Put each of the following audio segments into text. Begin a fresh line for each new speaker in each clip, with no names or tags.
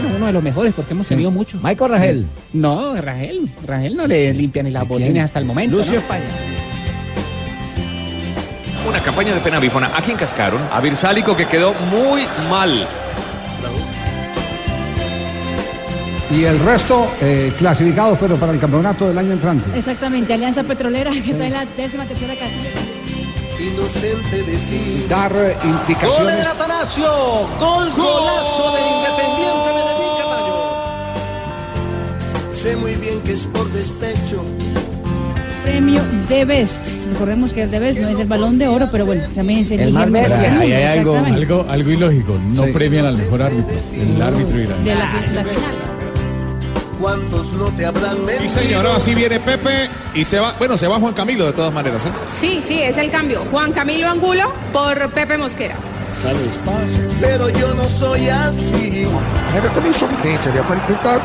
Bueno, uno de los mejores porque hemos tenido mucho.
Michael Rangel.
No, Rangel. Rangel no le limpia ni las botines hasta el momento.
Lucio
¿no?
España.
Una campaña de Penavifona. ¿A quién cascaron? A Virsálico que quedó muy mal.
Y el resto eh, clasificados, pero para el campeonato del año entrante.
Exactamente, Alianza Petrolera, que está en la décima tercera casilla.
Inocente de ti.
Dar eh,
Gol del
indicaciones.
Atanasio. Gol, golazo del Independiente Benedín Cataño. Sé muy bien que es por despecho.
Premio de Best. Recordemos que el de Best no es el balón de oro, pero bueno, también se
El
elige
más
el
bestia.
número
Ahí hay
uno,
algo-
exactamente,
Algo, algo ilógico, no premian al mejor árbitro. El árbitro irá.
De
Ah,
la, la final.
¿Cuántos no te habrán mentido?
Y señor, ahora sí viene Pepe y se va. Bueno, se va Juan Camilo de todas maneras. ¿eh?
Sí, sí, es el cambio. Juan Camilo Angulo por Pepe Mosquera.
Pero yo no soy así.
Deve ter meio sorridente ali, para evitar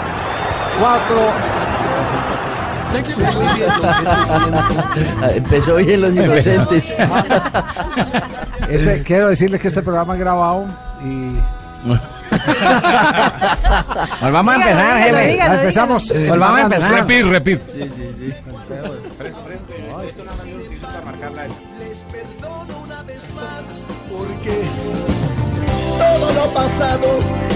quatro.
Sé muy bien lo que se siente.
Ah, Empezó bien los inocentes.
Este, quiero decirles que este programa es grabado y.
Pues vamos a empezar, jefe. Pues
Ah, empezamos.
Volvamos a empezar.
Repeat, repeat.
Les perdono una vez más porque todo lo pasado,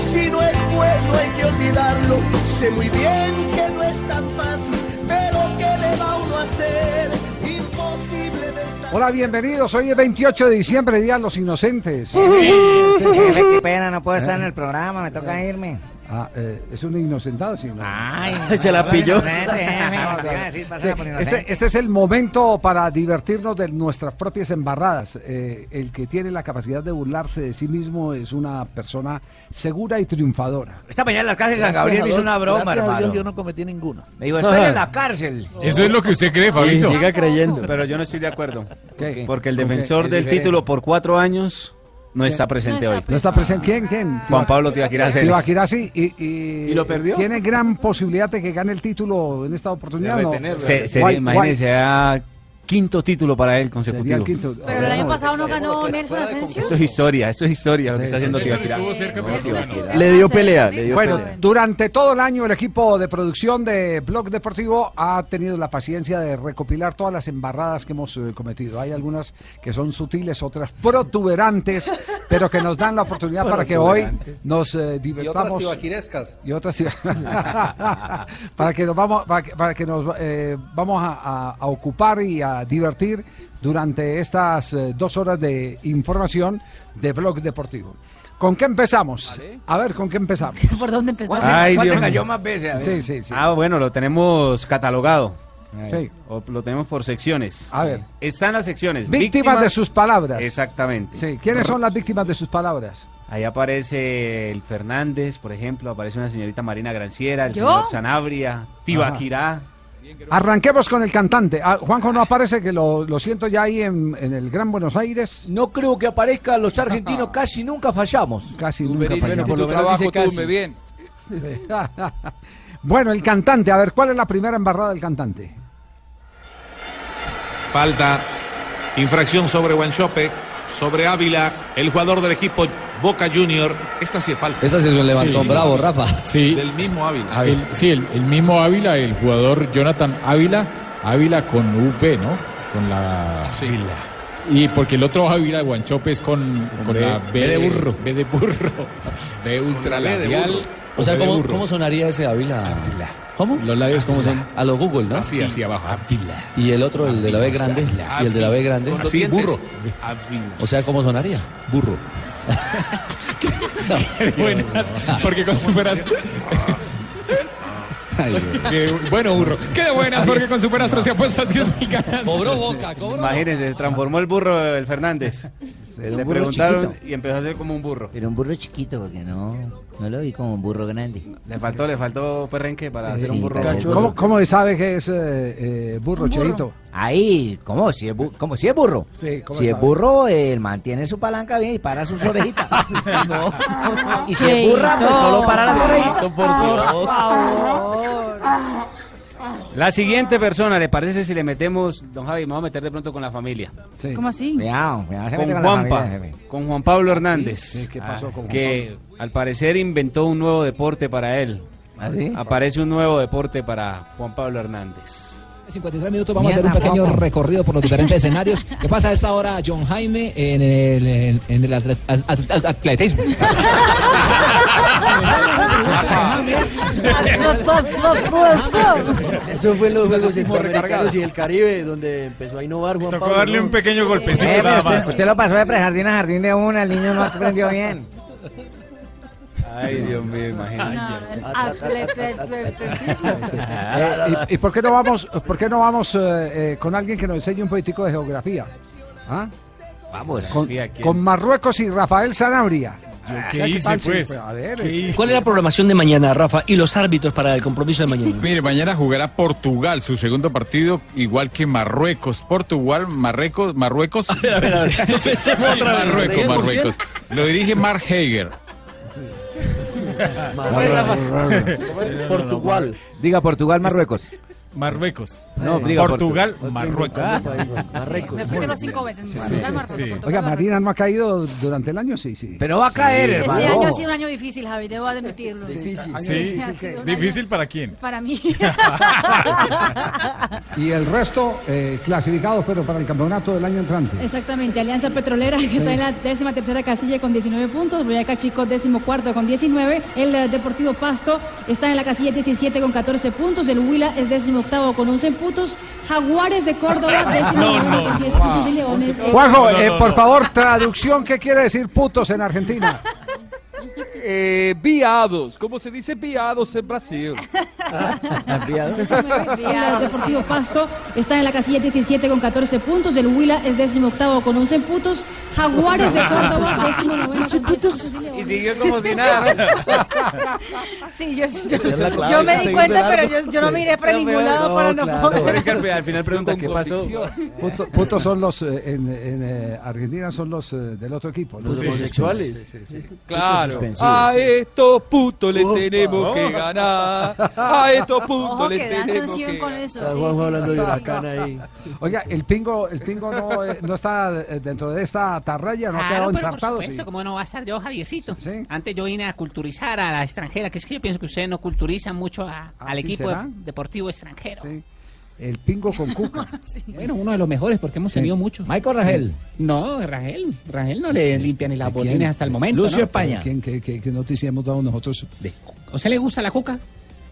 si no es bueno hay que olvidarlo. Sé muy bien que no es tan fácil, pero ¿qué le va uno a hacer? Imposible de estar.
Hola, bienvenidos. Hoy es 28 de diciembre, Día de los Inocentes.
Jefe, qué pena, no puedo estar en el programa, me toca irme.
Ah, eh, es una inocentada, sí. ¿no?
Ay, Se la pilló. inocente, jefe, no, te iba a decir,
Sí,
pasaba por
este,
inocente.
este es el momento para divertirnos de nuestras propias embarradas. Eh, el que tiene la capacidad de burlarse de sí mismo es una persona segura y triunfadora.
Esta mañana en la cárcel de San Gabriel me hizo una broma, hermano.
no cometí ninguna.
Me dijo, estoy
Ah.
en la cárcel.
Eso es lo que usted cree, Fabito.
Siga creyendo. Pero yo no estoy de acuerdo.
¿Qué?
Porque el
¿Con qué?
defensor
Es
del
diferente.
título por cuatro años no está presente
No
hoy.
está
¿No está presente? ¿Quién? ¿Quién?
Juan Pablo Tibaquirá Celis.
Tibaquirá, sí. Y, y-
¿Y lo perdió?
Tiene gran posibilidad de que gane el título en esta oportunidad.
Se-
¿no?
se- se-
Guay,
imagínese,
guay.
era quinto título para él
Sería
consecutivo.
el quinto.
Pero el
No,
año
no,
pasado no ganó Nelson Asensio.
Esto es historia, esto es historia lo que
Sí,
está
sí,
haciendo
sí,
Tibaquirá.
sí, estuvo cerca,
No,
pero no
Nelson
Tibaquirá.
Asensio.
Le dio pelea, le dio
Bueno,
pelea.
durante todo el año el equipo de producción de Blog Deportivo ha tenido la paciencia de recopilar todas las embarradas que hemos eh, cometido. Hay algunas que son sutiles, otras protuberantes, pero que nos dan la oportunidad para que hoy nos eh, divertamos. Y otras tiba- para que nos vamos, para que, para que nos eh, vamos a, a- a ocupar y a divertir durante estas eh, dos horas de información de Blog Deportivo. ¿Con qué empezamos? A ver, ¿con qué empezamos?
¿Por dónde empezamos?
Ah, Ay,
pues
¿Cuál
Dios
se cayó
mío.
más veces? a ver?
Sí, sí, sí.
Ah, bueno, lo tenemos catalogado.
Sí.
O lo tenemos por secciones.
A ver.
Están las secciones.
Víctimas de sus palabras.
Exactamente.
Sí, ¿quiénes son las víctimas de sus palabras?
Ahí aparece el Fernández, por ejemplo, aparece una señorita Marina Granciera, el
¿Yo?
señor Sanabria, Tibaquirá.
Arranquemos con el cantante. Ah, Juanjo no aparece, que lo, lo siento ya ahí en, en el Gran Buenos Aires.
No creo que aparezcan los argentinos, casi nunca fallamos.
Casi nunca aparece.
por lo menos dice casi.
bien.
Bueno, el cantante. A ver, ¿cuál es la primera embarrada del cantante?
Falta. Infracción sobre Guanchope, sobre Ávila, el jugador del equipo Boca Junior. Esta sí es falta.
Esa se levantó bravo, Rafa.
Sí,
Del mismo Ávila.
el, sí el, el mismo Ávila, el jugador Jonathan Ávila, Ávila con V, ¿no? Con la...
Sí.
Y porque el otro Ávila Guanchope es con, con la B,
B de burro.
B de burro. B
la B de
ultralabial
burro. O sea,
O B de
¿cómo,
burro.
cómo sonaría ese Ávila? ¿Cómo? Los labios, ¿cómo son? A los Google, ¿no?
Así, así abajo. Ávila.
Y el otro, el de la B grande. Y el de la B grande.
Con los dientes.
O sea, ¿cómo sonaría? Burro.
buenas, porque con superastro. Qué- bueno, burro. Qué de buenas, porque con superastro se apuesta 10 mil ganas.
Cobró boca, cobró.
Imagínense, se transformó el burro el Fernández.
Era
Le
un burro
preguntaron
chiquito.
y empezó a ser como un burro.
Pero un burro chiquito, porque no, no lo vi como un burro grande. Pues
Le faltó, le faltó perrenque para hacer
Sí,
un burro.
para hacer
¿Cómo, cómo sabe que es eh, eh, burro, Cheito?
Ahí, ¿cómo? Si es, bu- ¿cómo? Si es burro.
Sí, ¿cómo
si es
sabe?
burro, él mantiene su palanca bien y para sus orejitas. Y si es
Cheito.
burra, pues solo para las orejitas.
Por favor.
La siguiente persona, ¿le parece si le metemos, don Javi, vamos a meter de pronto con la familia?
¿Cómo así?
Cuidado, cuidado, se mete
Con
con la
Juanpa,
familia, jefe.
con Juan Pablo Hernández.
¿Ah, Sí, sí, ¿qué pasó
Ah,
con Juan
Que al parecer inventó un nuevo deporte para él.
¿Ah, sí?
Aparece un nuevo deporte para Juan Pablo Hernández.
53 minutos, vamos a hacer un pequeño recorrido por los diferentes escenarios. ¿Qué pasa a esta hora, John Jaime, en el, en, en el atlet- at- at- at- atletismo?
Eso fue en los Juegos
Atletismo
Centroamericanos
recargado.
y el Caribe, donde empezó a innovar Juan
Tocó
Pablo,
darle
¿no?
un pequeño golpecito
Eh, pero
nada
usted-
más.
pues Usted lo pasó de prejardín a jardín de una, el niño no aprendió bien.
Ay, Dios mío, imagínate.
Eh, ¿y, y por qué no vamos, por qué no vamos eh, eh, con alguien que nos enseñe un poquitico de geografía? ¿Ah?
Vamos.
Con, con Marruecos y Rafael Sanabria.
¿Qué hice, pues?
A ver,
¿Qué hice?
¿Cuál es la programación de mañana, Rafa? Y los árbitros para el compromiso de mañana.
Mire, mañana jugará Portugal, su segundo partido, igual que Marruecos. Portugal, Marruecos, Marruecos.
Sí,
Marruecos, Marruecos. Lo dirige Mark Hager.
Portugal.
Diga Portugal, Marruecos.
Marruecos.
No, diga
Portugal,
Portu-
Marruecos.
Repítelo cinco veces. Marruecos, Marruecos, Portugal,
Oiga, Marina no ha caído durante el año, sí, Oh, sí.
Pero va a caer,
Sí.
Este año ha sido un año difícil, Javi, debo admitirlo.
Difícil.
Sí,
Ha sido un
difícil
año
para quién.
Para mí.
Y el resto eh, clasificados, pero para el campeonato del año entrante.
Exactamente, Alianza Petrolera que está en la décima tercera casilla con 19 puntos, Boyacá Chico décimo cuarto con 19, el eh, Deportivo Pasto está en la casilla 17 con 14 puntos, el Huila es décimo octavo con 11 puntos, Jaguares de Córdoba décimo noveno con 10 puntos y Leones. eh,
Juanjo,
con-
eh, por favor, traducción, ¿qué quiere decir putos en Argentina?
Eh, viados, como se dice viados en Brasil.
Ah,
El Deportivo Pasto está en la casilla 17 con 14 puntos, el Huila es décimo octavo con 11 puntos, Jaguares de Córdoba décimo noveno con 10 puntos y
Y
Leones.
siguió como si nada. ¿no?
Sí, yo,
Esa
yo-
es la clave,
yo me
seguir
di
de
cuenta,
largo.
pero yo, yo no
Sí.
miré para
No,
ningún
pero-
lado para no
claro.
poder.
Pero es que al, al final pregunta qué pasó.
Puto- putos son los, eh, en, en, eh, Argentina son los eh, del otro equipo.
Los
Sí.
homosexuales.
Sí, sí, sí.
Claro,
Suspensivos.
a estos putos
Uh.
le tenemos que ganar.
Ah,
A estos putos
Ojo
le
que dan
tenemos
sanción
que
con
ganar.
eso. Sí, sí, sí, sí.
Oiga, el pingo, el pingo no, eh, no está eh, dentro de esta atarraya, no ha
Claro,
quedado
pero por
ensartado.
supuesto,
sí.
como no va a estar yo, Javiercito. Antes yo vine a culturizar a la extranjera, que es que yo pienso que ustedes no culturizan mucho a-
Ah,
al
¿sí
equipo
será?
deportivo extranjero.
El pingo con cuca.
Bueno, uno de los mejores porque hemos tenido muchos.
Michael Rangel.
No, Rangel. Rangel no le limpia ni las botines hasta el momento.
Lucio
¿no?
España.
Pero
¿Quién, qué, qué- qué noticia hemos dado nosotros?
¿quién- ¿O se le gusta la cuca?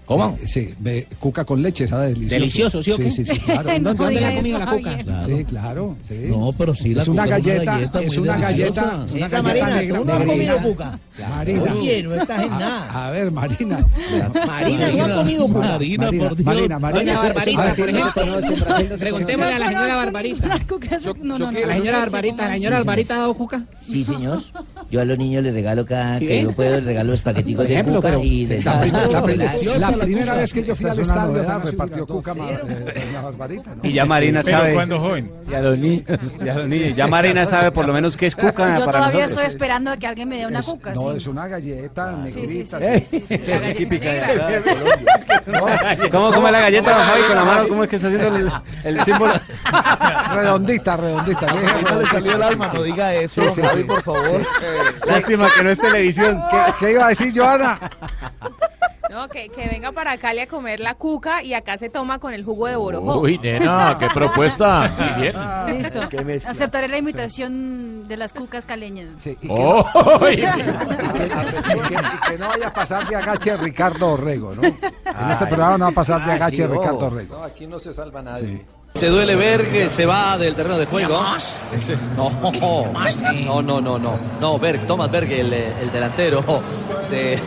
¿Cómo? sí, ve, cuca con leche, sabe delicioso.
Delicioso, ¿sí o qué?
Sí, sí, claro.
¿Dónde,
No
dónde la ha
diga
comido
eso,
la cuca?
Javier. Claro. Sí, claro.
No, pero sí, la
es una
cuca es una
galleta,
galleta
es
muy
una
deliciosa.
galleta,
Sí,
una
está,
galleta
Marina,
negra.
¿tú no has
negrita.
comido cuca?
Marina.
Oye, no estás en
A-
nada.
A, ver, Marina.
Marina, ¿no has comido cuca? Marina, por Dios.
Marina, Marina.
Doña Barbarita,
Ah, sí,
por
no se
ejemplo.
conoce, en Brasil no se
Preguntémosle a la señora Barbarita. A la señora Barbarita, ¿la señora
Sí, sí.
Barbarita ha dado cuca?
Sí, señor. Yo a los niños les regalo cada
Sí,
que
¿eh?
yo puedo, les regalo los paqueticos
Por ejemplo,
de cuca
pero-
y
Sí,
de
la primera- la
La primera vez que yo fui
Esta
al
es una
estadio
novedad,
Atanasio
repartió
Girardot, Mar- eh, doña Barbarita, ¿no?
Y ya Marina
Pero
sabe.
cuando
joven. Y a los niños. y a los niños. Ya Marina sabe por lo menos qué es cuca para
Yo todavía
nosotros. Ah,
estoy esperando a que alguien me dé una cuca.
No,
sí.
es una galleta
sí,
negrita. sí,
sí,
sí, sí.
¿Cómo come la galleta, don Javi, con la mano? ¿Cómo es que está haciendo el, el símbolo?
Redondita, redondita.
le salió el alma, no diga eso, don Javi, por favor.
Eh,
Lástima que no es televisión. ¿Qué, qué iba a decir Joana?
No, que, que venga para Cali a comer la cuca y acá se toma con el jugo de
Oh.
borojó.
Uy, nena, qué propuesta. Muy bien.
Listo. Aceptaré la invitación de las cucas caleñas.
Sí, y que,
Oh,
no, y que- y que- y que no vaya a pasar de agache Ricardo Orrego, ¿no? En este
Ay.
programa no va a pasar de
Ah,
agache
sí, oh.
Ricardo Orrego.
No, aquí no se salva nadie.
Sí.
Se duele ver que se va del terreno de juego. Ese- No, no, no, no, no. No, Berg, Thomas Berg, el, eh, el delantero de.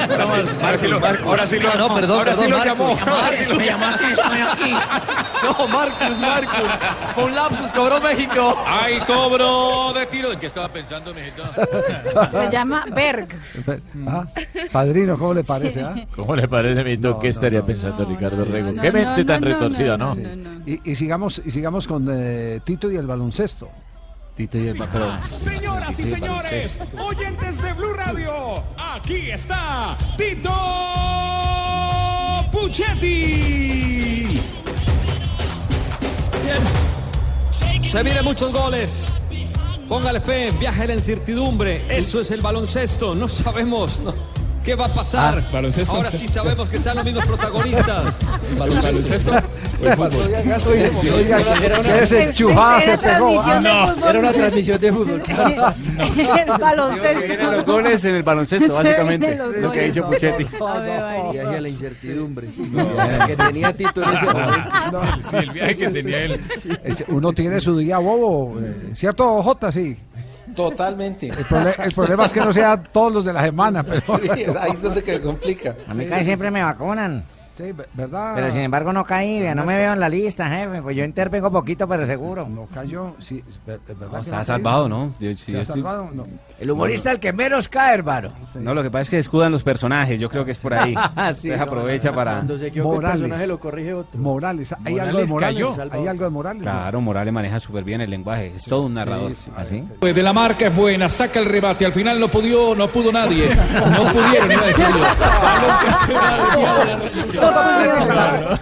Ahora sí, ahora sí lo- ahora sí lo-
Ah, No, no, perdón,
ahora sí
perdón,
lo llamó,
Marcus.
ahora sí lo
Marcus,
llamó.
estoy aquí. No, Marcus, Marcus. Fue un lapsus, cobró México.
Ay, cobro de tiro. ¿En qué estaba pensando, mijito?
Se llama Berg.
Ah, Padrino, ¿cómo le parece?
Sí.
ah?
¿Cómo le parece, Mito?
No,
¿Qué
no,
estaría
no.
pensando Ricardo Rego?
no,
qué
no,
mente
no,
tan
no, no,
retorcida, ¿no?
Sí. Y, y sigamos, y sigamos con eh, Tito y el baloncesto.
Tito y el
Ah,
Ah,
pero-
Señoras y señores, oyentes de Blue Radio, aquí está Tito Puchetti.
Se vienen muchos goles. Póngale fe, viaje la incertidumbre. Eso es el baloncesto. No sabemos no, qué va a pasar.
Ah, baloncesto.
Ahora sí sabemos que están los mismos protagonistas.
baloncesto o el fútbol?
Oiga, que ese chujá se pegó. ah.
Era una transmisión de fútbol.
El baloncesto.
Los goles en el baloncesto, básicamente. Lo que ha dicho Puchetti.
Viaje a la incertidumbre.
No.
Que tenía Tito en ese momento.
Sí, el viaje que tenía él.
Es- Uno tiene su día bobo, eh, ¿cierto, Jota? Sí.
Totalmente.
El, prole- el problema es que no sean todos los de la semana. Pero
Sí, ahí es donde que complica.
A mí casi siempre me vacunan.
Sí, ve- ¿verdad?
Pero sin embargo no caí, vea, no me veo en la lista, jefe. Pues yo intervengo poquito, pero seguro.
No cayó, sí, es ver- es verdad.
No,
que
se ha
cayó.
salvado, ¿no?
Yo-
sí,
se
yo
ha
estoy-
salvado, no.
El humorista el que menos cae, hermano.
No, lo que pasa es que escudan los personajes, yo creo que es por ahí.
Ah, Sí,
Entonces
no,
aprovecha para...
Cuando se equivoca el
Morales.
personaje lo corrige otro.
Morales, ¿hay algo de
Morales
Morales?
cayó.
¿Hay algo de Morales?
Claro, Morales maneja súper bien el lenguaje, es todo un narrador. ¿Ah, ¿Así?
De la marca es buena, saca el rebate. Al final no pudo, no pudo nadie. No pudieron, iba a decir yo. Balón que se va de Diablo.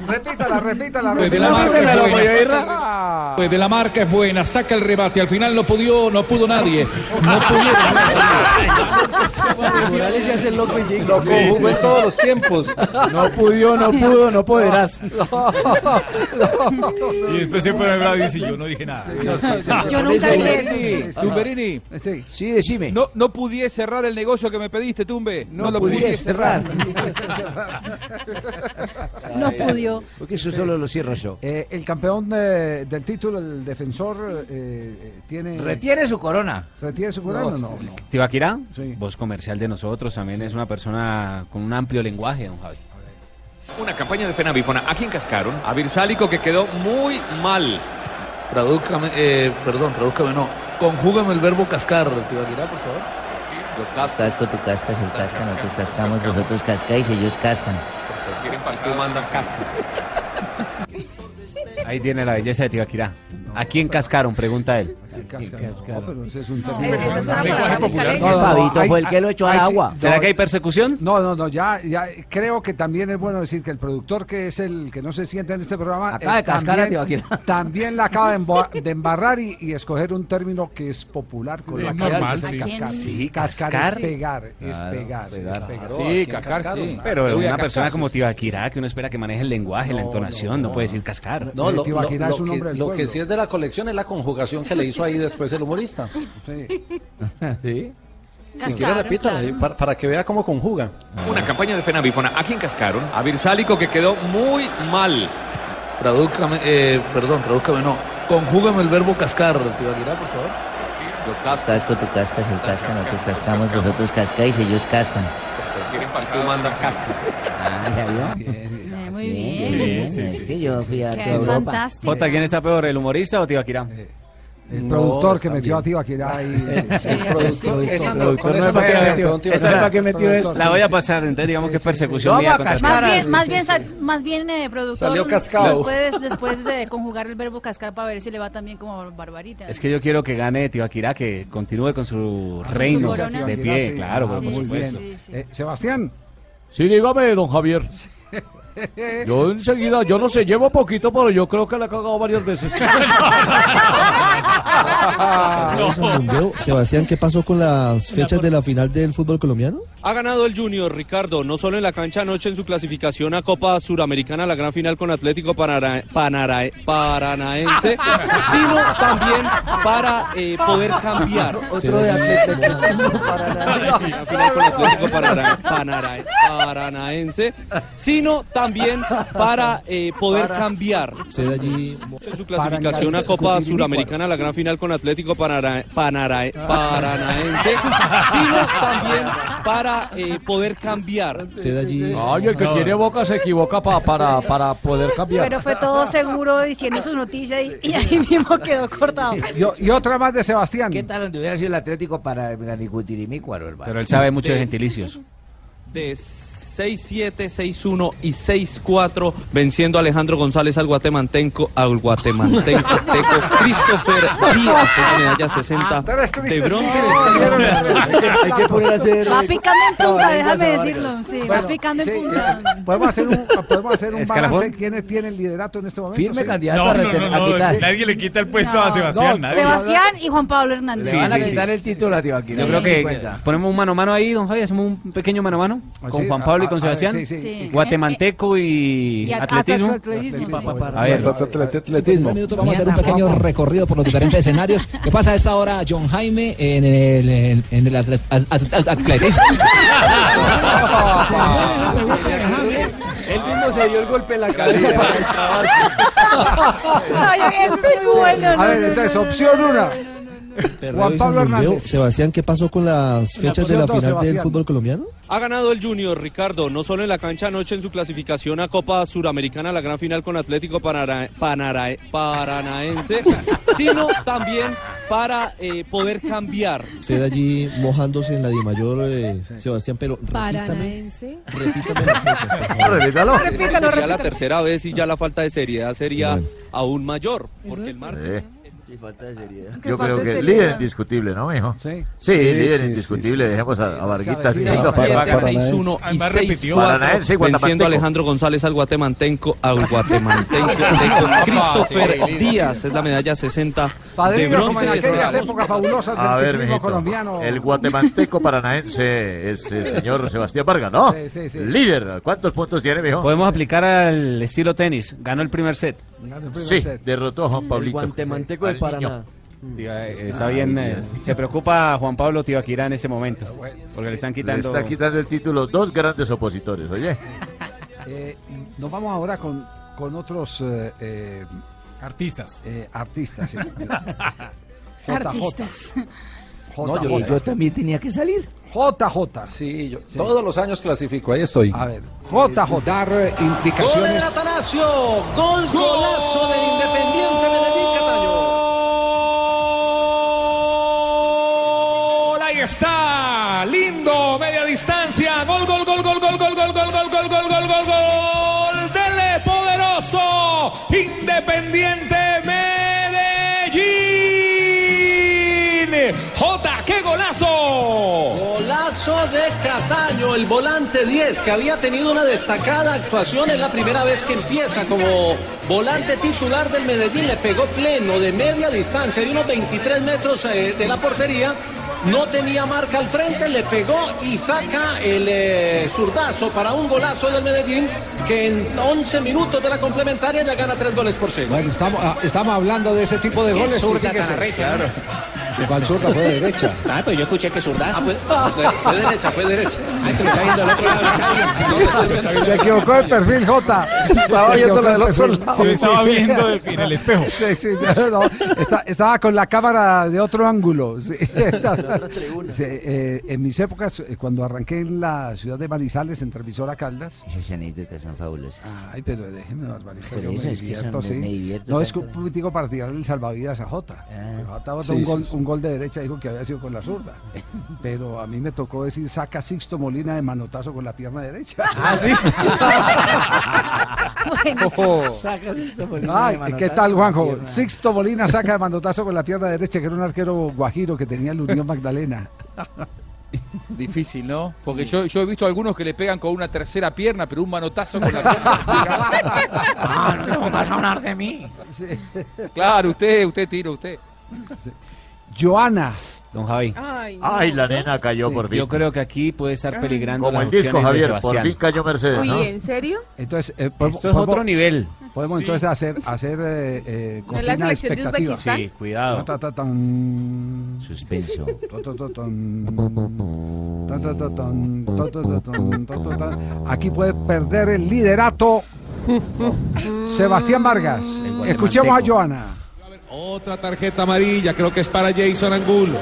Repítala, repítala,
Pues de la marca es buena. Pues de la marca es buena, saca el rebate. Al final no pudo, no pudo nadie. No
Morales se hace el loco y sigue.
Lo conjugó en todos los tiempos. No pudo, no pudo, no podrás.
Y después se pone bravo y dice, yo no dije nada.
Yo nunca dije eso.
Sí, Tumberini.
Sí.
decime. No, no pudiese cerrar el negocio que me pediste, Tumbe. No, lo pudiese cerrar.
No pudo.
Porque eso solo lo cierro yo.
Eh, el campeón eh, del título, el defensor, eh, eh, tiene...
Retiene su corona.
¿Retiene su corona o no?
No, Tibaquirá, voz comercial de nosotros, también es una persona con un amplio lenguaje, don Javi.
Una campaña de Fenavifona. ¿A quién cascaron? A Virsálico que quedó muy mal.
Tradúzcame, eh, perdón, tradúzcame no. Conjúgame el verbo cascar, Tibaquirá, por favor.
Los cascos, tú cascas, él casca, nosotros cascamos, vosotros cascáis, ellos cascan.
Tú mandas casco.
Ahí tiene la belleza de Tibaquirá. ¿A quién cascaron? Pregunta él.
No, pero ese es un
No,
término-
esa es una palabra popular.
No, no, no,
Fabito
hay-
fue el que lo echó al
hay-
agua.
no,
¿Será que hay persecución?
No, no, no, ya, ya creo que también es bueno decir que el productor, que es el que no se sienta en este programa,
Acaba de cascar a
también, también la acaba de, embo- de embarrar y, y escoger un término que es popular con
Es
la que
normal,
alguien
sí.
se cascar.
Sí,
cascar,
cascar.
es pegar, es
Claro,
pegar, es
pegar.
pegar.
Sí, cascar, sí.
Pero
Uy, a
una
cascar,
persona como
sí.
Tibaquirá, que uno espera que maneje el lenguaje, la entonación, no, puede decir cascar.
No, lo, lo-
Tibaquirá
lo
es un
que,
hombre del
lo que
pueblo.
sí es de la colección es la conjugación que le hizo ahí después el humorista.
Sí.
Sí. Si
Cascaron,
quiere repítala,
claro.
eh, para, para que vea cómo conjuga.
Una campaña de Fenavifona. ¿A quién cascaron? A Virsálico que quedó muy mal.
Tradúzcame, eh, perdón, tradúzcame no. Conjúgame el verbo cascar, Tibaquirá, por favor.
Los cascos.
Casco, tú cascas, él casca, nosotros cascamos, vosotros cascáis, ellos cascan.
Tú mandas casco.
Ah, ¿ya
Eh, Muy
vio?
bien.
Bien,
sí,
Es
sí, Eh,
que yo fui a
Qué
toda Europa.
fantástico.
Jota, ¿quién está peor, el humorista o Tibaquirá?
El productor que metió a Tibaquirá ahí. sí.
La voy a pasar, entonces digamos que es persecución.
Vamos
mía
a
contra-
cascar.
Más
Cara,
bien, más
sí,
bien,
sí.
sal- más bien eh, productor.
Salió cascado.
Después, después de conjugar el verbo cascar para ver si le va también como barbarita.
Es que yo quiero que gane Tibaquirá, que continúe con su
su
reino
corona.
de
Tibaquirá,
pie,
sí.
claro,
Ah,
por
muy
supuesto.
bien. Eh, Sebastián.
Sí, dígame, don Javier. Yo enseguida, yo no sé, llevo poquito, pero yo creo que la he cagado varias veces.
Ah,
Sebastián, ¿qué pasó con las fechas de la final del fútbol colombiano?
Ha ganado el Junior, Ricardo, no solo en la cancha anoche en su clasificación a Copa Suramericana, la gran final con Atlético Panara- Panara- Paranaense, sino también para eh, poder cambiar.
Otro de Atlético
La final con Atlético Parana- Panara- Paranaense, sino también para eh, poder
Para-
cambiar. En su clasificación a
Parangal-
Copa
Cutirini,
Suramericana, la gran final con Atlético Panara- Panara- Paranaense, sino también para eh, poder cambiar.
Ay, el que
No.
tiene boca se equivoca pa- para, para poder cambiar.
Pero fue todo seguro diciendo su noticia y, y ahí mismo quedó cortado.
Y, y otra más de Sebastián.
¿Qué tal donde hubiera sido el Atlético para Ganicutirimicuaro, hermano?
Pero él sabe mucho de gentilicios.
de 6-7, 6-1 y 6-4, venciendo a Alejandro González al guatemalteco, al guatemalteco, teco, Christopher Díaz, en medalla
Ah,
60 de bronce.
Hay que poner a hacer...
Va picando en punta,
Caballeros
déjame
ahora.
decirlo. Sí, va
Bueno,
picando en
sí,
punta.
Podemos hacer un, podemos hacer un
¿Escalafón?
balance. ¿Quiénes tienen liderato en este momento?
Firme
sí.
candidato a reten- a quitar.
nadie le quita el puesto
No.
a Sebastián.
No,
nadie.
Sebastián y Juan Pablo Hernández.
Le van a quitar el título a Tibaquirá.
Yo creo que ponemos un mano a mano ahí, don Javier, hacemos un pequeño mano a mano con
sí,
Juan
a-
Pablo y
a-
con
a ver,
Sebastián,
sí, sí, sí.
guatemalteco y,
Y a-
atletismo.
atletismo, sí.
A ver,
Atletismo. minutos vamos a hacer un pequeño recorrido por los diferentes escenarios. ¿Qué pasa a esta hora, John Jaime, en el, en- en el atlet- at- at- at- atletismo?
Él mismo se dio el golpe en la cabeza para destrabarse.
Ay, eso es muy bueno.
A
no,
ver,
no,
entonces,
no, no,
opción
no, no,
una. Juan Pablo Hernández.
Sebastián, ¿qué pasó con las fechas de
pusieron
la
dos,
final del
Sebastián.
fútbol colombiano?
Ha ganado el Junior, Ricardo, no solo en la cancha anoche en su clasificación a Copa Suramericana, la gran final con Atlético Panara- Panara- Paranaense, sino también para eh, poder cambiar.
Usted allí mojándose en la Di Mayor, eh, Sebastián, pero
Paranaense.
Repítalo. Sería
Repítalo,
la
repítalo.
tercera vez y ya la falta de seriedad sería aún mayor, porque el martes...
Yo creo que líder indiscutible, ¿no, mijo? Sí. Sí, líder indiscutible. Dejemos a, a Varguitas. teniendo a Paranaense.
6-1 y
Además,
6
repitió. Paranaense
venciendo
y
a
Guatemalteco.
Alejandro González al guatemalteco, al guatemalteco,
Ah,
teco. Christopher Díaz es la medalla 60 de
Padrinos como
bronce.
en
Les
aquellas
esperamos.
épocas fabulosas del
A ver,
ciclismo
mijito,
colombiano.
El guatemalteco paranaense es el señor Sebastián Vargas, ¿no?
Sí, sí, sí.
Líder. ¿Cuántos puntos tiene, mijo?
Podemos aplicar al estilo tenis. Ganó el primer set.
Sí, derrotó a Juan Pablito.
guatemalteco
de Al Paraná. niño.
Está bien, eh, se preocupa Juan Pablo Tibaquirá en ese momento, porque le están
Le
quitando...
está quitando el título dos grandes opositores, oye.
Eh, nos vamos ahora con, con otros artistas. artistas, sí. JJ.
Artistas.
JJ.
No, yo, yo también tenía que salir.
JJ.
Sí, yo todos los años clasifico, ahí estoy.
A ver, JJ. Dar
Gol del
eh, indicaciones.
Atanasio, gol, golazo del Independiente Benedín Cataño.
Gol, ahí está. Lindo, media distancia. Gol, gol, gol, gol, gol, gol, gol, gol, gol, gol, gol, gol, gol, gol. Dele poderoso. Independiente Medellín. J, qué golazo.
Golazo de Cataño, el volante 10 que había tenido una destacada actuación, es la primera vez que empieza como volante titular del Medellín, le pegó pleno de media distancia, de unos 23 metros eh, de la portería. No tenía marca al frente, le pegó y saca el eh, zurdazo para un golazo del Medellín que en 11 minutos de la complementaria ya gana 3 goles por 0.
Bueno, estamos, ah, estamos hablando de ese tipo de
Qué
goles.
zurda
fíjese.
tan arrecha. Claro.
¿Cuál zurda fue de derecha?
Ah, pues yo escuché que zurdazo.
Ah,
Ah.
Fue, fue derecha, fue derecha.
Se equivocó el perfil J.
Estaba
Se
viendo
equivocó
la del
el
otro
perfil.
lado. Estaba viendo de-
en el espejo.
Sí, sí, no, no, está- estaba con la cámara de otro ángulo. sí. Sí, eh, en mis épocas, eh, cuando arranqué en la ciudad de Manizales, en Transmisora Caldas.
Esas anécdotas son fabulosas.
Ay, pero déjeme barbarizar.
Por
yo
eso
me
es que
divierto,
son-
sí.
me- me divierto
No, es que un
tanto.
político para tirarle el salvavidas a Jota. Pero Jota botó
Sí,
un,
sí,
gol,
sí.
un gol de derecha, dijo que había sido con la zurda. Pero a mí me tocó decir, saca Sixto Molina de manotazo con la pierna derecha.
Ojo. Sacas esto por
Ay,
una
¿Qué
Pues manotazo
tal,
con
Juanjo?
pierna.
Sixto Molina saca de mandotazo con la pierna derecha, que era un arquero guajiro que tenía el Unión Magdalena.
Difícil, ¿no? Porque yo, yo he visto algunos que le pegan con una tercera pierna, pero un manotazo con la pierna. Ah, no, no vas a hablar de mí. Claro, usted, usted tira, usted.
Joana,
Ah, don Javi.
Ay,
Ay, la nena cayó
Sí,
por fin.
Yo creo que aquí puede estar peligrando
Como
las
el disco,
opciones de
Javier, por
Sebastián.
fin cayó Mercedes,
Uy,
¿no?
¿en serio?
Entonces, eh,
Esto es otro nivel.
Podemos
Sí.
entonces hacer, hacer eh, eh,
¿No es la
cortina de
selección de
expectativa.
Uzbekistán? Sí,
cuidado.
Ta, ta, tan.
Suspenso.
Ta, ta, ta, tan. Ta, ta, ta, tan. Ta, ta, ta, tan. Ta, ta, tan. Aquí puede perder el liderato Sebastián Vargas. Escuchemos a Joana.
Otra tarjeta amarilla, creo que es para Jason Angulo.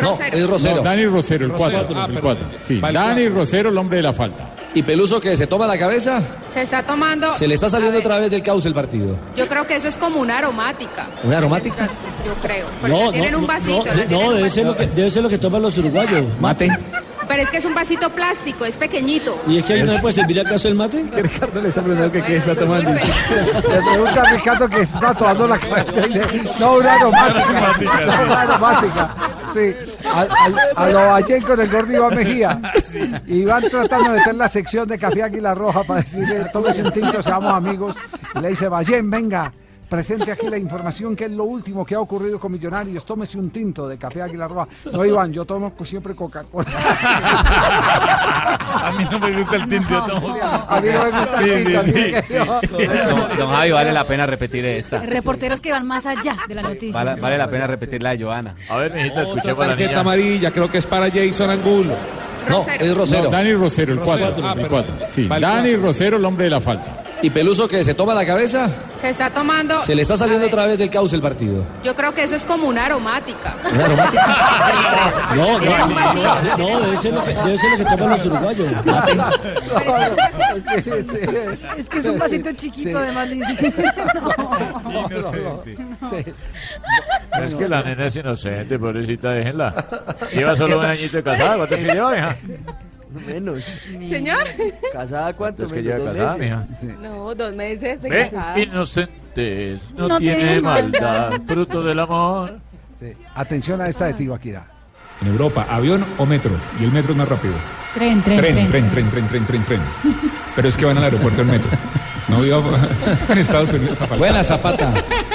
No, es Rosero.
No, Dani Rosero, el
Rosero.
4.
Ah,
el
perdón.
4. Sí, Dani Rosero, el hombre de la falta.
¿Y Peluso que se toma la cabeza?
Se está tomando.
Se le está saliendo otra vez del cauce el partido.
Yo creo que eso es como una aromática.
¿Una aromática?
Yo creo. Porque la tienen un vasito.
eh,
la
no,
tienen un
debe, ser lo
vasito.
que, debe ser lo que toman los uruguayos. Mate.
Pero es que es un vasito plástico, es pequeñito.
¿Y es que ahí no se puede servir acaso el mate? Ricardo le está preguntando que qué está tomando.
Le pregunta a Ricardo que está tomando la cabeza. y dice, No, una aromática. No, una aromática. Sí. Al- al- A, lo Allen con el gordo Iván Mejía. Y van tratando de meter la sección de Café Águila Roja para decirle, tómese un tinto, seamos amigos. Y le dice, Ballén, venga, presente aquí la información que es lo último que ha ocurrido con Millonarios. Tómese un tinto de Café Águila Roja. No, Iván, yo tomo siempre Coca-Cola.
A mí no me gusta el tinte, yo tomo.
A mí no me gusta
Sí,
el tinte, así que
sí,
yo-
sí.
Don, don Javi, vale la pena repetir esa.
Reporteros que van más allá de la noticia.
Vale, vale la pena repetir la de Joana.
A ver, mijita,
Otra tarjeta amarilla, creo que es para Jason Angulo.
No, es Rosero.
No, Dani Rosero, el
Rosero.
4.
Ah,
el
perdón.
4. Sí,
Vale.
Dani Rosero, el hombre de la falta.
¿Y Peluso que se toma la cabeza?
Se está tomando.
Se le está saliendo otra vez del cauce el partido.
Yo creo que eso es como una aromática.
¿Una aromática?
No,
Tienen
no,
un vasito.
no, debe ser lo que, debe ser lo que toman los uruguayos. Mate.
Es que es un vasito chiquito,
Sí.
además, le dice.
Inocente.
Sí.
Es que la nena es inocente, pobrecita, déjenla. Lleva solo un añito de casada, ¿cuánto es que lleva, hija?
Menos.
Señor.
¿Casada cuánto?
Es que
Menos,
lleva
dos
casada,
meses.
mija.
No, dos meses de
Ve,
casada.
inocentes, no,
No
tiene
tiene maldad.
maldad, fruto del amor.
Atención a esta de Tibaquira.
En Europa, avión o metro. Y el metro es más rápido.
Tren, tren,
Tren,
tren.
tren, tren, tren, tren, tren, tren. Pero es que van al aeropuerto en metro. No vivo en Estados Unidos. Zapata.
Buena, Zapata.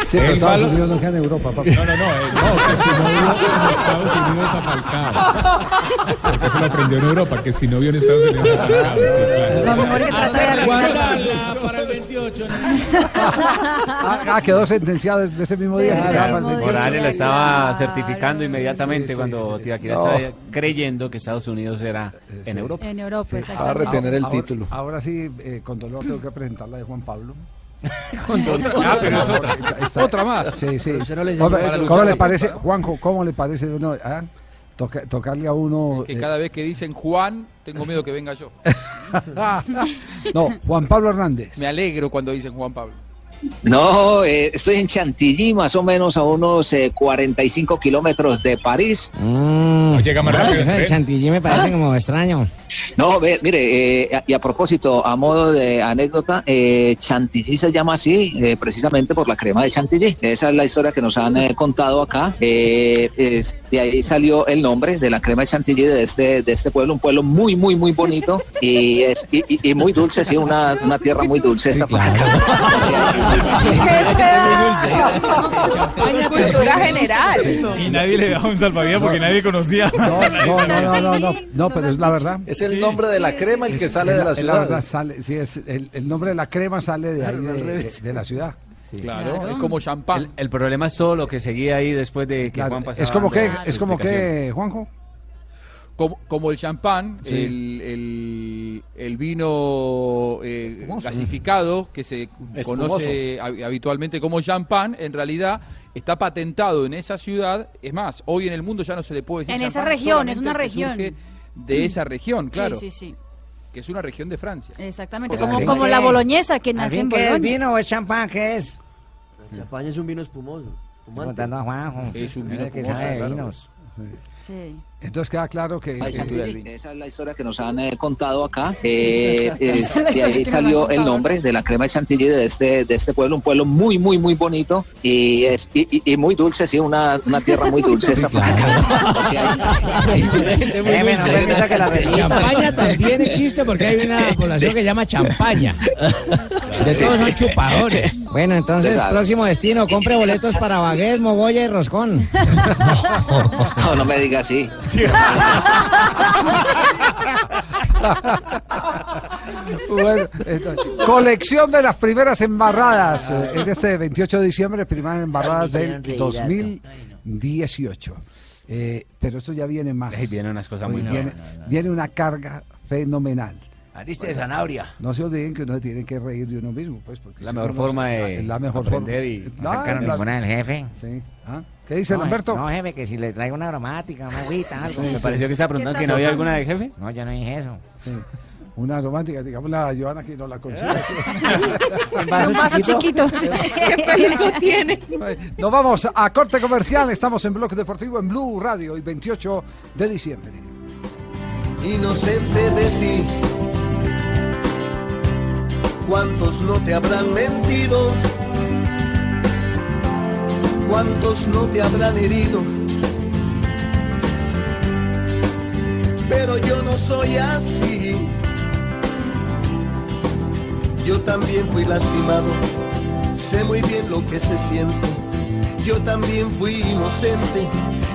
Sí, pero Estados Unidos no queda en Europa, papá.
No, no, no. eh, no, que si no vivo en Estados Unidos, Zapalcao. Porque eso lo aprendió en Europa, que si no vivo en Estados Unidos, Zapalcao. Sí, claro.
La memoria que trata de arrestarse.
Guardala para el 28.
Ah, ah, quedó sentenciado desde ese mismo día.
Morales
Ah, vale.
lo estaba certificando inmediatamente
Sí, sí,
cuando
sí.
Tibaquira
No.
estaba creyendo que Estados Unidos era en Europa.
Oh. En
Pues
Europa, exactamente.
Para retener el
Ahora-
título.
Ahora sí, eh, con dolor tengo que presentar la de Juan Pablo.
Ah, pero es otra.
Otra más. Sí, sí.
Usted no le
¿Cómo,
llamó para
cómo
luchar
le
por
parece,
Juan
Juanjo, cómo le parece de uno, ah, toca- tocarle a uno...
Que
eh,
cada vez que dicen Juan, tengo miedo que venga yo.
no, Juan Pablo Hernández.
Me alegro cuando dicen Juan Pablo.
No, eh, estoy en Chantilly, más o menos a unos eh, 45 kilómetros de París.
No
llega más rápido
Eso
el tren.
de Mm. Ah, chantilly me
Ah.
parece como extraño.
No, ve- mire, eh, y a propósito, a modo de anécdota, eh, Chantilly se llama así eh, precisamente por la crema de Chantilly. Esa es la historia que nos han eh, contado acá. Eh, es- de ahí salió el nombre de la crema de Chantilly de este, de este pueblo, un pueblo muy, muy, muy bonito y, es, y, y- y muy dulce, sí, una, una tierra muy dulce esta
Cultura general.
Y nadie le daba un salvavidas porque nadie conocía.
No, no, no, no, no, no, pero es la verdad.
Es el nombre de la crema el que
Es-
sale
es
de la
es
ciudad.
verdad, sale- sí, es el, el nombre de la crema sale de ahí, de,
al
de-
revés.
de la ciudad.
Claro, Claro. es como
champán. El, el problema es todo lo que seguía ahí después de que
Claro,
Juan pasaba.
es como que-
dando
es como que-
explicación.
Juanjo.
Como, como el champán,
Sí.
el, el- el vino eh,
Espumoso.
gasificado, que se
Espumoso.
conoce hab- habitualmente como champán, en realidad está patentado en esa ciudad. Es más, hoy en el mundo ya no se le puede decir
En esa
champán,
región, es
solamente
una
al que
región.
surge De esa región, claro.
Sí, sí, sí.
Que es una región de Francia.
Exactamente.
Porque
Como,
al fin
como
que-
la boloñesa que
al
nace
fin
en
¿Qué es
Bolonia.
vino o es champán? ¿Qué es?
Champaña es un vino espumoso.
Estoy contando a Juanjo.
Es un
Mira
vino
que
espumoso,
sabe de
claro.
vinos.
Sí.
Entonces queda claro que...
Ay,
que-
Chantilly, Esa es la historia que nos han eh, contado acá. Eh, es- de ahí salió el nombre de la crema de chantilly de este, de este pueblo, un pueblo muy, muy, muy bonito y, es- y, y- y muy dulce, sí, una, una tierra muy dulce. Esta
Eh, me no permita que la
Champaña también
Champaña también existe porque hay una población que llama champaña. De todos son chupadores. Bueno, entonces, próximo destino, compre boletos para Baguette, Mogoya y Roscón.
No, no me
diga así.
Bueno, entonces, colección de las primeras embarradas eh, en este 28 de diciembre, primeras embarradas del 2018. Eh, pero esto ya viene más.
Ey, vienen unas cosas muy
viene,
buenas.
viene una carga fenomenal.
Ariste de zanahoria.
No se olviden que uno se tiene que reír de uno mismo, pues. Porque
La
si
mejor
uno se-
forma de
la mejor
aprender
forma.
y
Claro,
sacar a
la-
ninguna del
jefe.
Sí. ¿Ah? ¿Qué dice
No,
Lamberto?
No, jefe, que si le traigo una aromática, una agüita, algo.
Me pareció que estaba preguntando que no había alguna de jefe.
No, yo no dije eso.
Sí. Una romántica, digamos la Joana que no la consigue.
Un vaso Un vaso chiquito. chiquito.
¿Qué peso tiene?
Nos vamos a corte comercial. Estamos en Bloque Deportivo en Blue Radio y 28 de diciembre.
Inocente de ti, ¿cuántos no te habrán mentido? ¿Cuántos no te habrán herido? Pero yo no soy así. Yo también fui lastimado, sé muy bien lo que se siente. Yo también fui inocente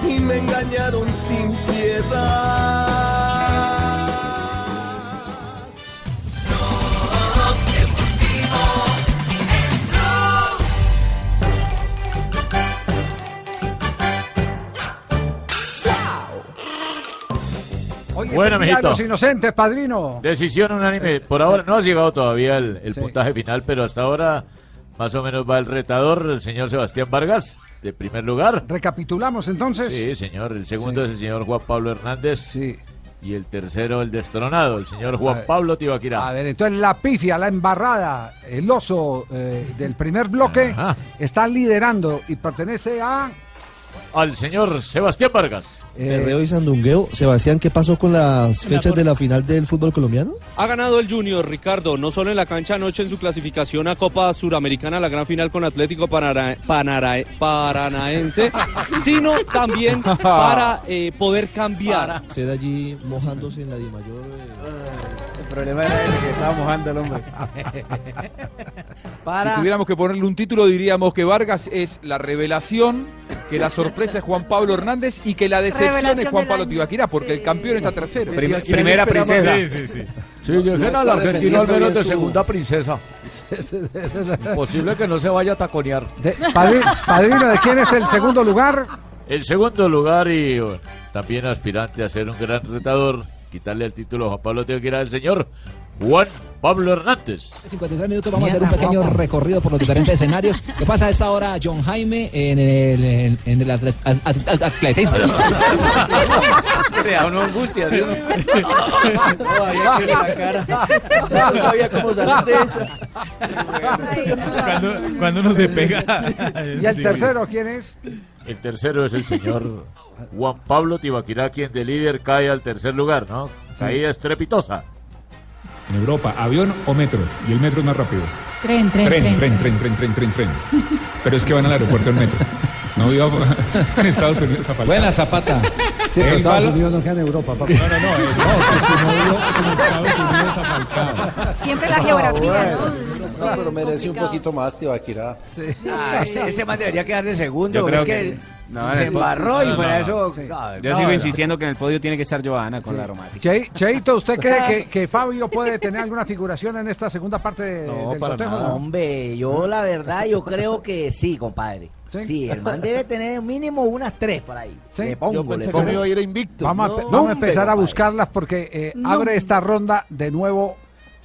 y me engañaron sin piedad.
Hoy es
Bueno,
el día de
mijito.
los inocentes, padrino.
Decisión unánime. Por ahora no ha llegado todavía el, el puntaje final, pero hasta ahora más o menos va el retador, el señor Sebastián Vargas, de primer lugar.
Recapitulamos entonces.
Sí, señor. El segundo es el señor Juan Pablo Hernández. Y el tercero, el destronado, el señor
A
Juan
ver.
Pablo Tibaquirá.
A ver, entonces la pifia, la embarrada, el oso eh, del primer bloque está liderando y pertenece a.
Al señor Sebastián Vargas.
Eh, Perreo y sandungueo. Sebastián, ¿qué pasó con las fechas de la final del fútbol colombiano?
Ha ganado el Junior, Ricardo, no solo en la cancha anoche en su clasificación a Copa Suramericana, la gran final con Atlético Panara- Panara- Paranaense, sino también para eh, poder cambiar.
Usted allí mojándose en la Dimayor. eh.
Ah, El problema era ese que estaba mojando el hombre.
Si tuviéramos que ponerle un título, diríamos que Vargas es la revelación, que la sorpresa es Juan Pablo Hernández y que la decepción es
Revelación
Juan
del
Pablo
año.
Tibaquirá, porque el campeón está tercero.
Prim- Sí, primera esperamos- princesa.
Sí,
Sí,
sí,
sí,
sí.
Sí, yo
No
dije,
está
al argentino al
defendiendo
menos
bien
de
su-
segunda princesa. Posible que no se vaya a taconear.
Padri- padrino, ¿de quién es el segundo lugar?
El segundo lugar y bueno, también aspirante a ser un gran retador, quitarle el título a Juan Pablo Tibaquirá, el señor Juan Pablo Hernández.
53 minutos vamos a hacer un pequeño recorrido por los diferentes escenarios. ¿Qué pasa a esta hora, John Jaime, en el, en- en el atlet- at- at- at- atletismo?
Te da una angustia, ¿sí?
No sabía cómo salir de esa.
Cuando, cuando uno se pega.
¿Y el tercero quién es?
El tercero es el señor Juan Pablo Tibaquirá, quien de líder cae al tercer lugar, ¿no? Caída estrepitosa.
En Europa, avión o metro. Y el metro es más rápido.
Tren, tren,
Tren,
tren.
tren, tren, tren, tren, tren, tren. Pero es que van al aeropuerto en metro. No viva en Estados Unidos a faltar.
Buena zapata.
Sí, pero Estados Unidos no queda en Europa, papá. No, no, no.
Siempre la geografía, ¿no?
No, pero merece un poquito más, Tibaquirá.
Ah, este, este man debería quedar de
Yo
segundo.
creo
Es
que-
que,
No,
se
después-
embarró y
no,
por
no.
eso.
Sí.
no,
Yo
no,
sigo
no.
insistiendo que en el podio tiene que estar Johanna con la aromática.
Che- Cheito, ¿usted cree que, que Fabio puede tener alguna figuración en esta segunda parte de- del sorteo?
No, Hombre, yo la verdad, yo creo que sí, compadre. Sí, el man debe tener mínimo unas tres por ahí.
Sí.
Le pongo,
Yo
le
pensé que
pongo.
no iba a ir
invicto.
Vamos, a, pe- vamos a empezar a buscarlas porque eh,
No.
abre esta ronda de nuevo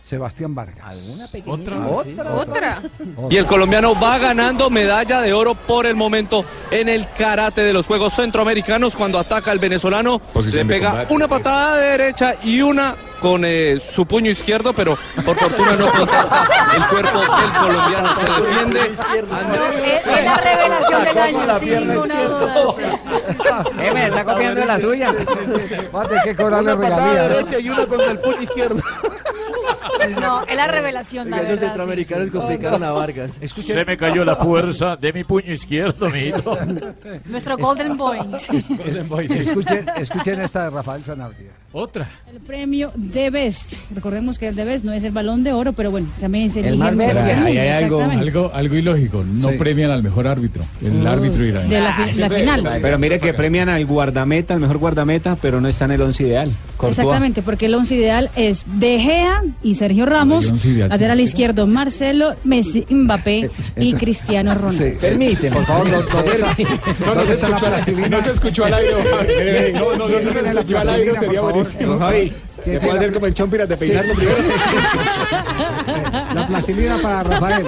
Sebastián Vargas.
¿Otra? ¿Otra?
Ah, Y el colombiano va ganando medalla de oro por el momento en el karate de los Juegos Centroamericanos cuando ataca al venezolano.
Posición
le
de
pega
combate.
una patada de derecha y una con eh, su puño izquierdo, pero por fortuna no contacta el cuerpo del colombiano. Se defiende.
Es la revelación del año, sin ninguna duda.
Eh,
me está copiando la suya.
Va a tener que cobrarle regalías.
y una con el puño izquierdo. No, es la revelación, la
Oiga, esos
verdad, sí.
centroamericanos complicaron a Vargas.
Se me cayó la fuerza de mi puño izquierdo, mijito.
Nuestro Golden Boy. sí.
Escuchen, escuchen esta de Rafael Sanabria.
Otra.
El premio de Best. Recordemos que el de Best no es el balón de oro, pero bueno, también es el,
más
eligen
bestia.
del mundo,
Ahí hay algo,
exactamente.
algo, algo ilógico. No
Sí.
premian al mejor árbitro. El
Oh.
árbitro irá.
De la fi- la final.
Pero mire que premian al guardameta, al mejor guardameta, pero no está en el once ideal.
Exactamente, porque el once ideal es De Gea y Sergio
El
Ramos,
once ideal,
lateral izquierdo Marcelo, Messi, Mbappé y Cristiano Ronaldo.
Permíteme, por favor, no, no, no,
¿Dónde está la plastilina?
no se escuchó al aire, don Javi. No, no, no, no, se escuchó al aire, sería buenísimo. Don Javi, te puedo hacer como en Chompiras de peinarlo primero.
La plastilina para Rafael.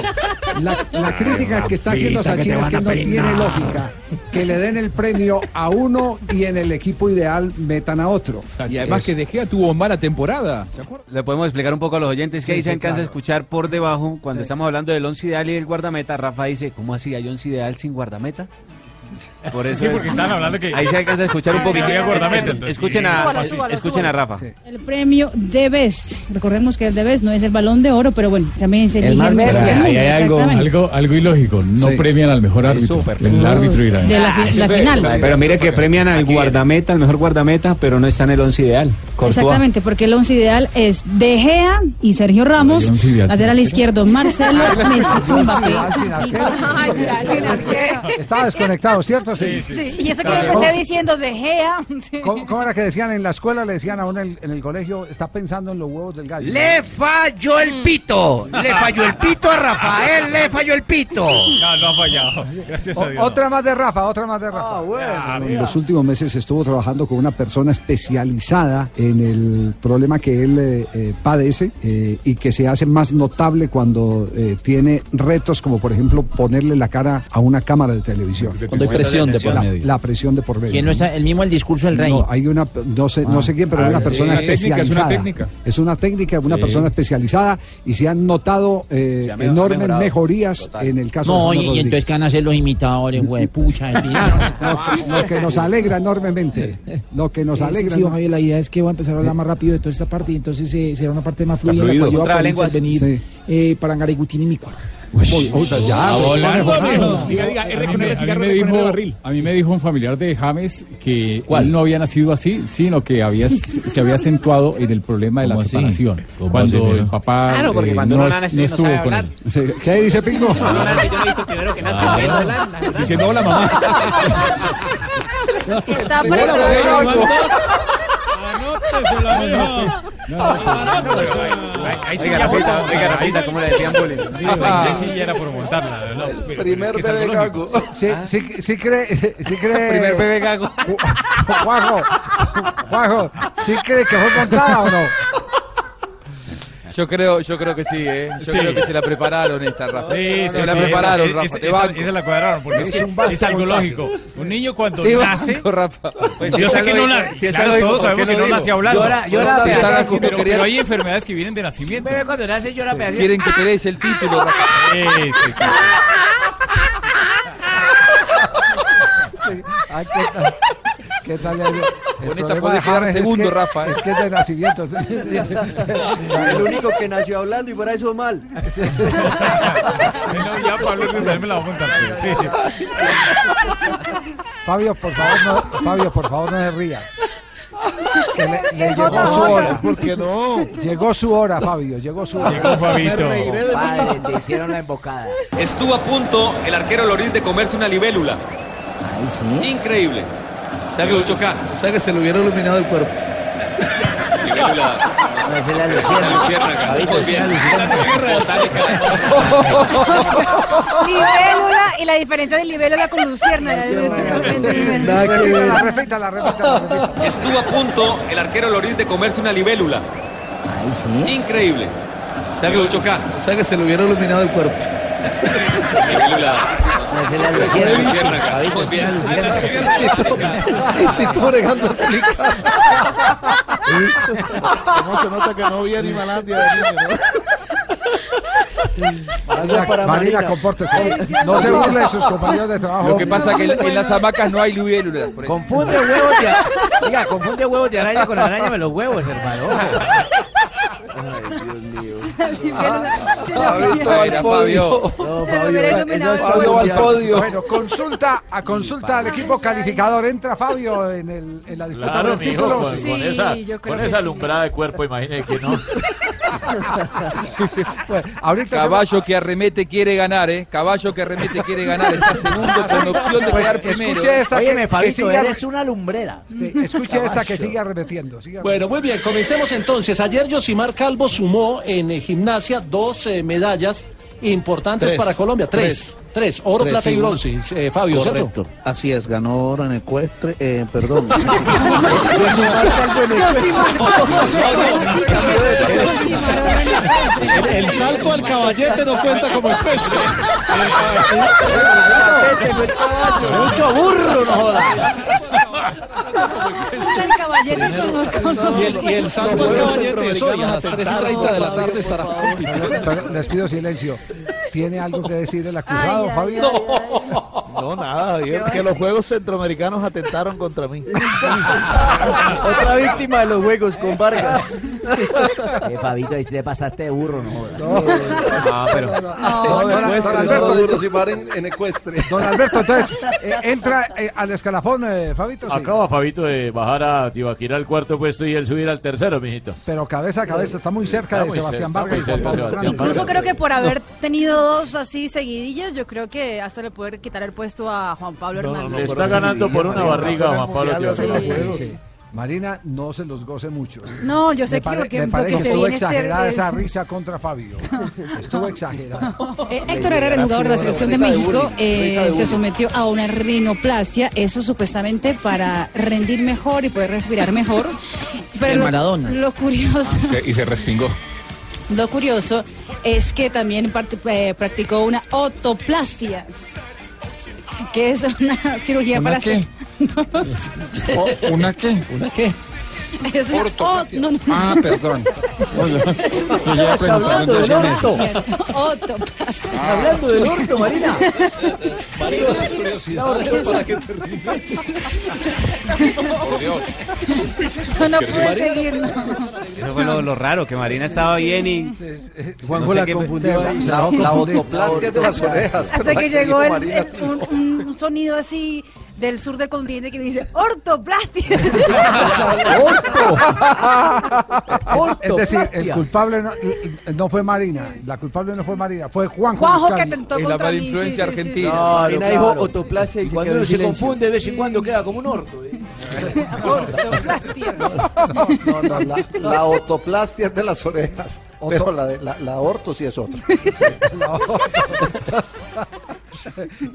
La, la crítica que está haciendo
Rafita, que
Sachin
te
es que
van
no
a
tiene
peinar.
lógica que le den el premio a uno y en el equipo ideal metan a otro.
Y además que De Gea tuvo mala temporada.
Le podemos explicar un poco a los oyentes que
Sí,
ahí se
sí,
alcanza a
claro.
escuchar por debajo cuando
Sí.
estamos hablando del once ideal y del guardameta. Rafa dice, ¿cómo así? ¿Hay once ideal sin guardameta? Por eso
Sí,
es-
porque estaban hablando que-
Ahí se alcanza a escuchar un
que
poquito.
había guardameta, entonces,
Escuchen
sí.
a,
Súbalo, súbalo,
escuchen a
súbalo.
Rafa.
El premio de Best. Recordemos que el de Best no es el balón de oro, pero bueno, también es el,
El
más
Ahí hay algo, algo, algo ilógico. No premian al mejor árbitro. El árbitro irá.
De la fi- la final.
Pero mire que premian al guardameta, al mejor guardameta, pero no está en el once ideal.
Exactamente, porque el once ideal es De Gea y Sergio Ramos,
El once ideal,
lateral izquierdo Marcelo, Messi, Mbappé.
Estaba desconectado, ¿cierto? Sí.
Sí, y eso que yo empecé diciendo de Gea. sí.
¿Cómo, cómo era que decían en la escuela? Le decían a uno en el, en el colegio, está pensando en los huevos del gallo.
Le falló el pito. Le falló el pito a Rafael, le falló el pito.
No, no ha fallado. Gracias a
O-
Dios.
otra más de Rafa, otra más de
Ah,
Rafa. En
mira.
los últimos meses estuvo trabajando con una persona especializada en el problema que él eh, eh, padece eh, y que se hace más notable cuando eh, tiene retos como por ejemplo ponerle la cara a una cámara de televisión.
Cuando hay presión de por
La-
medio.
La, presión de por medio.
¿Quién no es el mismo el discurso del rey?
No, hay una, no sé, no sé quién, pero
Ah,
es una
sí. Es una
persona
técnica, es
especializada.
una técnica.
Es una técnica, una
Sí.
persona especializada y se han notado eh,
ha me- ha
enormes
mejorado.
mejorías en el caso
No,
de
y,
Fernando
y entonces ¿qué van a hacer los imitadores, huepucha? el
Rodríguez. Lo que nos alegra enormemente. Lo que nos
Eh, sí,
alegra.
sí,
¿no?
Javier, la idea es que va a empezar a hablar más rápido de toda esta parte y entonces eh, será una parte más
Está
fluida en la cual
fluido.
yo voy a poder
Trabalenguas.
intervenir
Sí.
eh, para Angaregutini y mi cuarto.
Uy, uy, ya, pues,
Hola.
manejo, manejo.
Ah, A mí me- a mí me dijo- A mí me dijo un familiar de James que él no había nacido así, sino que había, se había acentuado en el problema de la
¿Cómo así?
separación.
¿Cómo
Cuando
así,
el
no?
papá
Claro, porque
eh,
cuando uno
es-
nace no
estuvo
sabe
con
hablar.
él.
Sí, ¿Qué dice Pingo?
Diciendo hola mamá.
Está
Primero
para
la
todo.
regla, ¿no?
Ah,
Ahí sí
Oiga,
ya fue por
Rafita, oiga,
montarla.
Rafita, ¿cómo le decían bullying?
Ahí sí ya era por montarla. no, pero- pero es que es algo lógico.
Sí, sí, sí cree, sí, sí cree.
Primer bebé
gago. Juanjo, Juanjo, ¿sí cree que fue montada o no?
Yo creo, yo creo que sí, ¿eh? Yo
Sí.
creo que se la prepararon esta, Rafa.
Sí, sí,
se la
sí,
prepararon,
esa,
Rafa.
es-
te
esa-
banco.
esa la cuadraron, porque es,
Es
que
un banco,
es algo
un banco.
lógico. Un niño cuando
Te
nace...
banco, Rafa. Pues si
yo sé
está
que no
lógico,
nace,
si está
claro,
lógico,
todos
¿por qué
sabemos que
no
no
digo?
nace hablando.
Llora-
Pero-
llora,
pero- pero-
pedazos, querían-
pero hay enfermedades que vienen de nacimiento.
Bebé, cuando nace llora, me hace-
Quieren que pelees el título, Rafa.
Sí, sí, sí.
Ay, ¿qué tal? ¿Qué tal? El, el
Bonita,
problema
puede
de
quedar
James es
segundo,
que-
Rafa, ¿eh?
Es que es de nacimiento.
El único que nació hablando y por eso mal.
No, ya Pablo Luis también me la va a montar. Sí.
Fabio, por favor, no, Fabio, por favor, no se ría. Que le, le
El
llegó
JJ.
su hora.
¿Por qué no?
Llegó su hora, Fabio. Llegó su hora.
Llegó Fabito. Me reiré de
Padre, te hicieron la embocada.
Estuvo a punto el arquero Loris de comerse una libélula. Increíble. Llegó Chocá.
O sea que se le hubiera iluminado el cuerpo.
Libélula.
es la luciérnaga.
luciérnaga. Muy bien.
Libélula y la diferencia de libélula con luciérnaga.
La refeita, la refeita, la refeita.
Estuvo a punto el arquero Loris de comerse una libélula. Increíble. Llegó Chocá.
O sea que se le hubiera iluminado el cuerpo.
Libélula.
la
Luciérnaga. Muy bien.
Este está bregando a explicar. ¿Cómo se nota que no vi Animalandia de niño,
Marina,
para
Marina,
Marina.
compórtese. No se burle de sus compañeros de trabajo.
Lo que pasa es que en- en las hamacas no hay libélulas. por eso.
Confunde huevos de araña. Oiga, confunde huevos de araña con araña de los huevos, hermano.
Dios mío.
Se la
Fabito va al podio.
Se lo hubiera iluminado el
Fabio va al podio.
Bueno, consulta, a consulta al equipo calificador. Entra Fabio en, el, en la disputa
Claro,
del
mijo,
título.
con,
pues,
con esa, con esa alumbrada de cuerpo, imagínese que no.
Caballo que arremete quiere ganar, ¿eh? Caballo que arremete quiere ganar. Está segundo con opción de
Pues,
quedar primero. eh.
escuche esta que- que siga-
una lumbrera.
Sí, escuche esta que
Caballo.
sigue arremetiendo. sigue
Bueno, muy bien, comencemos entonces. Ayer Yosimar Calvo sumó en eh, gimnasia dos eh, medallas importantes
Tres.
para Colombia. Tres. Tres. Oro,
Tres
plata y
una.
bronce. Eh, Fabio, ¿cierto?
Correcto. Así es, ganó oro en ecuestre, eh, perdón.
El, el salto al caballete no cuenta como especie.
Mucho burro, no jodas.
El caballero conozco.
Y el, y el salto al caballete es hoy a las 3 y 30 de la tarde estará compitiendo.
Pero- pero les pido silencio. ¿Tiene algo que decir el acusado,
Ay, ay,
Fabio?
No, nada, Javier, que los Juegos Centroamericanos atentaron contra mí. Otra víctima de los Juegos con Vargas.
Eh, Fabito, ahí te pasaste de burro, no jodas.
No, pero-
Ah, No, don- don Alberto.
en, ecuestre.
Don Alberto, entonces, eh, entra eh, al escalafón, eh, Fabito. sí.
Acaba Fabito de bajar a Tibaquira al cuarto puesto y él subir al tercero, mijito.
Pero cabeza a cabeza, está muy cerca
Está
de
muy
Sebastián
cerca,
Vargas.
está
y
muy
Juan
cerca de
Pablo
Sebastián
Hernández.
Yo creo que por haber tenido dos así seguidillas, yo creo que hasta le puede quitar el puesto a Juan Pablo Hernández.
Le está ganando por una barriga a Juan Pablo Tibaquira.
Sí, sí. Marina, no se los goce mucho.
No, yo sé
Me
que
pare-
lo que-
me
lo
parece
que
que
se
estuvo
viene este-
exagerada
de-
esa risa contra Fabio. Estuvo exagerada.
Eh, Héctor Herrera, el jugador de la selección de
Risa de
México,
bullying,
eh,
risa de
se
bullying.
sometió a una rinoplastia, eso supuestamente para rendir mejor y poder respirar mejor. Pero
El
lo-
Maradona.
Lo curioso,
Ah,
Se- Y se respingó.
lo curioso es que también part- eh, practicó una otoplastia, que es una cirugía
¿Una
para
qué? Oh, ¿Una qué?
¿Una qué?
Es una o- no, no, no.
Ah, perdón.
Yo ya
pues,
Estás hablando del orto.
preguntando
Otoplastia.
Ah. hablando del orto, Marina.
Marina, las
curiosidades para que te rías.
Por Dios.
Yo no
Es que
pude
Marina-
seguir. no.
Eso fue lo, lo raro, que Marina estaba bien y...
Juanjo la
qué-
confundió ahí.
se-
La- la
otoplastia de las orejas.
Hasta que llegó el- el- un, un- un sonido así del sur del continente que me dice ortoplastia.
Ah, Es decir, el culpable no, no fue Marina. La culpable no fue Marina, fue Juanjo.
Juanjo que
Buscalia.
atentó
contra mí, sí, sí, sí, sí, sí.
Claro,
Marina
claro.
dijo
otoplasia
Y
cuando
quedó
uno
en
se
silencio.
confunde de vez en cuando queda como un orto. ¿eh?
No, no, la, la otoplastia es de las orejas, pero la, de, la, la orto sí es otra.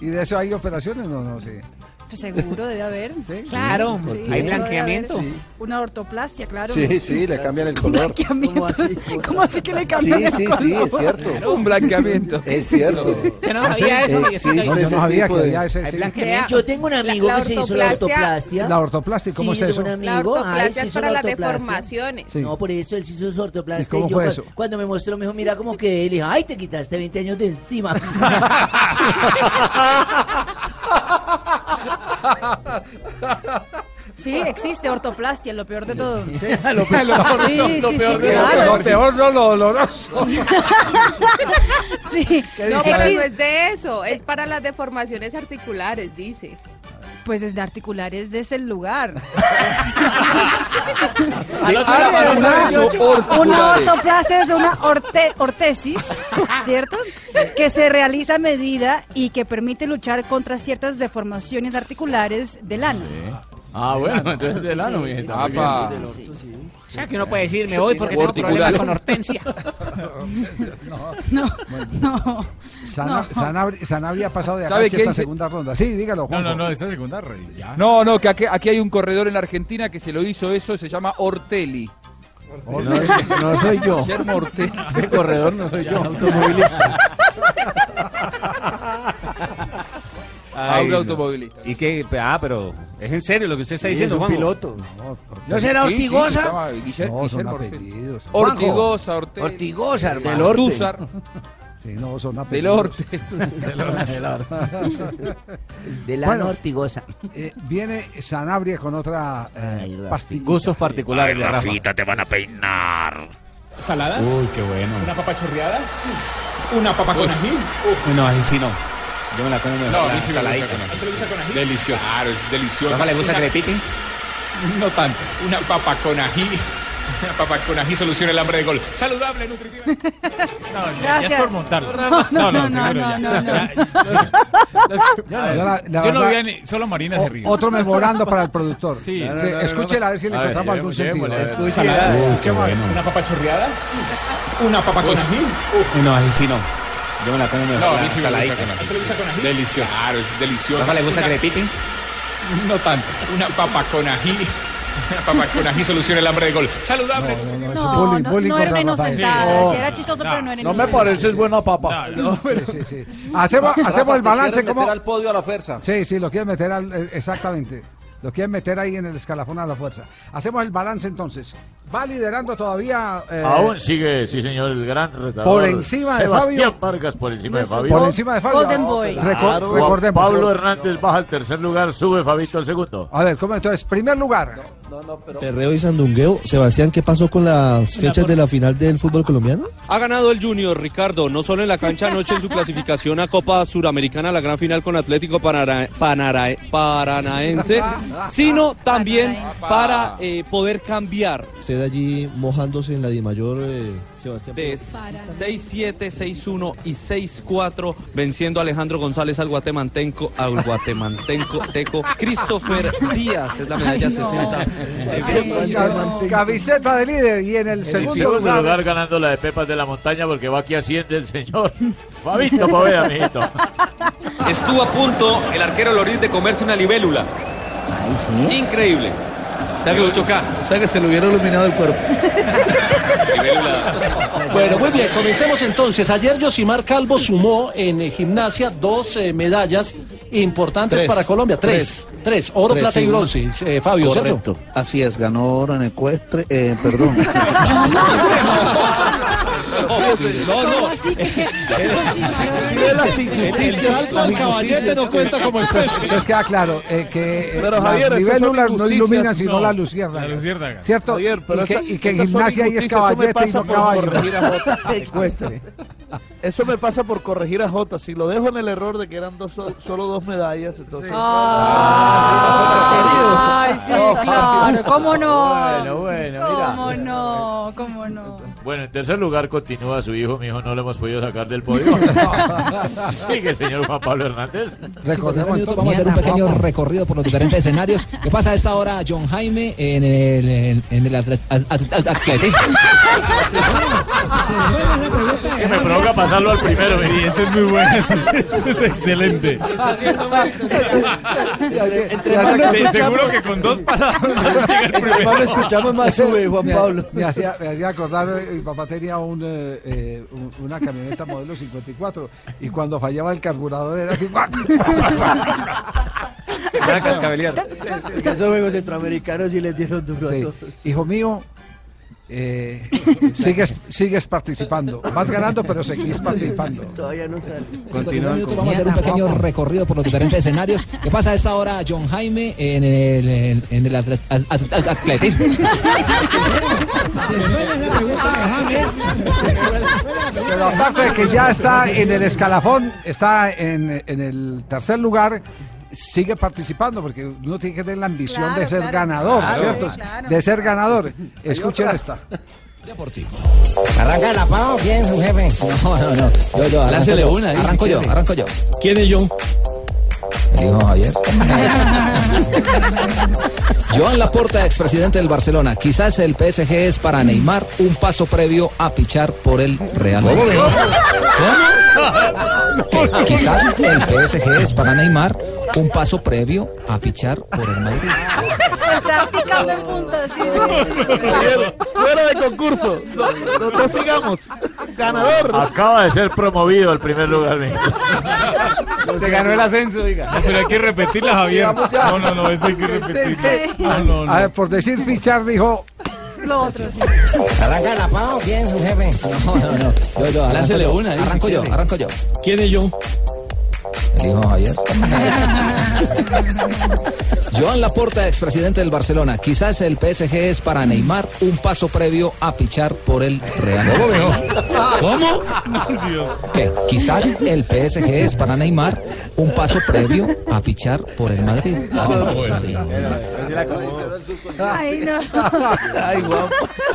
¿Y de eso hay operaciones? No, no, sí.
Pues seguro debe haber.
Claro,
Sí,
hay
seguro debe
blanqueamiento.
haber. Una ortoplastia, claro.
Sí, sí, le cambian el color.
¿Cómo así? ¿Cómo así que le cambian
Sí,
el
sí,
color?
sí, es cierto. Ah,
Un blanqueamiento.
Es cierto.
Yo no sabía eso.
Existe
No, yo no
eh, ese
sabía
tipo
que
de-
había ese- ese-
Blanquea.
Yo tengo un amigo
La- la
que se hizo la
ortoplastia-
ortoplastia.
La ortoplastia, ¿cómo
Sí,
es
yo tengo
eso?
un
La
amigo,
ortoplastia
ay, se
es
hizo
para las
ortoplastia.
deformaciones.
Sí.
No, por eso él se hizo su ortoplastia.
¿Y cómo
y yo
fue
cu-
eso?
Cuando me mostró, me dijo, mira cómo quedé. Y le dije, ay, te quitaste 20 años de encima.
Sí, existe ortoplastia, lo peor de todo. Sí,
Lo peor- lo peor-
sí,
lo
sí,
peor-
claro.
Lo peor, no, lo doloroso.
Sí.
No,
dice?
pero no es de eso, es para las deformaciones articulares, dice.
Pues es de articulares de ese lugar. Una ortoplastia es una orte- ortesis, ¿cierto? Que se realiza a medida y que permite luchar contra ciertas deformaciones articulares del ano.
Ah, bueno, entonces del ano, mijito.
sí, Apa. sí,
O sea, que uno puede decir, me voy porque tengo
Corticular.
problemas con Hortensia.
No, no.
Sana-
No.
Sanabria, Sanabria ha pasado de acá
¿Sabe qué
esta
dice?
segunda ronda. Sí, dígalo,
No,
Juanjo.
no, no,
esta segunda ronda.
No, no, que aquí, aquí hay un corredor en la Argentina que se lo hizo eso, se llama Ortelli.
No, no soy yo.
Guillermo Ortelli.
Ese corredor no soy yo. Automovilista.
A
Ay,
un
no.
automovilista.
Y que, ah, pero es en serio lo que usted está diciendo, Juanjo.
¿No será Sí, sí, Ortigosa? se llama Guille-
no, son
Guillermo Ortega.
apellidos.
Ortigosa, Ortelli.
Ortigosa, hermano.
Del Orte. Ortúzar.
Sí, no, son
Del
apellidos.
Orte.
De la
Bueno,
ortigosa.
eh, viene Sanabria con otra eh, pastilla.
Gustos particulares
Rafa.
te van a peinar.
saladas.
Uy, qué bueno.
Una papa chorreada. Una papa con ají. Uf.
No, ahí sí no. Yo me la como
No, a mí sí me gusta
saladita.
con ají.
Delicioso. Claro, es delicioso.
¿Rafa le gusta
Una-
que le pique?
No tanto. Una papa con ají. Una papa con ají soluciona el hambre de gol. Saludable, nutritiva. No, ya, ya es
Gracias.
por montarlo.
No, no, no, no,
seguro ya.
no, no.
Ya,
Yo,
A ver,
la- la
yo no
verdad-
vi a ni- solo Marina
Oh,
se ríe.
Otro memorando para el productor.
Sí.
Sí,
No, no, no, no,
escúchela
no.
a ver si le
A ver,
encontramos algún
llevémosle,
sentido.
llevémosle, a ver.
Escúchela.
Salada.
Uy, qué bueno.
Una papa chorreada. Una papa con ají. Uf.
No, ahí sí no. Yo me la como
No, a mí sí me
saladita.
gusta con ají. Delicioso. Claro, es delicioso.
¿Rafa le gusta que le pique?
No tanto. Una papa con ají. Una papa con ají soluciona el hambre de gol. Saludable.
No, no, no, era inocentada. Sí, era chistoso, pero no era
No me
inocente.
pareces buena papa.
Sí, sí, sí.
Ah,
Hacemos, hacemos el balance.
como
¿cómo?
al podio a la fuerza.
Sí, sí, lo quieren meter al, eh, exactamente. Lo quieren meter ahí en el escalafón a la fuerza. Hacemos el balance entonces. Va liderando todavía. eh,
Aún sigue, sí señor, el gran retador.
por encima de
Sebastián
Fabio.
Vargas por encima de
Nuestro
Fabio.
Por encima de Fabio. Golden Boy. Reco-
Claro.
recordemos.
Pablo Hernández baja al tercer lugar, sube Fabito al segundo.
A ver, ¿cómo entonces? Primer lugar.
Perreo y sandungueo. Sebastián, ¿qué pasó con las fechas de la final del fútbol colombiano?
Ha ganado el Junior, Ricardo, no solo en la cancha anoche en su clasificación a Copa Suramericana, la gran final con Atlético Panara- Panara- Paranaense, sino también
Ah,
para eh, poder cambiar
Usted allí mojándose en la Dimayor, eh, Sebastián.
de 6-7, 6-1 y 6-4, venciendo a Alejandro González al guatemalteco, al guatemalteco, teco, Christopher Díaz, es la medalla 60. de bronce.
Camiseta de líder y en el
El
segundo
segundo
lugar.
lugar ganando la de Pepas de la Montaña porque va aquí asciende el señor Fabito Poveda, mijito.
Estuvo a punto el arquero Loris de comerse una libélula. Increíble. O sea que lo choca. O sea que se le hubiera iluminado el cuerpo.
Bueno, muy bien, comencemos entonces. Ayer Yosimar Calvo sumó en eh, gimnasia dos eh, medallas importantes
Tres.
para Colombia. Tres. Tres. oro, plata y bronce. Eh, Fabio, ¿cierto?
Correcto. Así es, ganó oro en ecuestre, eh, perdón.
No, no.
Eh,
Si ve las injusticias, las injusticias que-
Pues, pues queda claro eh, que eh,
Pero,
las
Javier, esas son
libélulas no
injusticias,
iluminan sino
no.
la luciérnaga.
La luciérnaga.
¿Cierto?
Javier, pero
y que,
esa-
y que en
esas son
gimnasia ahí es
injusticias, eso me
caballete y
pasa
no
por
caballo.
corregir a Jota.
Ecuestre.
Eso me pasa por corregir a Jota. Si lo dejo en el error de que eran dos, so- solo dos medallas, entonces.
Ay, sí, claro. ¿Cómo no?
Bueno, bueno, mira.
¿Cómo no? ¿Cómo no?
Bueno, en tercer lugar continúa su hijo, mi hijo no lo hemos podido sacar del podio. Sigue, señor Juan Pablo Hernández.
Recordemos
entonces-
vamos a hacer un
pequeño recorrido por los diferentes escenarios. ¿Qué pasa a esta hora, John Jaime, en el, en el atlet- at- at- at- atletismo?
Que me provoca pasarlo al primero. Y este es muy bueno, este es excelente.
pues,
Ya sé que-
Se-
seguro
que con dos pasadas
primero.
Pablo escuchamos más sube, Juan
Me-
Pablo.
Me hacía, me hacía acordar, eh, mi papá tenía un, eh, eh, un- una camioneta modelo 54 y cuando fallaba el carburador era así.
Esos juegos centroamericanos sí les dieron duro
Sí.
a todos.
Hijo mío, eh, sigues, sigues participando. Vas ganando, pero seguís participando.
Todavía no sale.
51
minutos,
con-
vamos a hacer un
Mierda,
pequeño
guapo.
recorrido por los diferentes escenarios. ¿Qué pasa a esta hora, John Jaime, en el, en el atlet- at- at- at- atletismo?
Pero aparte de que ya está en el escalafón, está en, en el tercer lugar, sigue participando porque uno tiene que tener la ambición
Claro,
de ser
claro,
ganador,
claro,
¿cierto?
sí, claro.
De ser ganador. Escuchen
otra.
esta.
¿Arranca la pavo? ¿Quién es su jefe? No, no, no. Yo, yo, arranco
Láncele
yo.
una, ahí, si
Arranco yo,
quiere.
arranco yo.
¿Quién es John?
Dijo Javier. Joan Laporta, expresidente del Barcelona. Quizás el PSG es para Neymar un paso previo a fichar por el Real Madrid. ¿Cómo? Quizás el PSG es para Neymar un paso previo a fichar por el Madrid.
Está picando en punta. Sí,
Javier, fuera de concurso. No, no- no sigamos. Ganador.
Acaba de ser promovido al primer lugar, mijito.
Se ganó el ascenso, diga.
pero hay que repetirla, Javier. No, no, no, eso hay que repetirla. No, no,
A
no.
ver, por decir fichar, dijo.
Lo otro, sí.
¿Arranca la pavo? ¿Quién es su jefe? No, no, no. Yo, yo, arranco
Láncele
yo.
una, ahí, si
Arranco yo,
quiere.
arranco yo.
¿Quién es John?
que dijo Javier. Joan Laporta, expresidente del Barcelona. Quizás el PSG es para Neymar un paso previo a pichar por el Real Madrid.
¿Cómo? No, Dios.
¿Qué? Quizás el PSG es para Neymar un paso previo a fichar por el Madrid.
Ah,
Sí.
Ay, no.
Ay, guapo.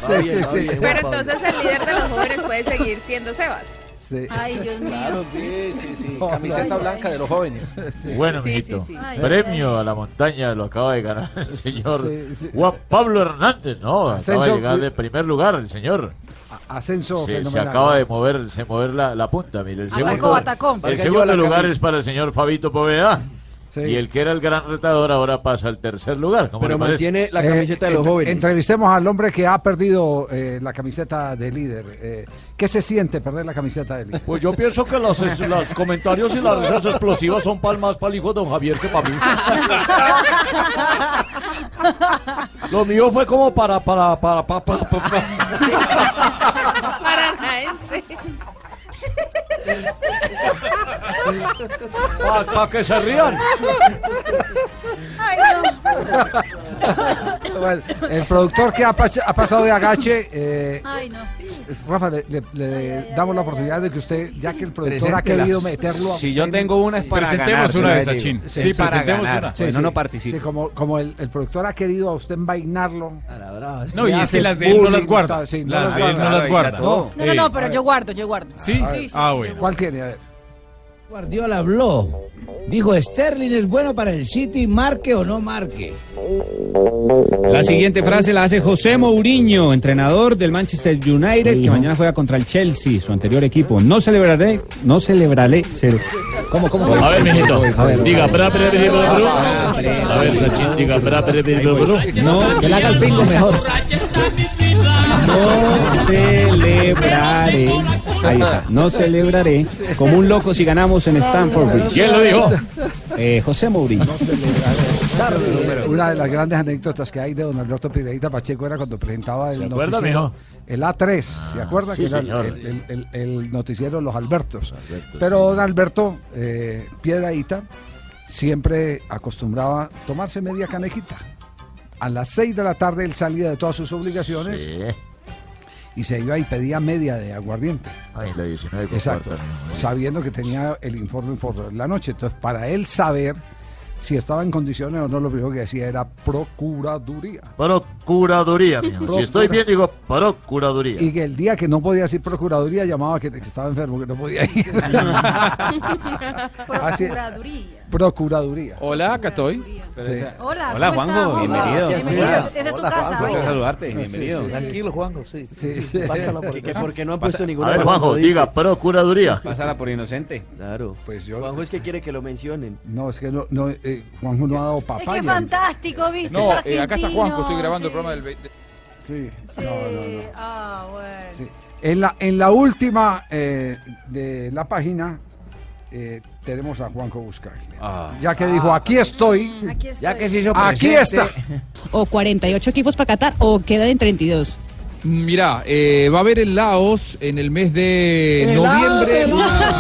Sí, sí, sí.
Pero entonces el líder de los jóvenes puede seguir siendo Sebas.
Sí.
Ay, Dios mío.
Claro, sí, sí, sí.
No,
Camiseta
no.
blanca de los jóvenes.
Bueno,
Sí,
mijito.
sí, sí. Ay,
Premio a la montaña lo acaba de ganar el señor Juan Pablo Hernández, ¿no? Acaba de
Ascenso,
llegar
cu-
de primer lugar el señor.
Ascenso
Se, se
fenomenal.
acaba de mover, se mover la, la punta, mire. El
Atacó,
segundo,
atacó.
El
Vargas
segundo
Llosa,
lugar
Camilo.
es para el señor Fabito Poveda. Y el que era el gran retador ahora pasa al tercer lugar. ¿cómo
Pero
le parece?
mantiene
Eh.
la camiseta de los jóvenes. eh, Entrevistemos al hombre que ha perdido eh, la camiseta de líder. Eh, ¿Qué se siente perder la camiseta de líder?
Pues yo pienso que los, es- los comentarios y las risas explosivas son palmas para el hijo de don Javier que para mí. Lo mío fue como para, para, para, para, para, para, para.
Paranaense.
Ah,
Para que se rían.
Ay,
Bueno, el productor que ha, pas- ha pasado de agache. eh,
Ay, no.
Rafa, le, le- le damos la oportunidad de que usted, ya que el productor ha
Preséntela.
querido meterlo.
Si yo tengo una, es para Presentemos ganársela, una de digo. Sachin. Sí, Sí, para presentemos ganar. una. Bueno, no participe.
Sí, como como el, el productor ha querido a usted envainarlo.
No, y
le
es que
hace
las de él no
bullying
las
y
guarda.
tal, sí, no
Las de él no las guarda.
No.
No, no, no, pero yo guardo, yo guardo.
¿Sí? Ah, bueno.
¿Cuál quiere? A ver.
Guardiola habló. Dijo, Sterling es bueno para el City, marque o no marque.
La siguiente frase la hace José Mourinho, entrenador del Manchester United, que mañana juega contra el Chelsea, su anterior equipo. No celebraré, no celebraré. cel- ¿Cómo, cómo?
A ver, mijito.
A ver,
Diga, bra, bra, bra, bra,
Ah,
bra. A ver, Sachin, diga, bra, bra, bra, bra, bra.
No, que la haga el pingo mejor. No celebraré. Ahí está. No celebraré como un loco si ganamos en Stamford Bridge.
¿Quién lo dijo?
Eh, José Mourinho.
Una de las grandes anécdotas que hay de don Alberto Pireita Pacheco era cuando presentaba el
¿Se acuerda,
noticiero.
mijo?
El A3, ¿se
Ah,
acuerda?
sí,
que era el,
señor.
el- el- el noticiero Los Albertos. Pero don Alberto eh, Piedraíta siempre acostumbraba tomarse media canejita. A las 6 de la tarde él salía de todas sus obligaciones y se iba y pedía media de aguardiente.
Ay, la 19 con
Exacto.
cuarto, amigo.
Sabiendo que tenía el informe por la noche. Entonces, para él saber si estaba en condiciones o no, lo primero que decía era procuraduría.
Procuraduría, mijo. Si
Procura-
estoy bien, digo procuraduría.
Y que el día que no podía decir procuraduría, llamaba que, que estaba enfermo, que no podía ir. Así-
Procuraduría.
procuraduría.
Hola, acá estoy.
Sí.
Hola,
Hola,
¿cómo está,
Juanjo, bienvenido.
Bienvenido.
Hola.
Esa es su
Hola,
casa.
Juanjo.
venga.
saludarte,
bienvenido. Tranquilo, Juanjo, sí.
Sí,
sí. Pásala por
¿Y
acá.
que por qué no han
Pasa-
puesto ninguna
A ver,
razón,
Juanjo,
lo dices?
diga procuraduría.
Pásala por inocente.
Claro. Pues yo.
Juanjo es que quiere que lo mencionen.
No, es que no, no eh, Juanjo no ha dado
Es que
papaya.
es fantástico, ¿viste?
No,
Es
eh, acá está Juanjo, estoy
argentino,
grabando el
sí.
programa del... ve- de-
Sí.
Sí. Ah, bueno.
Sí. En la, en la última eh, de la página eh, tenemos a Juanjo Buscaglia.
Ah.
Ya que dijo, aquí
Ah.
estoy.
Mm,
Ya que se hizo
Aquí
presente.
está.
O 48 equipos para Qatar o quedan en 32.
Mirá, eh, va a haber en Laos en el mes de
Helados,
noviembre.
helados,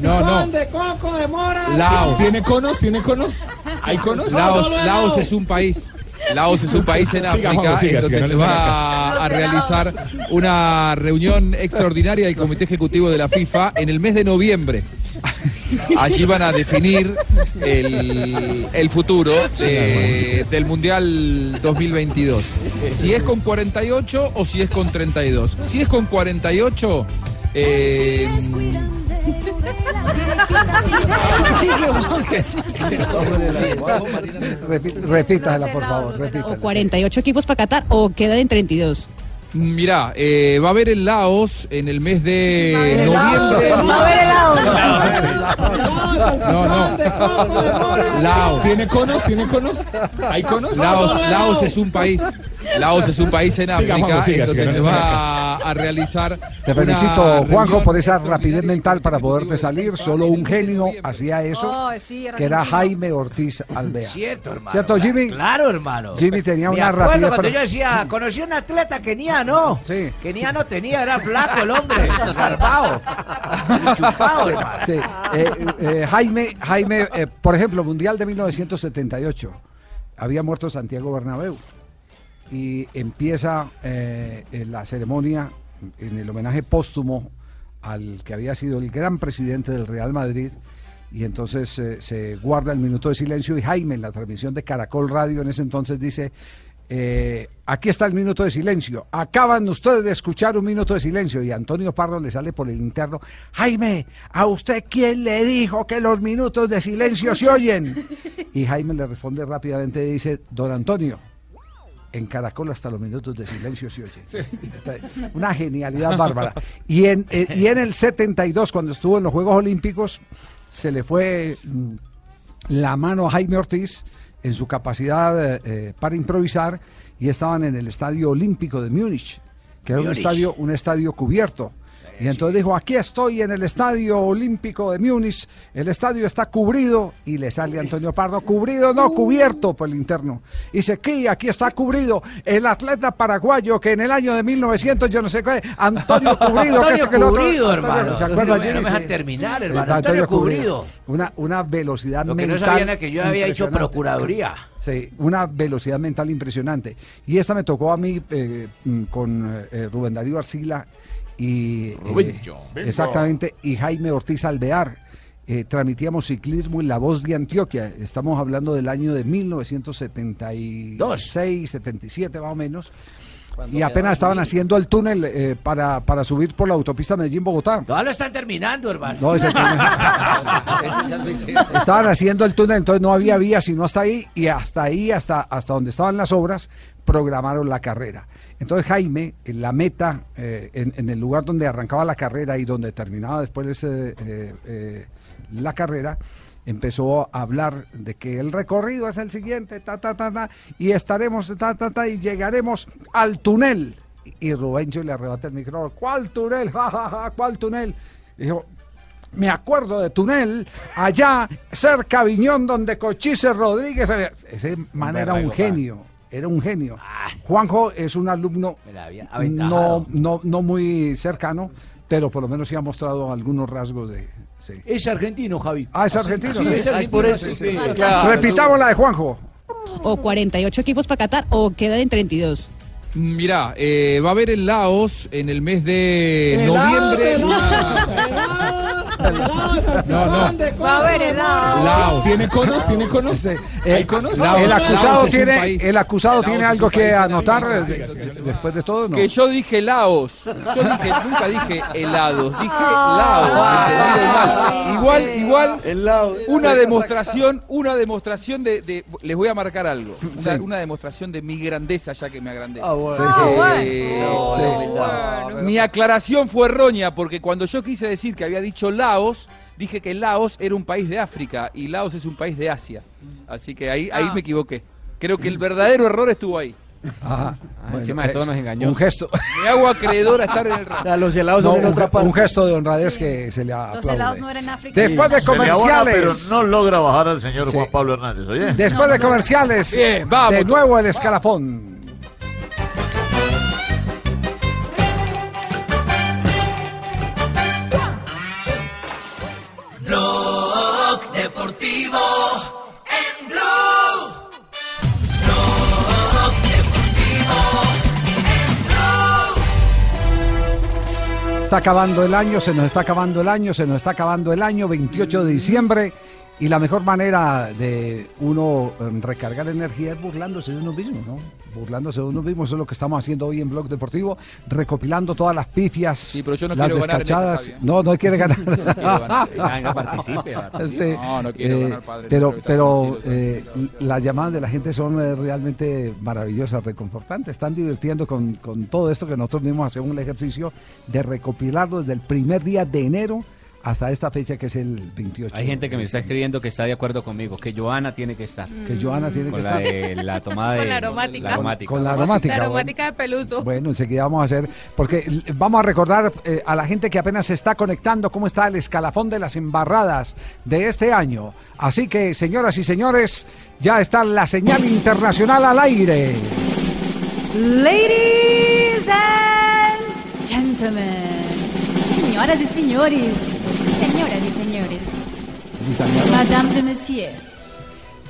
No, no.
pan de coco, de mora.
Laos.
Tiene-
conos? ¿Tiene conos? ¿Hay
conos? No,
Laos,
solo helado.
Laos es un país. Laos es un país en
Siga,
África
Juanjo, siga,
en donde
siga, no
se
le
va
haga
a realizar una reunión extraordinaria del Comité Ejecutivo de la FIFA en el mes de noviembre. Allí van a definir el, el futuro de- del Mundial 2022. Si es con 48 o si es con 32. Si es con 48, eh,
Repi- Repítasela, por favor.
O
Repítasela.
48 equipos para Qatar o quedan en 32.
Mirá, eh, va a haber en Laos en el mes de noviembre.
Va a haber helados.
No, no. Laos. ¿Tiene conos? ¿Tiene conos? ¿Hay
conos?
Laos,
No, solo helado.
Laos es un país. Laos es un país en
Siga,
África
Juanjo, siga,
en donde
siga, no
se
le
va a realizar.
Te
una
felicito, Juanjo,
reunión
por esa rapidez mental para poderte salir. Solo un genio hacía eso,
Oh, sí, era
que era
genial.
Jaime Ortiz Alvea. Cierto,
hermano.
¿Cierto, Jimmy?
Claro, hermano.
Jimmy tenía
Me
una
acuerdo
rapidez
cuando
para-
yo decía, conocí a un atleta keniano. Sí. Keniano tenía, era flaco el hombre, barbado. Chupado, hermano.
Sí, eh, eh, Jaime, Jaime eh, por ejemplo, Mundial de 1978, había muerto Santiago Bernabéu y empieza eh, eh, la ceremonia en el homenaje póstumo al que había sido el gran presidente del Real Madrid y entonces eh, se guarda el minuto de silencio y Jaime en la transmisión de Caracol Radio en ese entonces dice... eh, aquí está el minuto de silencio. Acaban ustedes de escuchar un minuto de silencio y Antonio Parro le sale por el interno. Jaime, ¿a usted quién le dijo que los minutos de silencio se oyen? Y Jaime le responde rápidamente y dice, don Antonio, en Caracol hasta los minutos de silencio se oye. Una genialidad bárbara. Y en, eh, y en el 72, cuando estuvo en los Juegos Olímpicos, se le fue mm, la mano a Jaime Ortiz en su capacidad eh, eh, para improvisar y estaban en el Estadio Olímpico de Múnich, que era un
Múnich.
estadio, un estadio cubierto. Y entonces dijo, aquí estoy en el Estadio Olímpico de Múnich, el estadio está cubrido, y le sale Antonio Pardo, cubrido no, cubierto por el interno. Y dice, aquí, aquí está cubrido el atleta paraguayo que en el año de 1900, yo no sé qué, Antonio Cubrido, que
Antonio
esto, que lo otro.
Cubrido,
Antonio,
hermano.
¿Se acuerda,
No me
Jimmy?
dejan
Sí. Eh,
terminar, hermano.
Está
Antonio Cubrido.
Una, una velocidad
Lo que no
mental.
sabían es que yo había hecho
impresionante.
procuraduría.
Sí, una velocidad mental impresionante. Y esta me tocó a mí eh, mm, con eh, Rubén Darío Arcila y. eh,
Rubencho. Venga.
exactamente, y Jaime Ortiz Alvear. Eh, transmitíamos ciclismo en La Voz de Antioquia. Estamos hablando del año de 1976, 77 más o menos. Y apenas estaban haciendo el túnel eh, para, para subir por la autopista Medellín-Bogotá.
Todavía lo están terminando, hermano.
No, ese túnel. Estaban haciendo el túnel, entonces no había vía sino hasta ahí y hasta ahí, hasta, hasta donde estaban las obras, programaron la carrera. Entonces Jaime, en la meta, eh, en, en el lugar donde arrancaba la carrera y donde terminaba después ese, eh, eh, la carrera, empezó a hablar de que el recorrido es el siguiente, ta, ta, ta, ta, y estaremos, ta, ta, ta, y llegaremos al túnel. Y Rubencho le arrebata el micrófono, ¿cuál túnel? Ja, ja, ja, ¿cuál túnel? Dijo, me acuerdo de Tunel, allá cerca a Viñón, donde Cochise Rodríguez había... Ese man era un
berraco,
genio, era un genio. Juanjo es un alumno no,
aventado.
no, no muy cercano, pero por lo menos sí ha mostrado algunos rasgos de... sí.
Es argentino, Javi.
Ah, es argentino.
Sí,
sí.
es argentino.
Por eso,
sí,
sí,
sí.
sí. Repitamos la de Juanjo.
o 48 equipos para Qatar o quedan en 32.
Mirá, eh, va a haber en Laos en el mes de
En
noviembre.
No, no.
Va a haber helado.
¿Tiene conos? ¿Tiene conos?
¿Hay conos?
Este, eh, el
Laos, Laos
acusado
es un
tiene,
país.
el acusado
Laos
tiene
es un
algo que
país,
anotar
sí,
de- de- después de todo, ¿no?
Que yo dije Laos. Yo dije, nunca dije helados, dije
Ah.
Laos. entendí mal. Igual, igual, una demostración, una demostración de, de- les voy a marcar algo. O sea,
Sí. Ah,
una demostración de mi grandeza ya que me agrandé.
bueno. Sí, sí, sí.
Eh,
No,
sí. Mi aclaración fue errónea porque cuando yo quise decir que había dicho Laos, dije que Laos era un país de África y Laos es un país de Asia. Así que ahí, ahí
Ah.
me equivoqué. Creo que el verdadero error estuvo ahí.
Ajá.
Ah,
Bueno,
Ah, encima de
eh,
todo nos engañó.
Un gesto.
Me hago acreedora estar en el rango.
los
helados son en
un,
otra
ge-
parte.
un gesto de honradez que se le aplaude.
Los helados no eran África.
Después de
Se le abona,
comerciales.
pero no logra bajar al señor Juan Pablo Hernández, oye.
Después de comerciales.
Bien, vamos.
De nuevo el escalafón.
Blog Deportivo en Blue.
Está acabando el año, se nos está acabando el año, se nos está acabando el año, 28 de diciembre. Y la mejor manera de uno em, recargar energía es burlándose de uno mismo, ¿no? Burlándose de uno mismo, eso es lo que estamos haciendo hoy en Blog Deportivo, recopilando todas las pifias,
pero yo no
las
quiero ganar en esta,
descachadas.
Javi, ¿eh?
no, no quiere ganar.
Venga, participe, participe.
Sí.
Ah, No, no quiero
Eh,
ganar, padre,
Pero,
no
pero eh, las llamadas de la gente son eh, realmente maravillosas, reconfortantes. Están divirtiendo con, con todo esto que nosotros mismos hacemos el ejercicio de recopilarlo desde el primer día de enero hasta esta fecha que es el 28.
Hay gente que me está escribiendo que está de acuerdo conmigo, que Joana tiene que estar.
Que Johanna tiene
Con
que
la
estar.
de la tomada de
Con la aromática.
la aromática.
Con la aromática.
La
bueno.
aromática de Peluso.
Bueno, enseguida vamos a hacer, porque l- vamos a recordar eh, a la gente que apenas se está conectando cómo está el escalafón de las embarradas de este año. Así que, señoras y señores, ya está la señal internacional al aire.
Ladies and gentlemen, señoras y señores, señoras y señores,
En italiano.
madame de monsieur.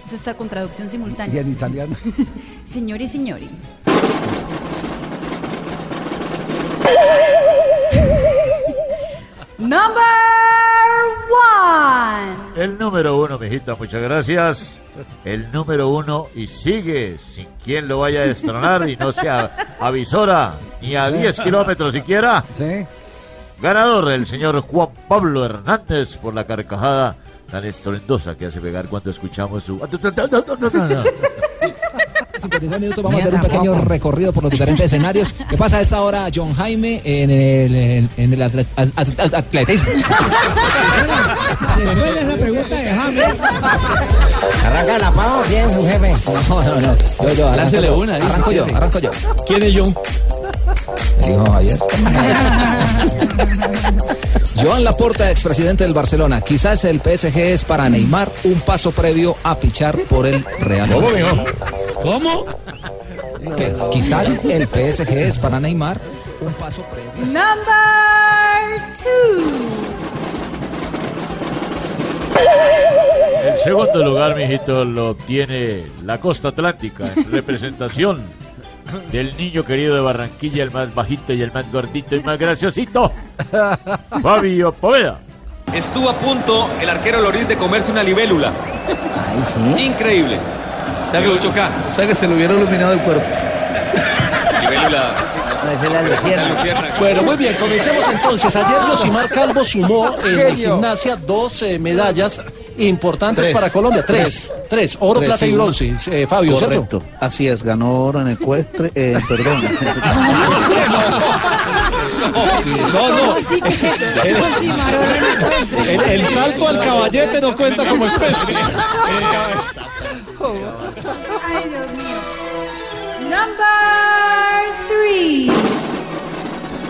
Eso está con traducción
Y
simultánea.
en italiano.
Signori e signori. Number one.
El número uno, mijita, muchas gracias. El número uno y sigue sin quien lo vaya a destronar y no se a- avisora ni a
Sí.
10 kilómetros siquiera.
Sí.
Ganador el señor Juan Pablo Hernández por la carcajada tan estruendosa que hace pegar cuando escuchamos su...
En 53 minutos vamos a hacer un pequeño recorrido por los diferentes escenarios. ¿Qué pasa a esta hora, John Jaime, en el, en- en el atlet- at- at- at- atletismo?
Después de esa pregunta de James.
Arranca la pavo, bien su jefe. No, no, no. Yo, yo, arranco
Láncele
yo.
una, dice,
Arranco yo,
jefe.
arranco yo. ¿Quién es John? Dijo ayer. Joan Laporta, expresidente del Barcelona. Quizás el PSG es para Neymar un paso previo a pichar por el Real
¿Cómo,
Madrid.
mijo? ¿Cómo?
Que Quizás el PSG es para Neymar un paso previo.
Number two.
El segundo lugar, mijito, lo obtiene la costa atlántica en representación del niño querido de Barranquilla, el más bajito y el más gordito y más graciosito, Fabio Poveda.
Estuvo a punto el arquero Loris de comerse una libélula. Increíble. Llegó 8K.
O sea que se le hubiera iluminado el cuerpo.
Libélula.
la
lucierna.
Bueno, muy bien,
comencemos
entonces. Ayer
Ah.
Josimar Calvo sumó en eh, gimnasia dos eh, medallas importantes
Tres.
para Colombia. Tres. Tres. Oro,
Tres,
plata y
sí.
bronce. Eh, Fabio, ¿cierto?
Correcto. Así es, ganó oro en ecuestre, eh, perdón.
No, no. El, el salto al caballete no cuenta como especie.
Ay, Dios mío. Number three.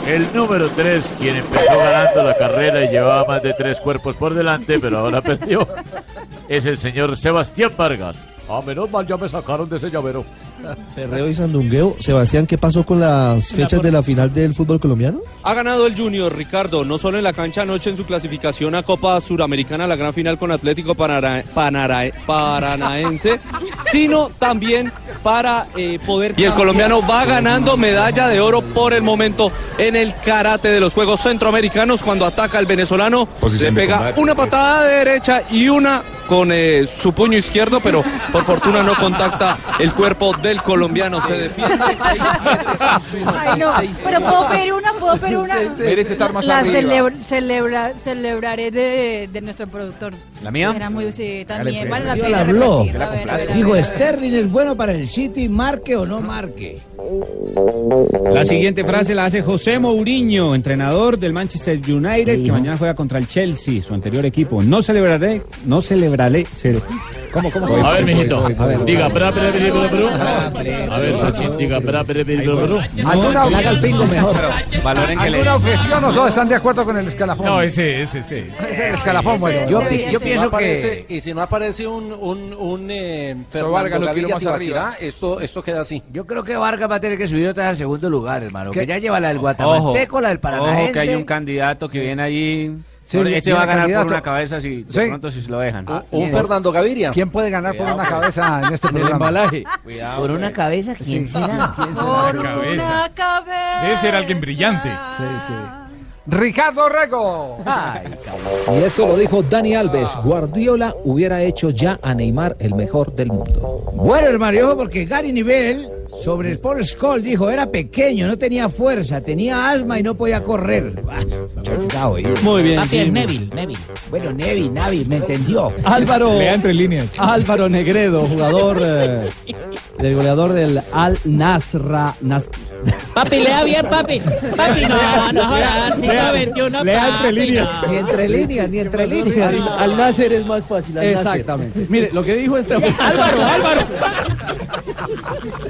El número 3, quien empezó ganando la carrera y llevaba más de tres cuerpos por delante, pero ahora perdió, es el señor Sebastián Vargas. A Ah, menos mal ya me sacaron de ese llavero.
Perreo y sandungueo. Sebastián, ¿qué pasó con las fechas de la final del fútbol colombiano?
Ha ganado el Junior, Ricardo, no solo en la cancha anoche en su clasificación a Copa Suramericana, la gran final con Atlético Panara- Panara- Paranaense, sino también para eh, poder... Y el colombiano va ganando medalla de oro por el momento en el karate de los Juegos Centroamericanos cuando ataca al venezolano,
Posición
le
de
pega
combate.
una patada de derecha y una con eh, su puño izquierdo, pero por fortuna no contacta el cuerpo del colombiano, se defiende.
Ay, no. Pero puedo pedir una, puedo pedir una.
Sí, sí. Merece estar más
La
arriba.
celebra, celebra- celebraré de, de nuestro productor.
¿La mía?
Era muy, sí,
Dale,
también.
pues.
Vale la
Yo
pena.
la
repetirla,
habló. Yo la
a ver,
complazco.
a ver, a
Dijo,
ver.
"Este-".
Sterling es bueno para el City, marque o no marque.
La siguiente frase la hace José Mourinho, entrenador del Manchester United, que mañana juega contra el Chelsea, su anterior equipo. No celebraré, no celebraré. cele- ¿Cómo, cómo, cómo?
A ver,
Voy,
mijito.
voy, voy, voy, voy.
Diga, bra, bra, bra, bra, bra, bra. A ver, Sachin, diga, bra, bra, bra, bra, bra.
Alguna
haga el pingo mejor.
Valoren
que le-
¿Alguna objeción o todos están de acuerdo con el escalafón?
No,
ese, ese, ese. el escalafón, bueno.
Yo, pi- yo pienso
aparece-
que.
Y si no aparece un, un, un eh, Fernando
Vargas lo quiero
Gaviria
más
Tibaquirá,
arriba.
esto, esto queda así.
Yo creo que Vargas va a tener que subir otra vez al segundo lugar, hermano. ¿Qué? Que ya lleva la del Guatemalteco, la del Paranaense.
Ojo, que hay un candidato que viene allí.
Sí,
Por- este
viene
va a ganar por
candidato.
una cabeza si de
Sí.
pronto si se lo dejan.
¿quién? Fernando
Gaviria.
¿Quién puede ganar por una cabeza en este
En el
programa?
embalaje.
Cuidado, Por una cabeza, ¿quién será? ¿Quién será?
Por
cabeza.
Debe ser alguien brillante. Sí, sí. Ricardo Rego.
Y esto lo dijo Dani Alves. Guardiola hubiera hecho ya a Neymar el mejor del mundo.
Bueno, hermano, y ojo, porque Gary Nivel sobre el Paul Scholl dijo, era pequeño, no tenía fuerza, tenía asma y no podía correr. Ah, chocado, ¿eh?
Muy bien,
Papi, es
Jimmy.
Neville, Neville. Bueno, Neville, Navi, me entendió.
Álvaro.
Lea entre
líneas. Álvaro Negredo, jugador eh, del goleador del Al Nasra. Nas-
Papi, lea bien, papi. Papi, no, no jodas. Siglo
Lea,
XXI, papi.
lea entre líneas.
no.
Ni entre líneas, ni entre líneas.
Al, al nacer es más fácil. Al
Exactamente.
Nacer. Mire, lo que dijo este.
Álvaro, Álvaro.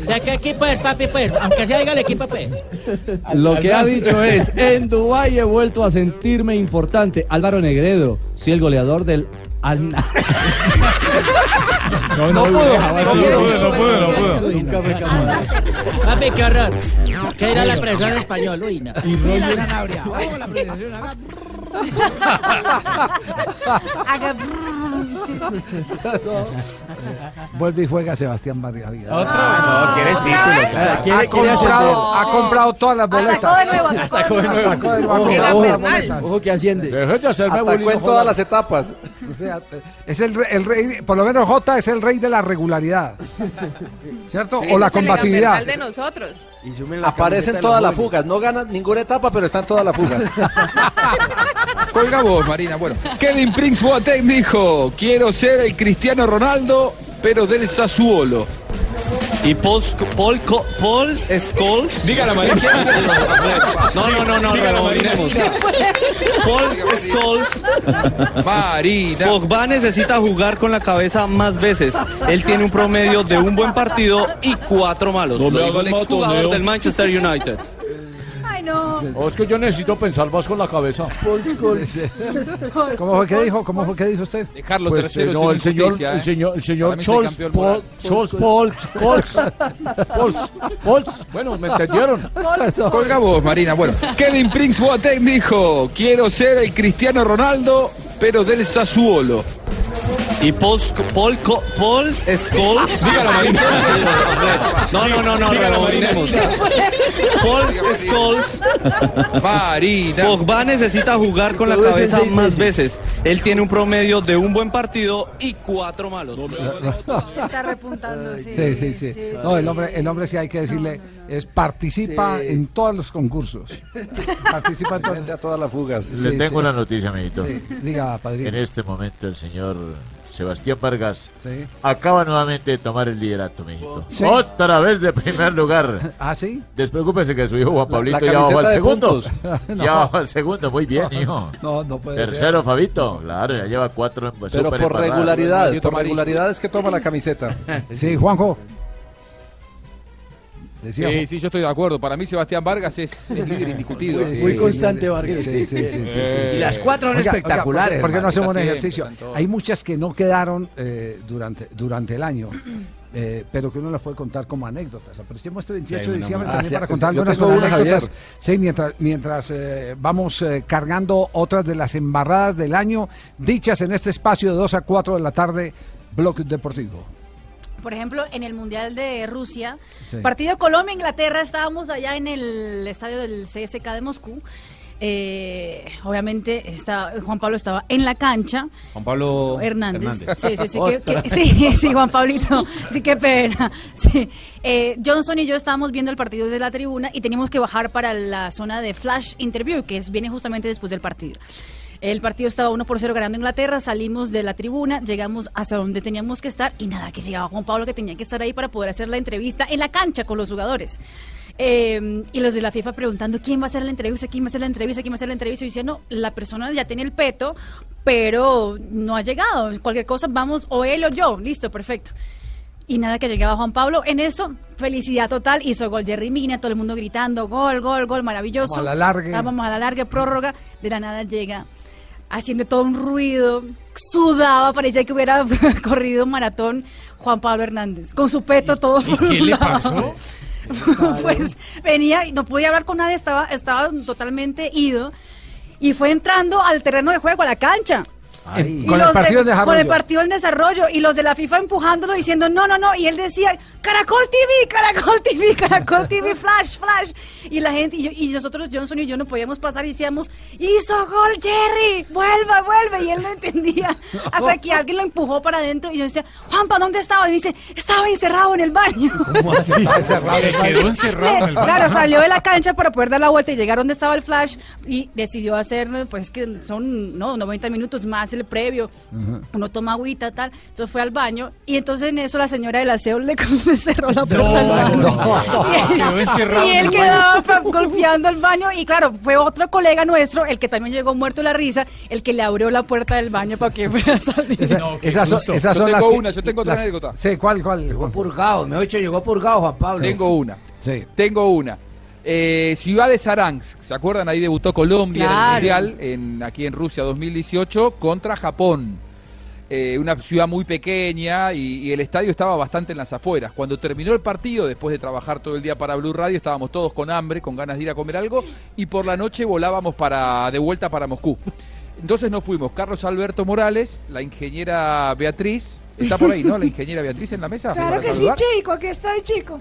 ¿De qué equipo es, papi, pues? Aunque sea el equipo, pues.
Lo que ha dicho es, en Dubái he vuelto a sentirme importante. Álvaro Negredo, sí, el goleador del... Al
No, no,
pudo.
no, no pude, no pude, no pude.
Ah,
Papi, qué horror. ¿Qué dirá la presión español? Uy, no.
La zanahoria. Vamos a la presentación. haga-
Haga-
Vuelve y juega Sebastián Vargas.
Otro. No, quieres
Otra
título,
vez.
claro.
Ha
Quiere- quiere hacer
comprado,
gol.
ha comprado todas las boletas.
Atacó de nuevo, atacó
Atacó de nuevo. Atacó de nuevo,
Ojo,
atacó
ojo,
de nuevo.
ojo que asciende.
Atacó en todas las
etapas.
O sea,
eh,
es el, re- el rey, por lo menos J es el rey de la regularidad, ¿cierto?
Sí,
o la
ese es el
combatividad.
universal de nosotros.
Aparecen
todas
las fugas. No ganan ninguna etapa, pero están todas las fugas.
Colga vos, Marina. Bueno, Kevin Prince Boateng dijo, quiero ser el Cristiano Ronaldo, pero del Sassuolo.
Y Paul, Sc- Paul, Co- Paul Scholes.
Dígala, Marina.
No, no, no, no,
Dígala, Marina.
rebobinemos. Paul Scholes.
Marina.
Pogba necesita jugar con la cabeza más veces. Él tiene un promedio de un buen partido y cuatro malos.
No me
Lo dijo el
hagan
exjugador
matoneo.
del Manchester United.
Ay, no.
Oh, es que yo necesito pensar más con la cabeza.
¿Cómo fue que dijo? ¿Cómo fue que dijo usted?
Carlos
Pues, eh,
III
no, el
sin
señor,
injusticia,
el
¿eh?
señor, el
Para
señor
mí
Chols,
campeón
Pol,
moral.
Chols, Pol, Chols, Pols, Pols. Bueno, me entendieron.
Colga vos, Marina. Bueno, Kevin Prince Boateng dijo, quiero ser el Cristiano Ronaldo, pero del Sassuolo.
Y Paul, Sc- Paul, Co- Paul Scholes.
Dígala, Marina.
No, no, no, no,
Dígala, Marina.
rebobinemos. Paul Scholes.
Marina.
Pogba necesita jugar con la
Todo eso en
cabeza
seis
más veces. Él tiene un promedio de un buen partido y cuatro malos.
Está repuntando, sí.
Sí, sí, sí. No, el hombre, el hombre sí hay que decirle, es participa
Sí.
en todos los concursos. Participa en todos.
a todas las fugas.
Le tengo una noticia, amiguito.
Diga, padrino.
En este momento el señor Sebastián Vargas acaba nuevamente de tomar el liderato, México.
Sí.
Otra vez de primer lugar.
¿Ah, sí?
Despreocúpese que su hijo Juan
La-
Pablito
la
ya bajó
camiseta de
al segundo.
puntos.
Ya
No.
bajó al segundo, muy bien, hijo.
No, no puede
Tercero, Fabito. Claro, ya lleva cuatro en
Pero
súper
por
empatadas.
regularidad, por regularidad es que toma la camiseta.
Sí, Juanjo.
Sí, sí, yo estoy de acuerdo. Para mí Sebastián Vargas es, es líder indiscutido. Eh.
Sí, sí, sí, Sí, sí, sí, sí, sí,
Eh,
sí.
Y las cuatro eran espectaculares,
¿Por qué
hermano?
no hacemos un
Está siempre,
ejercicio?
están todas.
Hay muchas que no quedaron eh, durante, durante el año. eh, pero que uno las puede contar como anécdotas. Aprovechemos este 28
Sí,
de
una
diciembre
más.
también
Ah,
para
sí,
contar
yo
algunas
tengo
como
una,
anécdotas.
Javier.
Sí, mientras, mientras eh, vamos eh, cargando otras de las embarradas del año, dichas en este espacio de 2 a 4 de la tarde, Blog Deportivo.
Por ejemplo, en el Mundial de Rusia,
Sí.
partido Colombia-Inglaterra, estábamos allá en el estadio del CSK de Moscú. Eh, obviamente está, Juan Pablo estaba en la cancha.
Juan Pablo
Hernández.
Hernández.
Sí, sí, sí, que- que- sí, sí, Juan Pablito. Sí, qué pena. Sí. Eh, Johnson y yo estábamos viendo el partido desde la tribuna y teníamos que bajar para la zona de flash interview, que es, viene justamente después del partido. El partido estaba 1 por 0 ganando Inglaterra, salimos de la tribuna, llegamos hasta donde teníamos que estar y nada, que llegaba Juan Pablo que tenía que estar ahí para poder hacer la entrevista en la cancha con los jugadores. Eh, y los de la FIFA preguntando quién va a hacer la entrevista, quién va a hacer la entrevista, quién va a hacer la entrevista. Y dicen, no, la persona ya tiene el peto, pero no ha llegado. Cualquier cosa, vamos o él o yo. Listo, perfecto. Y nada que llegaba Juan Pablo. En eso, felicidad total. Hizo gol Jerry Mina, todo el mundo gritando, gol, gol, gol, maravilloso.
Vamos a la largue.
Ah, vamos a la larga, prórroga. De la nada llega haciendo todo un ruido, sudaba, parecía que hubiera corrido maratón Juan Pablo Hernández, con su peto todo por
qué
un
le
lado.
pasó?
pues venía y no podía hablar con nadie, estaba, estaba totalmente ido y fue entrando al terreno de juego, a la cancha. Y
Con el
los de-
partido de
con el
desarrollo.
partido en desarrollo y los de la FIFA empujándolo diciendo no, no, no. Y él decía, Caracol TV, Caracol TV, Caracol TV, Flash, Flash. Y la gente, y, yo- y nosotros, Johnson y yo, no podíamos pasar y decíamos, hizo gol Jerry, vuelva, vuelve. Y él no entendía. Hasta que alguien lo empujó para adentro y yo decía, Juanpa, ¿dónde estaba? Y me dice, estaba encerrado en el baño.
Se quedó encerrado en el baño.
Claro, salió de la cancha para poder dar la vuelta y llegar donde estaba el flash y decidió hacer, pues que son no, 90 minutos más el previo, uno toma agüita, tal. Entonces fue al baño y entonces en eso la señora del aseo le, le cerró la puerta. al baño. Y él-
Quedó encerrado
Y
en
él
el
quedaba
baño.
pa- golpeando el baño. Y claro, fue otro colega nuestro, el que también llegó muerto de la risa, el que le abrió la puerta del baño para que fuera a salir.
Oh, qué
esas son,
susto.
esas
Yo
son
tengo
las que-
una, yo tengo otra
las-
anécdota.
Sí, ¿cuál, cuál? Juan?
Purgado, me hecho llegó purgado Juan Pablo. Tengo una.
Sí.
Tengo una. Eh, Ciudad de Saransk, ¿se acuerdan? Ahí debutó Colombia
Claro.
en el Mundial, en, aquí en Rusia 2018, contra Japón. Eh, una ciudad muy pequeña y, y el estadio estaba bastante en las afueras. Cuando terminó el partido, después de trabajar todo el día para Blue Radio, estábamos todos con hambre, con ganas de ir a comer algo, y por la noche volábamos para, de vuelta para Moscú. Entonces nos fuimos, Carlos Alberto Morales, la ingeniera Beatriz, está por ahí, ¿no? La ingeniera Beatriz en la mesa.
Claro
para
que sí,
saludar.
chico, aquí estoy, chico.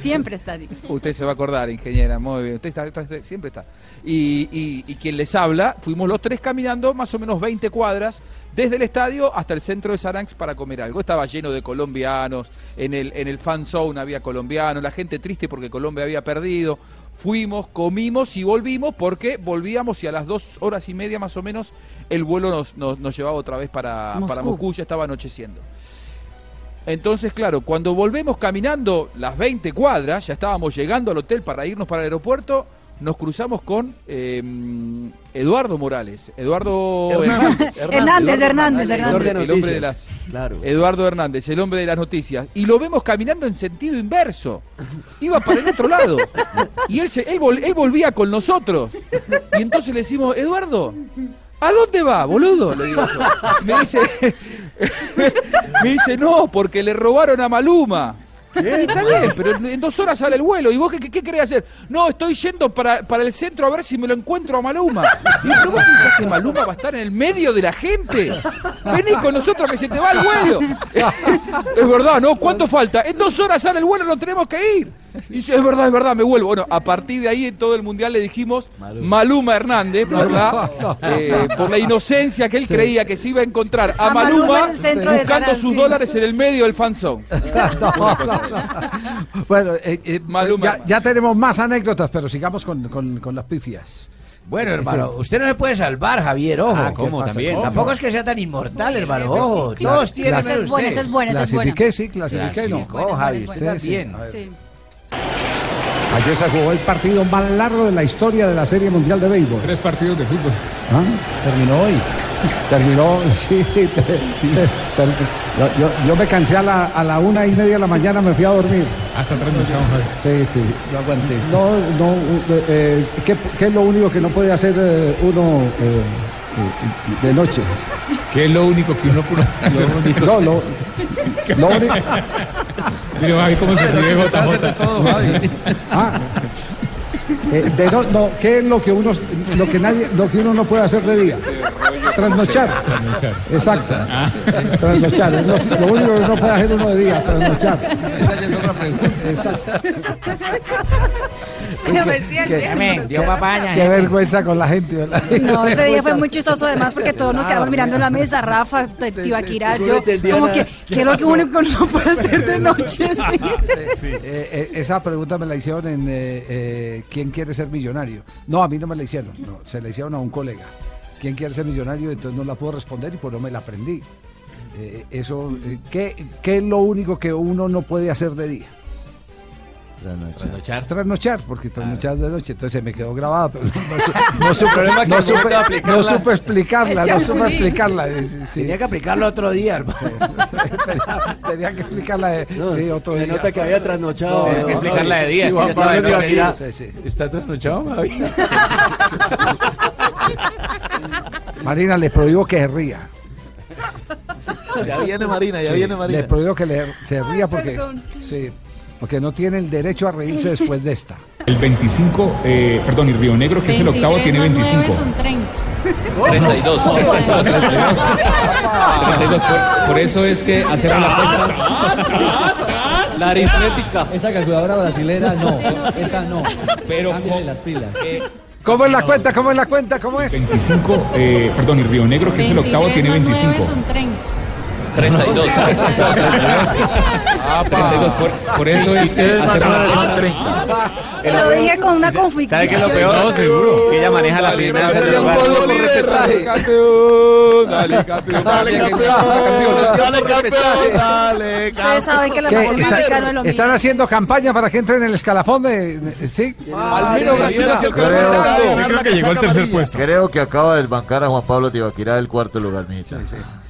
Siempre está. Diego.
Usted se va a acordar, ingeniera, muy bien. Usted está, está- está- siempre está. Y, y- y quien les habla, fuimos los tres caminando más o menos 20 cuadras desde el estadio hasta el centro de Saranx para comer algo. Estaba lleno de colombianos, en el, en el fan zone había colombianos, la gente triste porque Colombia había perdido. Fuimos, comimos y volvimos porque volvíamos y a las dos horas y media más o menos el vuelo nos, nos- nos llevaba otra vez para Moscú. para
Moscú.
Moscú, ya estaba anocheciendo. Entonces, claro, cuando volvemos caminando las 20 cuadras, ya estábamos llegando al hotel para irnos para el aeropuerto, nos cruzamos con eh, Eduardo Morales. Eduardo Hernández.
Hernández,
Eduardo
Hernández,
el
Hernández.
hombre- El, hombre de las.
Noticias. Claro.
Eduardo Hernández, el hombre de las noticias. Y lo vemos caminando en sentido inverso. Iba para el otro lado. Y él, se, él, vol- él volvía con nosotros. Y entonces le decimos, Eduardo, ¿a dónde va, boludo? Le digo yo. Me dice, me dice, no, porque le robaron a Maluma. Y está bien, pero en dos horas sale el vuelo. ¿Y vos qué, qué, qué querés hacer? No, estoy yendo para, para el centro a ver si me lo encuentro a Maluma. ¿Y yo, vos pensás que Maluma va a estar en el medio de la gente? Vení con nosotros que se te va el vuelo. es verdad, ¿no? ¿Cuánto falta? En dos horas sale el vuelo, no tenemos que ir. Y dice, es verdad, es verdad, me vuelvo. Bueno, a partir de ahí en todo el mundial le dijimos Maluma, Hernández por la, eh, por la inocencia que él
Sí.
creía que se iba a encontrar a,
A Maluma
Maluma,
en el centro de
buscando
Sarán,
sus
sí.
dólares en el medio del fanzón.
Bueno, eh, eh, ya, ya tenemos más anécdotas, pero sigamos con, con- con las pifias.
Bueno, hermano, usted no se puede salvar, Javier, ojo.
Ah, ¿cómo?
¿Qué pasa?
También,
Tampoco
¿cómo?
es que sea tan inmortal, hermano,
Claro,
ojo.
claro.
Todos
Esa
tienen
es
menos
buena, esa
ustedes.
es buena, esa es buena. Clasifiqué, sí, clasifiqué, no.
Clasificó, Javi,
buena,
usted
buena.
también.
Ayer se jugó el partido más largo de la historia de la Serie Mundial de Béisbol.
Tres partidos de fútbol.
Ah, Terminó hoy. Terminó, sí. ter- yo, yo- yo me cansé a la, a la una y media de la mañana, me fui a dormir.
Hasta tres noches, Javier.
Sí, sí.
Lo aguanté.
No, no, eh, eh, ¿qué, qué es lo único que no puede hacer eh, uno eh, eh, de noche?
Que es lo único que uno puede hacer.
No, lo, lo único...
Mire, Javi, cómo se ríe JJ.
Ah, eh, de no, no, ¿qué es lo que uno, lo que nadie, lo que uno no puede hacer de día? Trasnochar.
Trasnochar.
Exacto. Trasnochar. es Lo, lo único que no puede hacer uno de día, trasnochar.
Esa ya es otra pregunta.
Qué-
Amén, Dios papaña.
Qué vergüenza con la gente. ¿verdad?
No, ese día fue muy chistoso además porque todos nos quedamos mirando en la mesa, Rafa, Tibaquirá,
sí, sí, no
yo,
entendía
como
nada.
que,
¿Qué
¿qué es lo que
pasó?
uno no puede hacer de noche? Sí.
Eh, eh, esa pregunta me la hicieron en eh, eh, ¿Quién quiere ser millonario? No, a mí no me la hicieron, no, se la hicieron a un colega. ¿Quién quiere ser millonario? Entonces no la puedo responder y pues no me la aprendí. Eh, eso, eh, ¿qué, qué es lo único que uno no puede hacer de día? Trasnochar. Trasnochar,
Ah.
porque trasnochar de noche, entonces se me quedó grabada, pero no, su- no
El
supe,
problema es que
no
el momento
supe-
de aplicarla-
no supe explicarla,
El
no supe
chapulín.
explicarla. eh, sí, sí.
Tenía que aplicarlo otro día, hermano.
Tenía que explicarla de, sí, otro
se
día.
nota que había trasnochado.
Tenía
No, no, sí, sí, Juan
sí,
Pablo
sí,
iba a
sí,
mirar.
sí, sí.
¿Está trasnochado, Javi?
Marina les prohíbo que se ría.
Ya viene Marina, ya viene Marina.
Les prohíbo que le- se ría porque,
perdón.
sí, porque no tiene el derecho a reírse después de esta.
El 25, eh, perdón, y Río Negro, que es el octavo, tiene 25.
son 30.
32.
32,
Ah.
por, por eso es que hacemos la apuesta.
La aritmética.
Esa calculadora brasilera, no. Esa no.
Pero
Cámbiale las pilas.
¿Cómo es la cuenta? ¿Cómo es la cuenta? ¿Cómo es?
25, eh, perdón, y Río Negro, que es el octavo, tiene 25.
son 30.
32. Por, por eso es que
Ustedes
hacemos-
mataron a Juan
Te lo dije con una conflicción.
¿Sabe qué es lo peor?
No, seguro.
Que ella maneja la finanza del hogar.
Dale, campeón, dale, campeón. Dale,
campeón,
dale,
Ustedes saben que la
¿Qué?
mejor
Está-
música no es lo
están
mío.
haciendo campaña para que entre en el escalafón de, de- sí
Almiro García,
Creo-
puesto. Creo que acaba de desbancar a Juan Pablo Tibaquirá del cuarto lugar, mijita.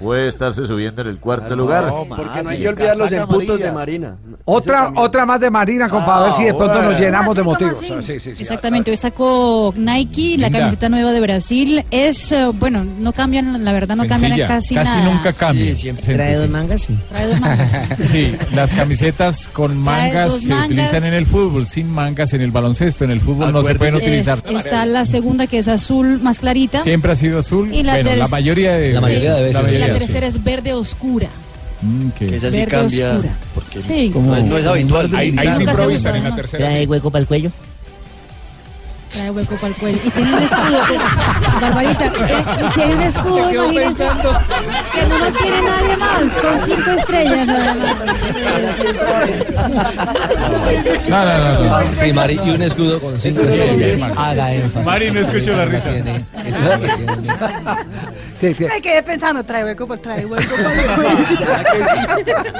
Puede estarse subiendo en el cuarto lugar.
Porque no hay que olvidar los
Casaca
emputos
amarilla.
de Marina.
otra otra más de Marina compa a ver si de pronto nos
bueno.
llenamos de
Así como
motivos
así.
Ah, sí, sí, sí.
Exactamente, hoy sacó Nike, la
Linda.
camiseta nueva de Brasil. Es, eh, bueno, no cambian, la verdad, no cambian casi, nada.
nunca cambia.
Trae dos
mangas, sí.
Trae dos mangas.
Sí, las camisetas con mangas
dos
se
mangas.
utilizan en el fútbol, sin mangas en el baloncesto. En el fútbol no se pueden
Es-
utilizar.
está la segunda que es azul más clarita.
Siempre ha sido azul.
Y la
bueno, la
terc-
mayoría de
La mayoría
sí,
de
la
Y
mayoría,
la
sí.
tercera es verde oscura.
Mm, que-
esa sí Verde cambia, oscura.
Porque
Sí.
no, es- no es habitual.
Ahí- ahí se improvisan en la tercera.
¿Trae hueco para el cuello?
Trae hueco para el cuello. Y tiene un escudo. Barbarita, eh, y tiene un escudo,
Se quedó
imagínense. Que no lo tiene nadie más. Con cinco estrellas nada más.
No, no, no. no.
Sí, Mari, y un escudo con cinco estrellas. Haga énfasis.
Mari, no escucho la risa.
Sí, sí.
Me quedé pensando, trae hueco para trae hueco para el cuello.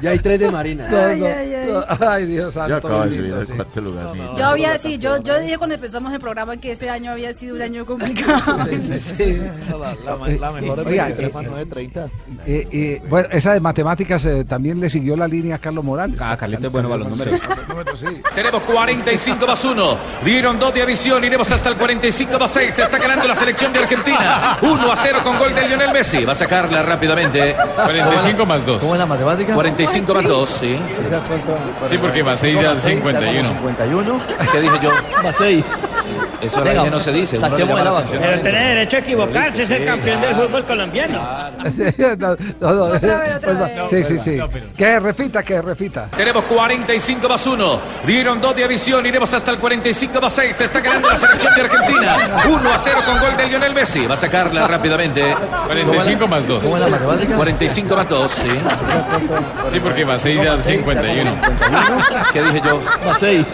Ya hay tres de Marina.
No,
Ay,
no,
ay, ay.
no. Ay, Dios
Ya
santo
acaba de subir
bendito,
al
sí.
Este
cuarto lugar, mijita.
Yo había, sí, yo, yo dije cuando empezamos el programa que ese año había sido un año complicado.
La, la- la mejor es
Oiga,
23 más
eh,
9 es 30.
Eh, eh, bueno, esa de matemáticas eh, también le siguió la línea a Carlos Morales. Ah,
Carlito es bueno para los números.
Tenemos 45 más 1. Dieron dos de adición. Iremos hasta el 45 más 6. Se está ganando la selección de Argentina. 1 a 0 con gol de Lionel Messi. Va a sacarla rápidamente.
45 más 2.
¿Cómo es la matemática?
45 más 2, sí.
Sí, porque más 6 da 51.
51.
¿Qué dije yo?
Más 6.
Eso ahora ya no se dice. uno le
Saquemos
llama
el
la
abaco.
atención.
Pero
Tiene derecho a equivocarse, es el
Sí,
campeón del fútbol colombiano.
No, no, no,
Otra vez, otra
pues,
vez.
no, sí, sí,
No,
sí.
no, pero-
Que repita, que repita.
Tenemos 45 más 1. Dieron 2 de adición. Iremos hasta el 45 más 6. Se está ganando la selección de Argentina. 1 a 0 con gol de Lionel Messi. Va a sacarla rápidamente.
45 más 2.
¿Cómo es la matemática? 45 más 2, sí.
Sí, porque más 6 da 51.
¿Qué dije yo?
Más 6.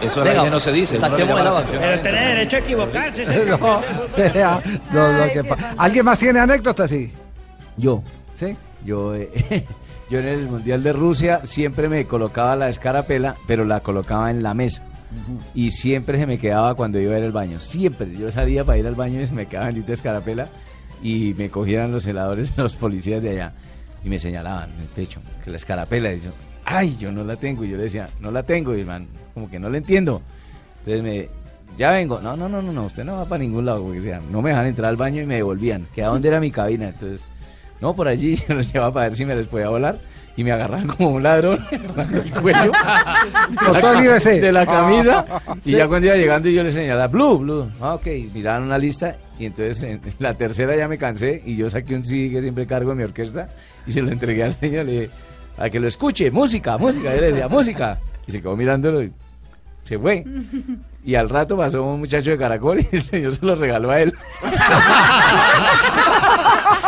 Eso ahora
Venga,
ya no se dice. uno le
saquemos
llama
el
la
abaco.
atención.
Pero tiene derecho a equivocarse, es el
No,
campeón
vea, no, no, que pa- ¿Alguien más tiene anécdotas? Sí.
Yo.
¿Sí?
Yo, eh, yo en el Mundial de Rusia siempre me colocaba la escarapela, pero la colocaba en la mesa. Y siempre se me quedaba cuando iba a ir al baño. Siempre. Yo salía para ir al baño y se me quedaba en la escarapela. Y me cogieran los heladores, los policías de allá. Y me señalaban en el pecho, que la escarapela. Y yo, ay, yo no la tengo. Y yo le decía, no la tengo. Y el man, como que no la entiendo. Entonces me, ya vengo. No, no, no, no, no, usted no va para ningún lado. porque sea, no me dejan entrar al baño y me devolvían. Que a dónde era mi cabina. Entonces, no, por allí. Yo los llevaba para ver si me les podía volar. Y me agarraban como un ladrón el cuello
Con todo el IBC.
de la camisa. Y
Ah, Sí.
ya cuando iba llegando y yo le señalaba, Blue, Blue. Ah, ok, miraron una lista. Y entonces en la tercera ya me cansé y yo saqué un CD que siempre cargo en mi orquesta y se lo entregué al señor. Le dije, a que lo escuche, música, música. Yo le decía, música. Y se quedó mirándolo y se fue. Y al rato pasó un muchacho de caracol y el señor se lo regaló a él.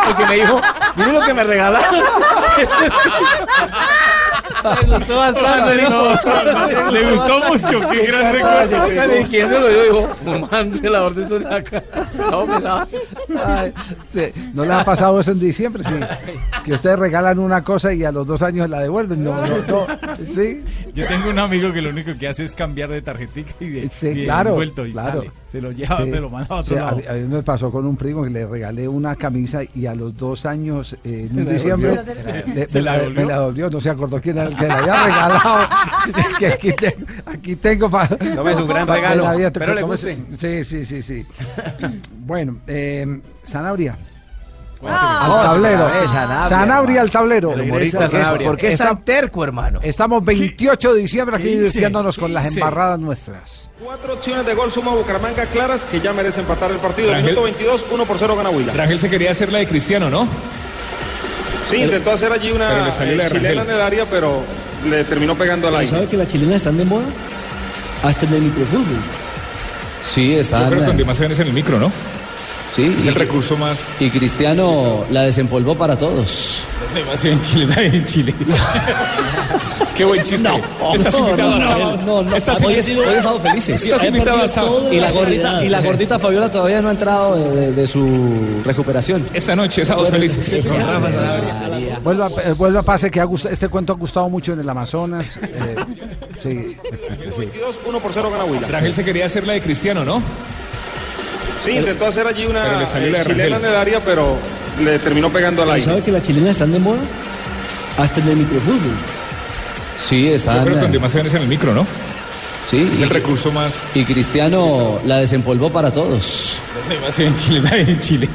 Porque me dijo, mire lo que me regalaron. Le gustó bastante,
No, le gustó mucho, qué gran recuerdo.
¿Y quién se lo dio? Dijo, mamá, un celador de estos de acá. No, pesado.
Ay, sí. ¿No le ha pasado eso en diciembre? Sí. Que ustedes regalan una cosa y a los dos años la devuelven. No, no, no. Sí.
Yo tengo un amigo que lo único que hace es cambiar de tarjetica y de,
Eh, Sí,
y de
claro,
envuelto y
claro.
sale. Se lo lleva,
Sí.
te lo manda a
Sí,
otro lado.
mí- a mí me pasó con un primo que le regalé una camisa y a los dos años, eh, en
la
diciembre,
devolvió. Se la
le-
devolvió.
me
¿Se la
la-
devolvió?
me la devolvió. No se acordó quién era el que la había regalado. Sí, que aquí, te- aquí tengo para.
No es un gran
para-
regalo,
me la había-
pero le
tómese- Sí, sí, sí. sí. bueno, eh, Sanabria.
Ah.
al tablero.
Otra vez, Sanabria,
Sanabria al
hermano.
tablero.
El humorista
¿Por qué-
Sanabria.
por qué es tan terco, hermano? Estamos 28 de diciembre aquí
¿Qué hice?
divirtiéndonos con
¿Qué
las
hice?
embarradas nuestras.
Cuatro opciones de gol suma Bucaramanga claras que ya merece empatar el partido. El
Rangel.
minuto 22, 1 por 0 gana Huila.
Rangel se quería hacer la de Cristiano, ¿no?
Sí, intentó hacer allí
Pero
una
le salió la
eh,
de
chilena en
Rangel.
el área, pero le terminó pegando al
¿Pero
aire.
¿Sabe que las chilenas están de moda? Hasta en el microfútbol.
Sí, está. Yo creo que con demasiado es en el micro, ¿no?
Sí,
Es el recurso más.
Y Cristiano la desempolvó para todos.
en Chile, nadie en Chile. Qué buen chiste.
Oh,
Estás invitado a
no,
Saúl.
no, no.
Estás
Hoy, es-
invitado-
hoy he estado felices.
Estás
He
invitado a
perdido
Saúl.
toda Y la gordita, y la gordita Fabiola todavía no ha entrado de, de- de su recuperación.
Esta noche, sábados felices.
Vuelva, eh, vuelva pase que ha gust- este cuento ha gustado mucho en el Amazonas. eh, sí. sí.
22, 1 por 0 gana Huila.
Rangel se quería hacer la de Cristiano, ¿no?
Sí, intentó hacer allí
Pero
una
le salió la
eh,
de
chilena en
Rangel.
el área, pero le terminó pegando al aire.
¿Sabe que las chilenas están de moda? Hasta en el microfútbol.
Sí, está.
Yo creo que en demasiado es en el micro, ¿no?
Sí.
Es el recurso más.
Y Cristiano la desempolvó para todos.
Demasiado en Chile, nadie en Chile.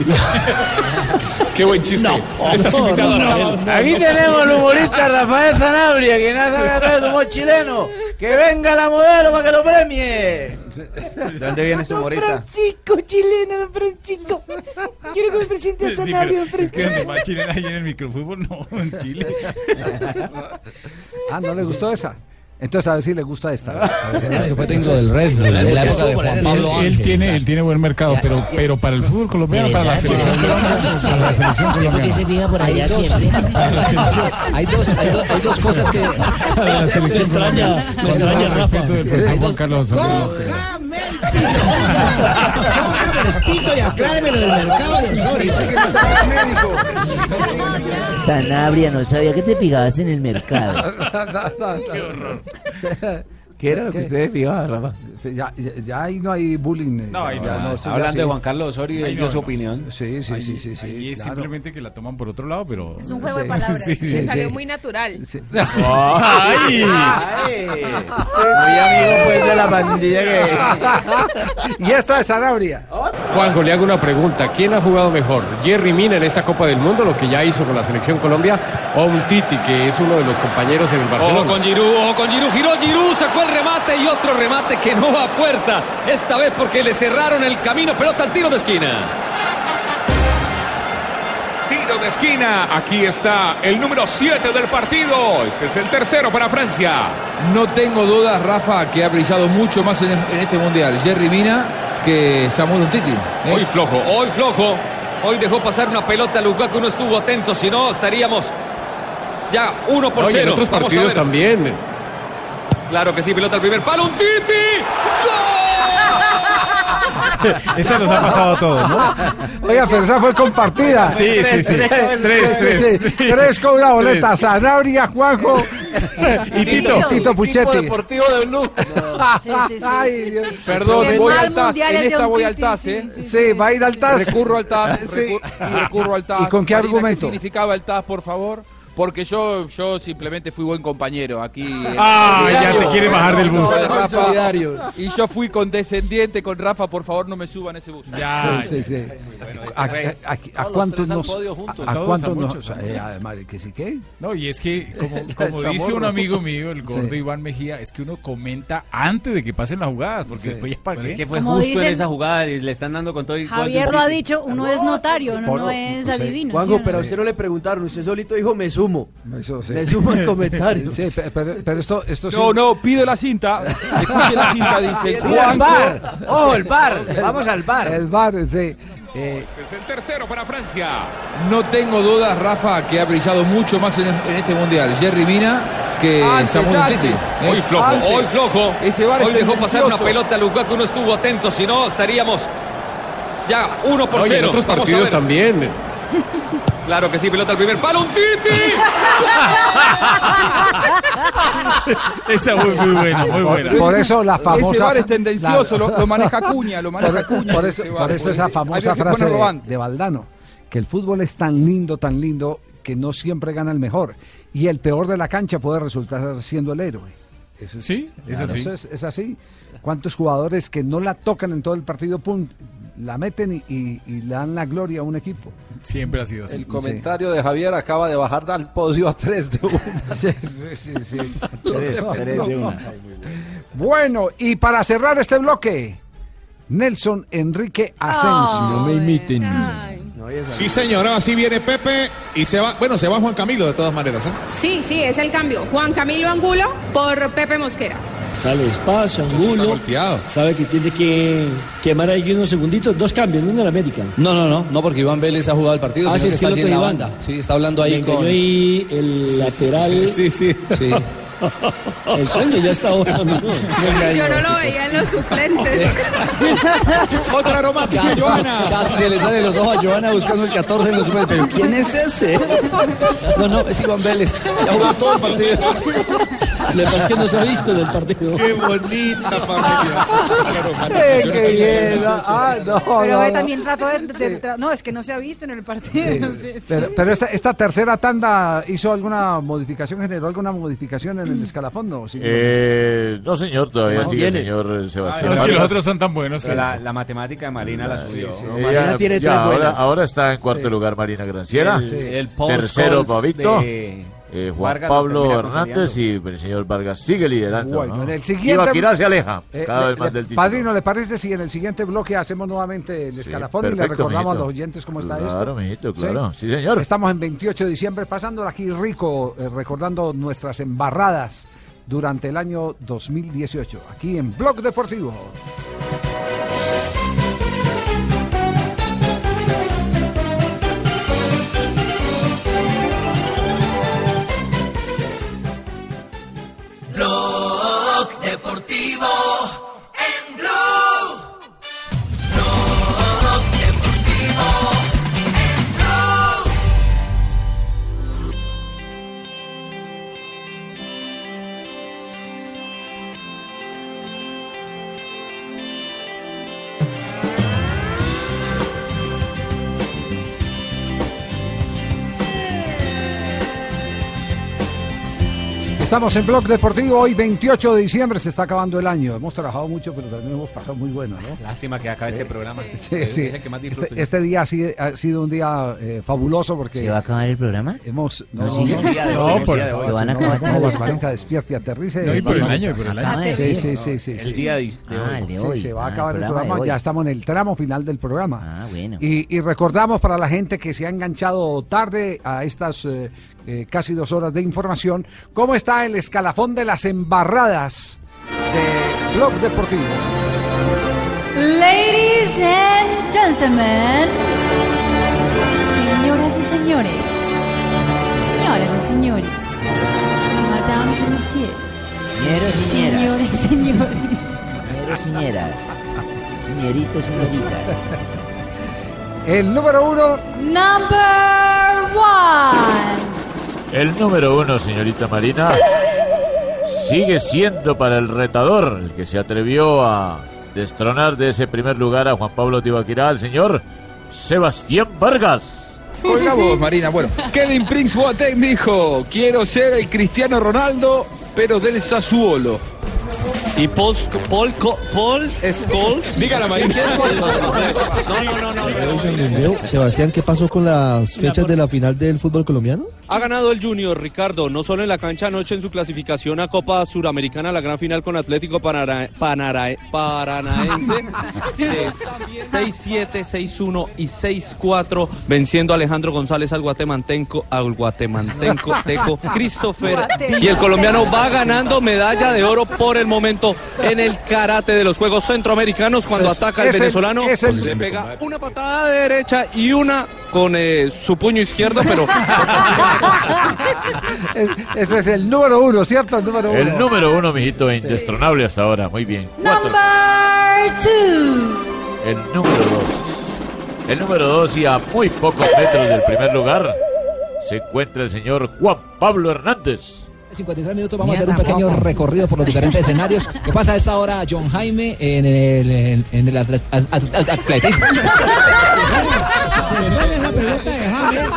Qué buen chiste. Estás
no,
invitado
no,
a
no,
Saúl.
Aquí tenemos al humorista Rafael Zanabria, que nace acá de humor chileno. Que venga la modelo para que lo premie.
¿De dónde viene ese humorista?
Francisco, chileno, don Francisco. Quiero que me presente a
Sí, pero
Zanabria, don
es que donde
Francisco.
más chilena hay en el microfútbol, no, en Chile.
Ah, ¿no le gustó esa? Entonces a ver si le gusta esta.
Yo Ah, fue tengo del Red Bull, de la época de Juan Pablo
él,
Ángel.
tiene, él tiene buen mercado, pero, pero para el fútbol colombiano, para la selección colombiana, para la selección colombiana.
por allá siempre.
Hay dos, hay, dos, hay dos cosas que.
Para la selección colombiana. Con todo el respeto del profesor Juan Carlos Osorio.
Pito y acláremelo del mercado de Osorio.
Sanabria, no sabía que te fijabas en el mercado.
Qué horror.
¿Qué era pues, lo que usted fijaba, Rafa?
Ya, ya, ya ahí no hay bullying. eh,
No, ahí no.
esto ya
Hablando
sí.
de Juan Carlos Osorio,
Ahí
él
no,
dio su
no.
opinión.
Sí, sí, sí, sí, sí.
Y es
claro.
simplemente que la toman por otro lado, pero.
Es un juego de palabras.
Sí,
Me
sí,
salió
sí.
muy natural.
¡Ay!
Muy amigo, pues, de la pandilla que.
Y esta es Zanabria.
Juanjo, le hago una pregunta. ¿Quién ha jugado mejor? ¿Jerry Mina en esta Copa del Mundo, lo que ya hizo con la selección Colombia? ¿O un Titi, que es uno de los compañeros en el
Ojo
Barcelona?
con Giroud, ojo con Giroud, giró Giroud, sacó el remate y otro remate que no va a puerta. Esta vez porque le cerraron el camino, pelota al tiro de esquina.
Tiro de esquina. Aquí está el número 7 del partido. Este es el tercero para Francia. No tengo dudas, Rafa, que ha brillado mucho más en, en este mundial. Jerry Mina que Samuel Untiti. ¿eh?
Hoy flojo, hoy flojo. Hoy dejó pasar una pelota al lugar que uno estuvo atento, si no estaríamos ya uno por
No, y en
cero.
otros
Vamos a
partidos
ver.
también.
Claro que sí, pelota al primer palo, un titi.
Esa nos ha pasado a todos, ¿no?
Oiga, pero esa fue compartida.
Sí, sí, sí. Tres, tres.
Sí, Tres con una boleta. Zanabria, Juanjo.
Y Tito.
Tito Puchetti.
Deportivo de Blue.
Sí, sí, sí, sí, sí.
Perdón,
El
voy
mal
al TAS.
mundial
En
es de
esta
un
voy al
titi,
TAS,
sí,
¿eh?
Sí, va a ir al TAS.
Recurro al TAS. recur- y recurro al TAS.
¿Y con qué
Marina,
argumento?
¿Qué significaba el TAS, por favor? Porque yo, yo simplemente fui buen compañero aquí. eh,
Ah,
solidario.
ya te quiere bajar del bus.
Con Rafa.
Soy solidario.
Y yo fui condescendiente con Rafa, por favor no me suban ese bus.
Ya, Sí, sí, sí. ¿A, a- a- a cuántos nos.? ¿A, a
Todos, a
cuántos
muchos,
nos.?
a
eh,
muchos.
además, que sí, ¿qué?
No, y es que, como, como
Chamorro.
dice un amigo mío, el gordo
Sí.
Iván Mejía, es que uno comenta antes de que pasen las jugadas, porque después ya para
Pero
qué.
es que fue
Como
justo en
dicen-
esa jugada y le están dando con todo igual de
Javier
un
lo ha
titi.
dicho, uno es notario, uno no es adivino.
Juanjo,
¿sí o no?
pero a usted no le preguntaron, usted solito dijo, me sumo.
Me sumo, sí.
Me sumo al comentario.
Sí, pe- pero, pero esto, esto sí.
No, no, pide la cinta. Escuche la cinta, dice.
Al
Juanjo.
¡Oh, el bar! Vamos al bar. El bar, sí. Eh,
Este es el tercero para Francia. No tengo dudas, Rafa, que ha brillado mucho más en, en este mundial. Jerry Mina que
Antes,
Samuel ¿eh?
antes.
Titi.
Hoy flojo, hoy flojo.
Ese bar
hoy
es
dejó pasar una
tendencioso.
pelota al lugar que uno estuvo atento, si no estaríamos ya uno por
No, y en
cero.
otros
Vamos a
partidos
ver.
también.
Claro que sí, pelota al primer palo, un titi.
Esa fue muy buena, muy buena.
Por eso la famosa.
Ese bar es tendencioso, lo- lo maneja Acuña, lo maneja
Por- e-
Acuña,
Por eso,
ese bar. pues,
por eso esa
Hay
famosa
veces que
frase
pone
de,
robante.
de Valdano, que el fútbol es tan lindo, tan lindo, que no siempre gana el mejor. Y el peor de la cancha puede resultar siendo el héroe. Eso es,
Sí, es
claro,
así.
eso es, es así. ¿Cuántos jugadores que no la tocan en todo el partido, pum, la meten y, y- y le dan la gloria a un equipo?
Siempre ha sido así.
El
comentario de Javier acaba de bajar al podio a 3 de 1.
Sí, sí, sí. Tres, tres de una. Bueno, y para cerrar este bloque, Nelson Enrique Asensio.
No me
imiten.
Sí, señora, así viene Pepe y se va. Bueno, se va
¿eh?
Juan Camilo de todas maneras.
Sí, sí, es el cambio. Juan Camilo Angulo por Pepe Mosquera.
Sale despacio, angulo. Sabe que tiene que quemar ahí unos segunditos. Dos cambios, uno en América.
No, no, no, no porque Iván Vélez ha jugado el partido,
Ah,
sino
sí,
que
es que
está
el
allí
otro
en la
Iván.
banda. Sí, está hablando
Me
ahí
engañó
con
ahí el lateral.
Sí, sí. sí.
El sueño ya está ahora mismo.
Yo no lo veía en los suplentes.
Otra
aromática,
Casi, casi se le salen los ojos a Joana buscando el 14 en los super. Pero ¿quién es ese? No, no, es Iván Vélez. Ya jugó todo el partido.
Lo que pasa es que no se ha visto en el partido.
Qué bonita
Eh, qué bien. Ah, no,
Pero
no,
eh,
no.
también trató de, de- tra- No, es que no se ha visto en el partido. Sí, sí.
Pero, pero esta, esta tercera tanda hizo alguna modificación, generó alguna modificación en
Mm.
el escalafón, ¿no? Sí.
Eh, no, señor, todavía
Se
sigue el
mantiene.
señor eh, Sebastián.
Ah, es que
Vargas.
los otros son tan
buenos que la- la matemática de Marina la subió.
Sí, sí.
No,
Ella-
Marina
ya,
tiene tres
ahora,
buenas.
ahora está en cuarto
Sí.
lugar Marina Granciera.
Sí, sí. El Paul
Tercero,
Scholes
Pavito.
de
eh, Juan
Vargas lo
Pablo
termina consolidando.
Hernández y el señor Vargas sigue liderando.
Bueno,
¿no?
en el siguiente.
Ibaquirá se aleja
Eh,
cada
le-
vez más
le-
del título.
Padrino, ¿le parece si en el siguiente bloque hacemos nuevamente el escalafón y le
perfecto,
recordamos a
mijito.
los oyentes cómo está
Claro,
esto?
mijito, claro. Sí, señor.
Estamos en 28 de diciembre, pasándola aquí rico, eh, recordando nuestras embarradas durante el año 2018, aquí en Blog Deportivo.
Blog Deportivo en Blue.
Estamos en Blog Deportivo, hoy 28 de diciembre, se está acabando el año. Hemos trabajado mucho, pero también hemos pasado muy bueno, ¿no?
Lástima que acabe
Sí.
ese programa.
Sí,
Es
sí.
el que más disfruto
Este,
yo.
este día ha sido, ha sido un día eh, fabuloso porque...
¿Se va a acabar el programa?
Hemos... No,
No, sí. No, por- ¿Lo van a
no,
acabar?
no, Barbarita, despierte y aterrice.
No, y por el año,
y
y por el año. Acaba de
Sí, sí,
decir.
sí, sí.
El
sí.
día de- de Ah, hoy. el de
Sí,
hoy.
se va a
Ah, el
acabar el
programa de
programa,
hoy.
ya estamos en el tramo final del programa.
Ah, bueno.
Y, y recordamos para la gente que se ha enganchado tarde a estas eh, eh, casi dos horas de información, cómo está el escalafón de las embarradas de Blog Deportivo.
Ladies and gentlemen, señoras y señores, señoras y señores, madame y monsieur,
Ñeros y ñeras.
señores y señores.
Ñeros y ñeras. Ñeritos y ñeritas.
El número uno.
Number one.
El número uno, señorita Marina, sigue siendo para el retador, el que se atrevió a destronar de ese primer lugar a Juan Pablo Tibaquirá, el señor Sebastián Vargas.
Con la voz, Marina. Bueno, Kevin Prince Boateng dijo, quiero ser el Cristiano Ronaldo, pero del Sassuolo.
Y Paul, Sc- Paul, Co- Paul Scholes.
Dígala, Marín.
No, no, no, no, no.
Sebastián, ¿qué pasó con las fechas de la final del fútbol colombiano?
Ha ganado el Junior, Ricardo, no solo en la cancha anoche en su clasificación a Copa Suramericana, la gran final con Atlético Panara- Panara- Paranaense, de 6-7, 6-1 y 6-4, venciendo a Alejandro González al guatemalteco, al guatemalteco, teco, Christopher. Y el colombiano va ganando medalla de oro por el momento en el karate de los Juegos Centroamericanos cuando
Es-
ataca el
es el-
venezolano,
es el-
le pega una patada derecha y una con eh, su puño izquierdo, pero
Es- ese es el número uno, ¿cierto? El número uno.
El número uno, mijito, indestronable hasta ahora, muy bien.
Number two.
El número dos. El número dos y a muy pocos metros del primer lugar se encuentra el señor Juan Pablo Hernández.
53 minutos vamos a hacer un pequeño recorrido por los diferentes escenarios. ¿Qué pasa a esta hora, John Jaime, en el, en el atlet- at- at- at- atletismo?
Después de esa pregunta de James,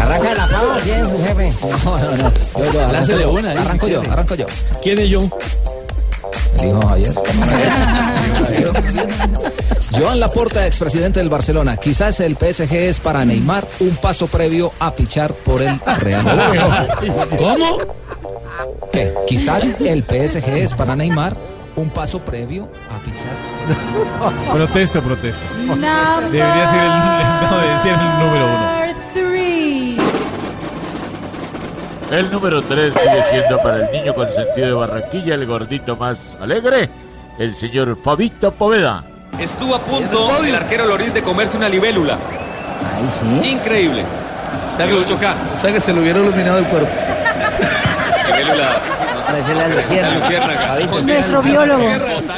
Arranca la pava,
¿quién es su jefe?
No, no, no. Yo, yo,
Láncele
arranco-
una, dice,
Arranco yo,
¿quién es?
arranco yo. ¿Quién es John? El hijo de Javier. Joan Laporta, expresidente del Barcelona. Quizás el PSG es para Neymar un paso previo a pichar por el Real Madrid. ¿Cómo? ¿Qué? Quizás el PSG es para Neymar un paso previo a pichar.
Protesto, protesto.
Number
Debería ser el,
Ah.
no, debería ser el número uno.
Three.
El número 3 sigue siendo para el niño consentido de Barranquilla, el gordito más alegre, el señor Fabito Poveda.
Estuvo a punto el arquero Loris de comerse una libélula. Increíble. Llegó 8K.
O sea que se le hubiera iluminado el cuerpo.
Libélula.
Parece la
La luciérnaga. Muy bien.
Nuestro biólogo.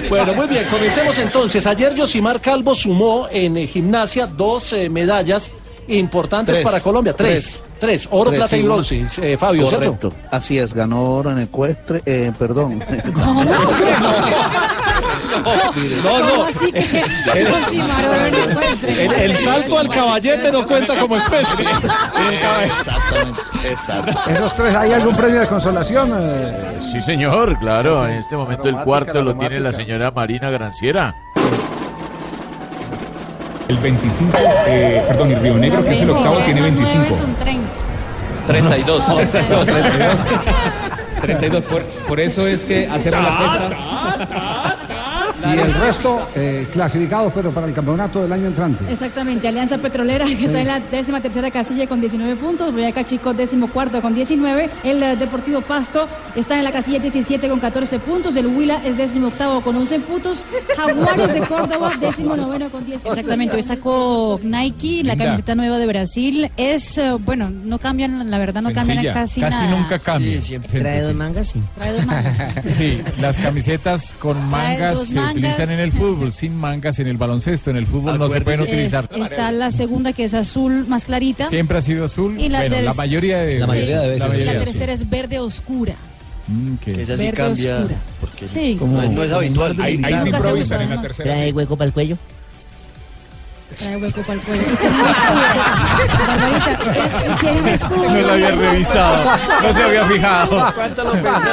Bueno, muy bien, comencemos entonces. Ayer Josimar Calvo sumó en eh, gimnasia dos eh, medallas importantes
Tres.
para Colombia. Tres. Tres, oro, plata y
sí,
bronce.
uno.
Eh, Fabio,
Correcto. Así es, ganó oro en ecuestre, eh, perdón.
No, no.
¿Cómo así que Josimar oro en ecuestre?
El, el salto al caballete no cuenta como ecuestre.
Exactamente. Exacto.
Esos tres, ¿hay algún premio de consolación? eh?
Sí, señor, claro. En este momento
Aromática,
el cuarto lo
aromática.
tiene la señora Marina Granciera.
El 25, eh, perdón, y Río Negro, que es el
eh,
octavo, tiene 25.
es un 30.
32.
No,
32. 32. Por, por eso es que hacemos
Ah,
la cuenta.
Y el resto, eh, clasificados, pero para el campeonato del año entrante.
Exactamente, Alianza Petrolera que
Sí.
está en la décima tercera casilla con 19 puntos, Boyacá Chico décimo cuarto con 19, el eh, Deportivo Pasto está en la casilla 17 con 14 puntos, el Huila es décimo octavo con 11 puntos, Jaguares de Córdoba décimo noveno con 10 puntos.
Exactamente, hoy sacó Nike la
Linda.
camiseta nueva de Brasil. Es, eh, bueno, no cambian, la verdad, no cambian casi, nada.
nunca cambia.
Trae dos
mangas, sí.
Trae dos mangas.
Sí, las camisetas con mangas
dos
se
mangas.
utilizan en el fútbol, sin mangas en el baloncesto, en el fútbol no se pueden
Es-
utilizar.
está la segunda que es azul más clarita.
Siempre ha sido azul.
Y la,
bueno,
ter-
la mayoría de
Sí.
la mayoría,
La
sí.
tercera es verde oscura.
Mm, que-
esa sí Verde cambia, oscura.
porque
Sí. no es- no es habitual de
Ahí, ahí
militar.
se improvisan en la
Nunca se
tercera.
¿Trae hueco para el cuello?
Trae hueco para el cuello. Y tiene un escudo. Barbarita, él- él tiene un escudo.
No lo había revisado, no se había fijado.
¿Cuánto
pues.
lo pensó?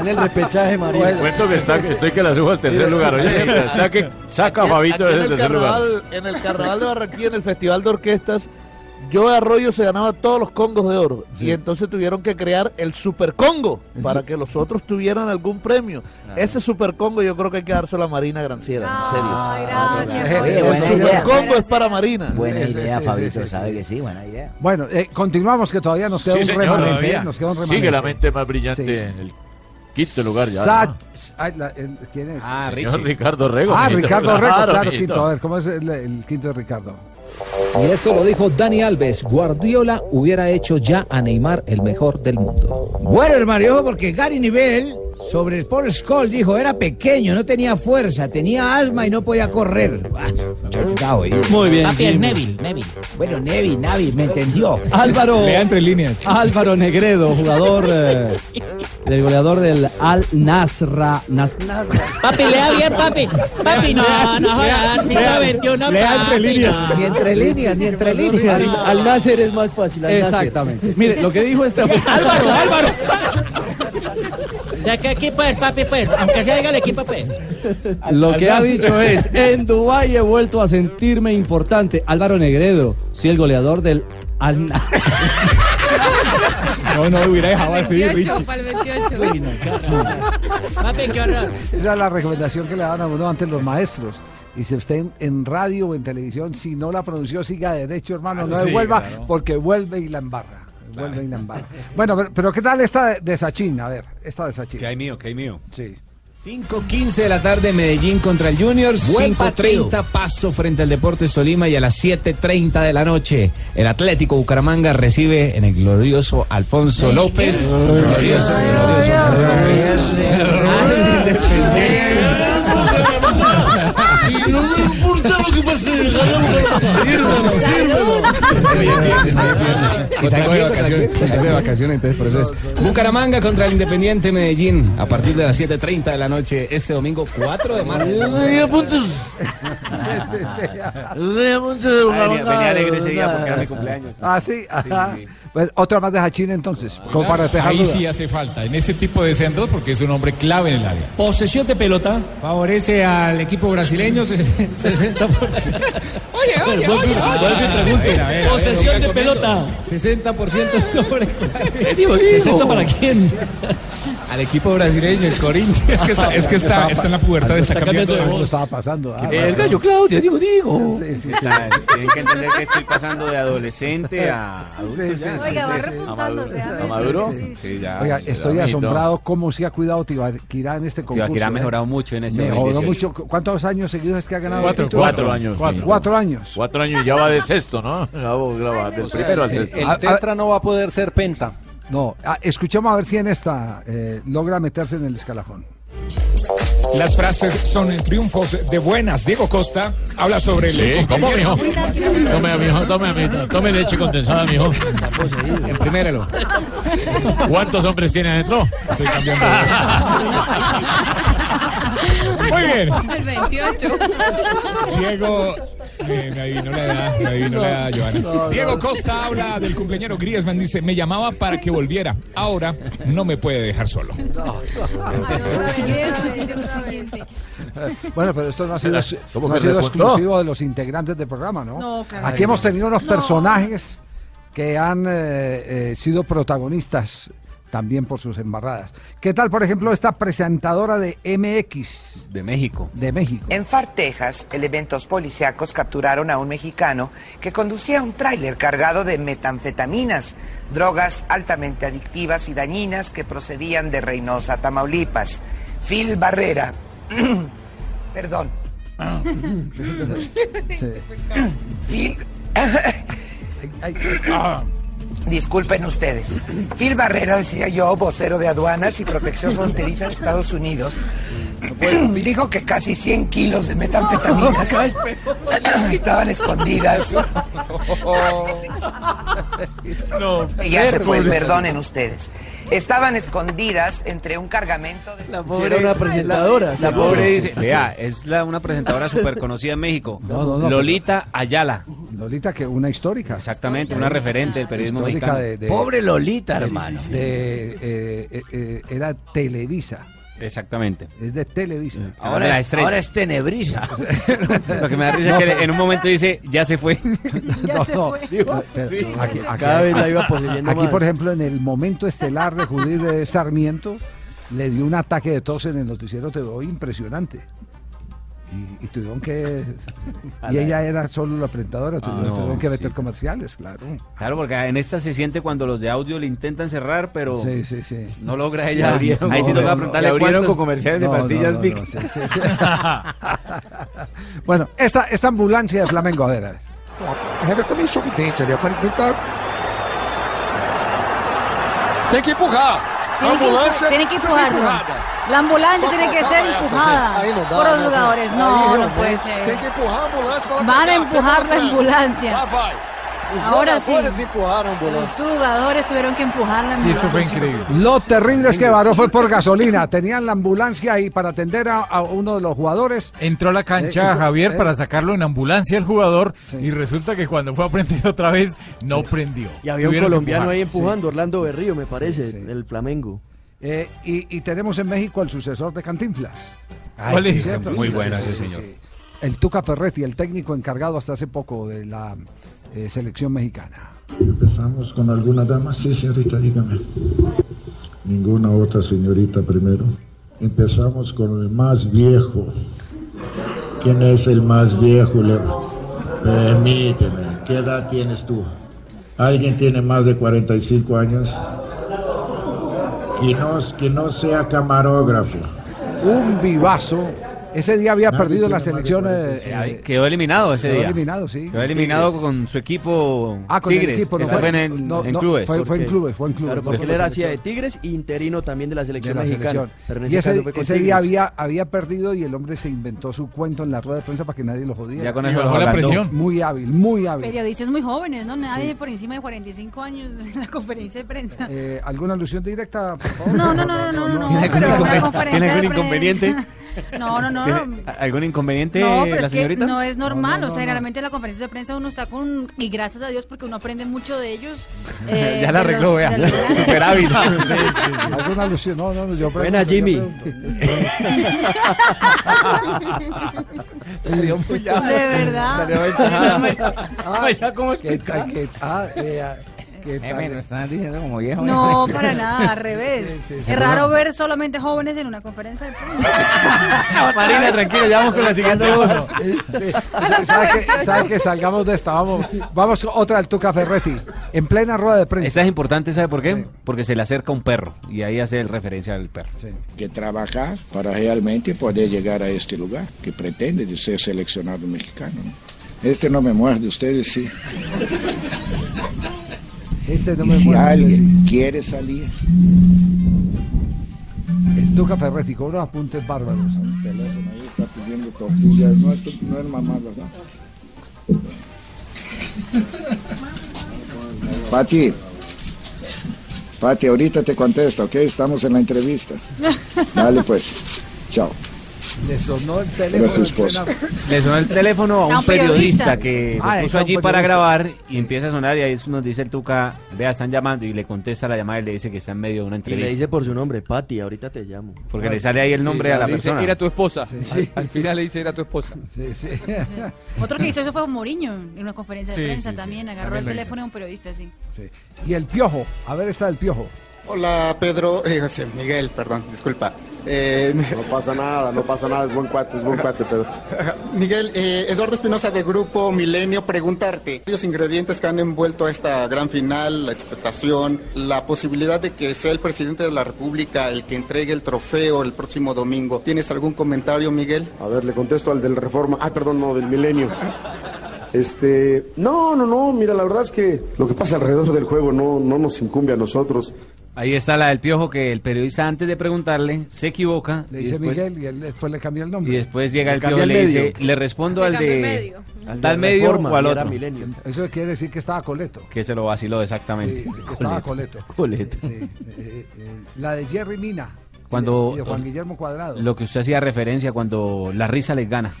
en el repechaje, María.
Te cuento que está, estoy que la subo al tercer lugar. Oye, mientras está que saca a Fabito
en,
desde el
el
tercer lugar.
carnaval, en el carnaval de Barranquilla, en el festival de orquestas, Joe Arroyo se ganaba todos los congos de oro. Y entonces tuvieron que crear el Super Congo para que los otros tuvieran algún premio. Ese Super Congo yo creo que hay que dárselo a Marina Granciera, en serio.
gracias. Oye,
el
buena
Super
idea.
Congo es para Marina.
Buena
Sí, sí,
idea,
sí,
Ah, Fabito,
sí, sí,
sabe que sí, buena idea.
Bueno, eh, continuamos que todavía nos queda
Sí,
un
señor,
remanente.
todavía.
Nos queda un
Sigue la
remanente.
mente más brillante
Sí.
en el quinto lugar ya.
Sa- ay, la- el- ¿Quién es?
Ah, Señor Richie. Ricardo Rego,
Ah,
mijito,
Ricardo Rego,
claro,
claro,
mijito.
quinto. A ver, ¿cómo es el, el quinto de Ricardo?
Y esto lo dijo Dani Alves. Guardiola hubiera hecho ya a Neymar el mejor del mundo.
Bueno, hermano, y ojo, porque Gary Nivel sobre el Paul Scholes dijo, era pequeño, no tenía fuerza, tenía asma y no podía correr. Ah, chocado, ¿eh?
Muy bien,
Papi, el
Jimmy.
Neville, Neville. Bueno, Neville, Navi, me entendió.
Álvaro.
Lea entre
líneas. Álvaro Negredo, jugador eh, del goleador del Al Nasra. Nas-
Papi, lea bien, papi. Papi, no, no, jodas, siglo XXI,
Lea entre
papi,
líneas.
no.
Ni entre líneas, ni entre líneas.
Al, al Nasser es más fácil. Al
Exactamente. Mire, lo que dijo este.
Álvaro, Álvaro. ¿De qué equipo es, papi, pues? Aunque sea diga el equipo, pues.
Lo que ha dicho es, en Dubái he vuelto a sentirme importante. Álvaro Negredo, sí, el goleador del... Al- no, no, hubiera dejado así, Richie.
para el 28.
Papi, qué horror.
Esa es la recomendación que le dan a uno antes los maestros. Y si usted en- en radio o en televisión, si no la pronunció, siga derecho, hermano,
Ah,
no
sí,
devuelva,
claro.
porque vuelve y la embarra. Vuelve y la embarra. Bueno, pero, pero ¿qué tal esta de, de Sachin? A ver, esta de Sachin. Que hay mío, que hay mío. Sí.
5.15 de la tarde Medellín contra el Junior,
Buen partido.
5.30 paso frente al Deportes Tolima y a las 7.30 de la noche el Atlético Bucaramanga recibe en el glorioso Alfonso López. Glorioso, glorioso Alfonso López.
Ah,
Al Independiente.
Pues
Y sabe
Salgo de
qué,
vacaciones, salgo de vacaciones, entonces por eso es.
Bucaramanga contra el Independiente Medellín a partir de las 7.30 de la noche este domingo 4 de marzo.
venía,
venía alegre
ese día porque era mi
cumpleaños.
Ah, sí. Ajá. Bueno, otra más de Sachin entonces, como para despejar
Ah, Ahí
dudas.
sí hace falta, en ese tipo de centros, porque es un hombre clave en el área.
Posesión de pelota. Favorece al equipo brasileño 60%. Oye, oye, oye, oye.
Vuelve y pregunte.
Posesión de pelota.
60% sobre.
digo, ¿60 para quién?
Al equipo brasileño, el Corinthians.
Es que está- es que está- está en la pubertad,
Algo
está cambiando de
algo
voz.
estaba pasando.
¿Qué
pasó?
Claudio, digo, digo.
Claro, Tienen que entender que estoy pasando de adolescente a adulto.
Sí,
ya.
sí, sí, Oiga, va sí, sí.
a
repuntando,
maduro.
te da
¿A maduro?
sí, sí,
Sí, ya.
Oiga,
sí,
estoy
amiguito.
asombrado cómo se ha cuidado Tibaquirá en este concurso.
Tibaquirá ha
¿eh?
mejorado mucho en ese
Mejoró
2018.
mucho. ¿Cu- ¿Cuántos años seguidos es que ha ganado?
Cuatro,
el título?
cuatro años.
Cuatro, cuatro años.
Cuatro años y ya va de sexto, ¿no? Ya va- ya va del primero al sexto.
el tetra
no va a poder ser penta.
No, ah, escuchemos a ver si en esta eh, logra meterse en el escalafón.
Las frases son triunfos de buenas. Diego Costa habla sobre el.
Sí, ¿cómo, mijo? Tome, mijo, tome, mijo, tome leche condensada, mijo.
Primérelo.
¿Cuántos hombres tiene adentro? Estoy cambiando de voz.
Muy bien.
El 28.
Diego. Me, me adivinó la edad, me adivinó la edad, Johanna. Diego Costa habla del cumpleañero Griezmann. Dice: Me llamaba para que volviera. Ahora no me puede dejar solo.
Bueno, pero esto no ha sido,
¿Será?
no
¿Cómo
ha
que
sido
repuntó?
exclusivo de los integrantes del programa, ¿no?
No, claro.
Aquí hemos tenido unos
No.
personajes que han eh, eh, sido protagonistas también por sus embarradas. ¿Qué tal, por ejemplo, esta presentadora de MX?
De México.
De México.
En Far, Texas, elementos policíacos capturaron a un mexicano que conducía un tráiler cargado de metanfetaminas, drogas altamente adictivas y dañinas que procedían de Reynosa, Tamaulipas. Phil Barrera, perdón,
Ah.
Phil. Disculpen ustedes. Phil Barrera, decía yo, vocero de aduanas y protección fronteriza de Estados Unidos, dijo que casi 100 kilos de metanfetaminas estaban escondidas.
No,
Y ya se fue,
miércoles.
perdonen ustedes. Estaban escondidas entre un cargamento de... La
Era una presentadora.
La pobre dice, vea, es la, una presentadora súper conocida en México.
No, no, no,
Lolita Ayala.
Lolita, que una histórica.
Exactamente, una referente del periodismo
Histórica
mexicano.
de- de- Sí, sí, sí, de, eh, eh, eh, era Televisa.
Exactamente.
Es de Televisa.
Ahora es- ahora es
Tenebrisa.
Lo que me da risa es que en un momento dice, ya se fue.
No, no, digo, pero aquí- aquí- aquí, por ejemplo, en el momento estelar de Judith eh, Sarmiento, le dio un ataque de tos en el noticiero Te Doy impresionante. Y, y tuvieron que. Y ella era solo la presentadora, tuvieron,
Ah, no,
tuvieron que meter
sí.
comerciales, claro.
Claro, porque en esta se siente cuando los de audio le intentan cerrar, pero
Sí, sí, sí.
no logra ella.
Le abrieron
Ahí sí
con-
toca
no,
preguntarle
le abrieron
cuántos-
con comerciales de pastillas Vic. Bueno, esta, esta ambulancia de Flamengo, a ver, a ver.
Hever também soube dente ali, aparentemente tá. Tem que
Ah.
empurrar! A
Tiene que,
ambulância
empu- tiene que
precisa ser
empujarlo.
empurrada.
La ambulancia tiene que ser empujada por los jugadores. No, no puede
Tem
ser.
que empurrar a ambulância. fala pra
Van a
cá,
empujar la
tem que botar. Lá
ambulancia.
vai. Os
Ahora sí.
jogadores empurraram a
Los
ambulância.
jugadores tuvieron que empujar la ambulancia.
Lo terrible es que varó fue por gasolina. Tenían la ambulancia ahí para atender a, a uno de los jugadores.
Entró a la cancha
Eh,
Javier
eh.
para sacarlo en ambulancia al jugador y resulta que cuando fue a prender otra vez no prendió.
Y había un
Tuvieron que
colombiano
empujar.
ahí empujando, Orlando Berrío, me parece, el Flamengo.
Eh, y, y tenemos en México al sucesor de Cantinflas.
Ay, ¿Cuál sí, es?
¿cierto?
Muy
Sí, sí,
bueno
sí,
ese
sí,
señor.
sí. El Tuca Ferretti, el técnico encargado hasta hace poco de la eh, selección mexicana.
Empezamos con alguna dama, sí señorita, dígame. Ninguna otra señorita primero. Empezamos con el más viejo. ¿Quién es el más viejo? Le- Eh, Permíteme, ¿qué edad tienes tú? ¿Alguien tiene más de 45 años? Que no, que no sea camarógrafo.
Un vivazo. Ese día había perdido la selección. eh, eh,
Quedó eliminado ese
quedó
día.
eliminado, sí.
Quedó eliminado
Tigres.
con su equipo
Ah, con el
Tigres.
equipo, no
Esa fue
fue-
en,
no,
en
no,
clubes.
fue- fue en clubes, fue en clubes.
Claro,
no
porque
fue
él
por
era hacía
selección.
de Tigres e interino también de la selección
de la
mexicana.
selección.
Ernesto
Y ese,
Cano fue con
ese día
Tigres.
había, había perdido y el hombre se inventó su cuento en la rueda de prensa para que nadie lo jodiera.
Ya con Y eso bajó lo la agrandó. presión.
Muy hábil, muy hábil.
Periodistas muy jóvenes, ¿no? Nadie por encima de 45 años en la conferencia de prensa.
Eh, ¿Alguna alusión directa? por favor?
No, no, no, no, no, no, no, pero una conferencia de prensa. No, no, no,
¿Tiene ¿Algún inconveniente
No, pero
la
es que
señorita?
no es normal.
No, no,
o sea,
no,
generalmente en la conferencia de prensa uno está con. Y gracias a Dios porque uno aprende mucho de ellos. eh,
Ya la
de
arregló,
los-
vea.
de las-
Súper hábil.
Sí, sí, sí. Alguna alusión. No, no, no, yo
Buena,
pregunto, yo
Jimmy.
Salió
muy
ya-
De verdad.
Salió
aventajada.
Ah, ya cómo
¿Qué tal? ¿Qué tal? Eh, ah, ¿Qué
Eh, me lo
tal?
están diciendo como viejo. ¿eh?
No,
Sí.
para nada, al revés.
Sí, sí, sí.
es raro ver solamente jóvenes en una conferencia de prensa.
Marina, tranquila, ya vamos con la siguiente voz.
¿Sabes que, sabe que salgamos de esta? Vamos, vamos con otra del Tuca Ferretti. En plena rueda de prensa.
Esta es importante, ¿sabe por qué? Porque se le acerca un perro y ahí hace el referencia al perro.
que trabajar para realmente poder llegar a este lugar que pretende de ser seleccionado mexicano. ¿no? Este no me muerde, ustedes sí.
Este no
Y
me
si
muerde,
alguien quiere salir,
El Tuca Ferretti con unos apuntes bárbaros.
el teléfono ahí está pidiendo tortillas, no es, no es mamada, ¿no? Pati, Pati, ahorita te contesto, ¿ok? Estamos en la entrevista. Dale pues, chao.
Le sonó el
Era tu
teléfono.
esposa.
Le sonó el teléfono a
A
un
un
periodista
periodista.
que
Ah,
lo
es
puso
a un
allí para
periodista.
grabar y empieza a sonar y ahí es- nos dice el Tuca, vea, están llamando y le contesta la llamada y le dice que está en medio de una
Y le
entrevista.
dice por su nombre, Pati, ahorita te llamo. Ah.
Porque le sale ahí el nombre a la
le dice,
persona.
"Era
tu esposa.
Sí.
Al, al final le dice, era tu esposa.
Sí, sí.
Otro que hizo eso fue Moriño en una conferencia de
Sí,
prensa
sí, sí,
también. Agarró
también lo
el
hizo.
teléfono de un periodista así.
Sí. Y el piojo. A ver, está el piojo.
Hola Pedro, eh, sí, Miguel, perdón, disculpa. Eh, no pasa nada, no pasa nada, es buen cuate, es buen cuate, Pedro. Miguel, eh, Eduardo Espinosa de Grupo Milenio, preguntarte, los ingredientes que han envuelto a esta gran final, la expectación, la posibilidad de que sea el presidente de la República el que entregue el trofeo el próximo domingo. ¿Tienes algún comentario, Miguel? A ver, le contesto al del Reforma, ah, perdón, no, del Milenio. Este, no, no, no, mira, la verdad es que lo que pasa alrededor del juego no, no nos incumbe a nosotros.
Ahí está la del piojo que el periodista antes de preguntarle se equivoca.
Le
y
dice
después-
Miguel y él después le cambió el nombre.
Y después llega
Le
el
cambió
piojo y
el
le dice,
medio.
le respondo
Le
al
cambió el
de...
medio.
Al
Al
tal
de
medio
Reforma,
o al
y era
otro.
Milenio. Eso quiere decir que estaba Coleto.
Que se lo vaciló exactamente.
Sí, estaba Coleto.
Coleto.
Sí, eh, eh, la de Jerry Mina.
Cuando-
Y de Juan Guillermo Cuadrado.
Lo que usted hacía referencia cuando la risa les gana.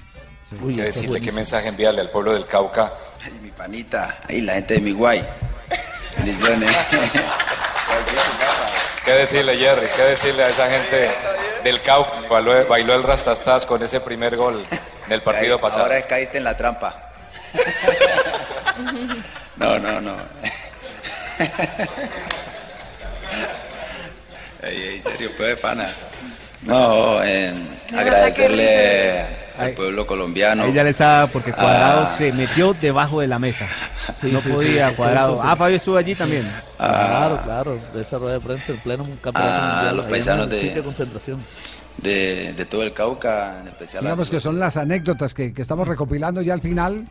¿Qué decirle? ¿Qué mensaje enviarle al pueblo del Cauca? Ay, mi panita, ahí la gente de mi guay. Bendiciones. ¿Qué decirle, Jerry? ¿Qué decirle a esa gente del Cauca? Bailó, bailó el Rastastas con ese primer gol en el partido pasado.
Ahora caíste en la trampa.
No, no, no. Ey, ey, serio, pues de pana. No, eh, agradecerle al pueblo colombiano.
Ella le estaba porque Cuadrado
Ah.
se metió debajo de la mesa. no
sí,
podía
sí,
Cuadrado.
sí, sí.
Ah, Fabio estuvo allí también.
Ah.
Claro, claro, esa rueda de prensa en pleno campeonato
Ah,
mundial,
los
ahí en
paisanos
el
de-
sitio concentración.
de, de todo el Cauca, en especial a
Digamos que son las anécdotas que, que estamos recopilando ya al final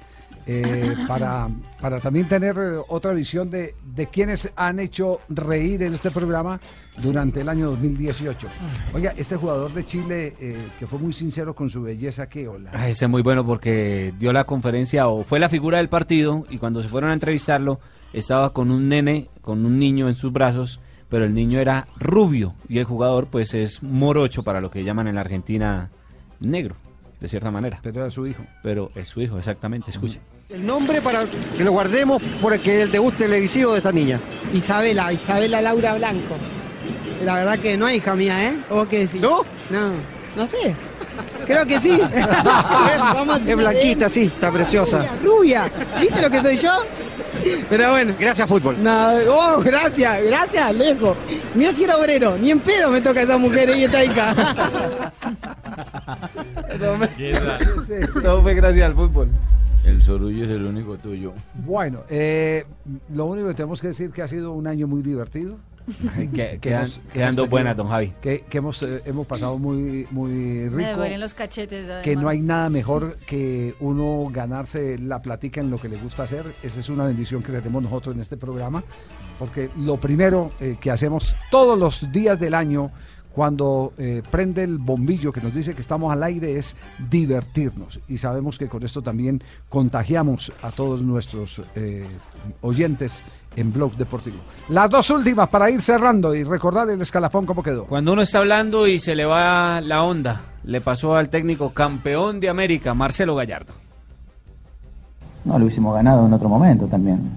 eh, para, para también tener eh, otra visión de, de quienes han hecho reír en este programa durante el año 2018. Oiga, este jugador de Chile eh, que fue muy sincero con su belleza, qué hola.
Ah, ese es muy bueno porque dio la conferencia o fue la figura del partido y cuando se fueron a entrevistarlo estaba con un nene, con un niño en sus brazos, pero el niño era rubio y el jugador pues es morocho para lo que llaman en la Argentina negro, de cierta manera.
Pero es su hijo.
Pero es su hijo, exactamente, escuche.
El nombre para que lo guardemos porque es el debut televisivo de esta niña.
Isabela, Isabela Laura Blanco. La verdad que no es hija mía, ¿eh? ¿O vos qué decís? ¿No? No, no sé. Creo que sí. Vamos a
Es blanquita, sí, está preciosa.
Rubia, ¿viste lo que soy yo? Pero bueno.
Gracias, fútbol.
No, oh, gracias, gracias, lejos. Mira si era obrero, ni en pedo me toca esa mujer y esta hija.
Todo fue gracias al fútbol.
El Sorullo es el único tuyo.
Bueno, eh, lo único que tenemos que decir que ha sido un año muy divertido.
Ay, que-
Que
quedan-
hemos- que
quedan
hemos
dos
tenido-
buenas, don Javi.
Que, que hemos, eh, hemos pasado muy, muy eh, rico.
Me duelen los cachetes.
que
además.
no hay nada mejor que uno ganarse la platica en lo que le gusta hacer. Esa es una bendición que tenemos nosotros en este programa, porque lo primero eh, que hacemos todos los días del año, cuando eh, prende el bombillo que nos dice que estamos al aire, es divertirnos. Y sabemos que con esto también contagiamos a todos nuestros eh, oyentes en Blog Deportivo. Las dos últimas para ir cerrando y recordar el escalafón cómo quedó.
Cuando uno está hablando y se le va la onda, le pasó al técnico campeón de América, Marcelo Gallardo.
No, lo hubiésemos ganado en otro momento también.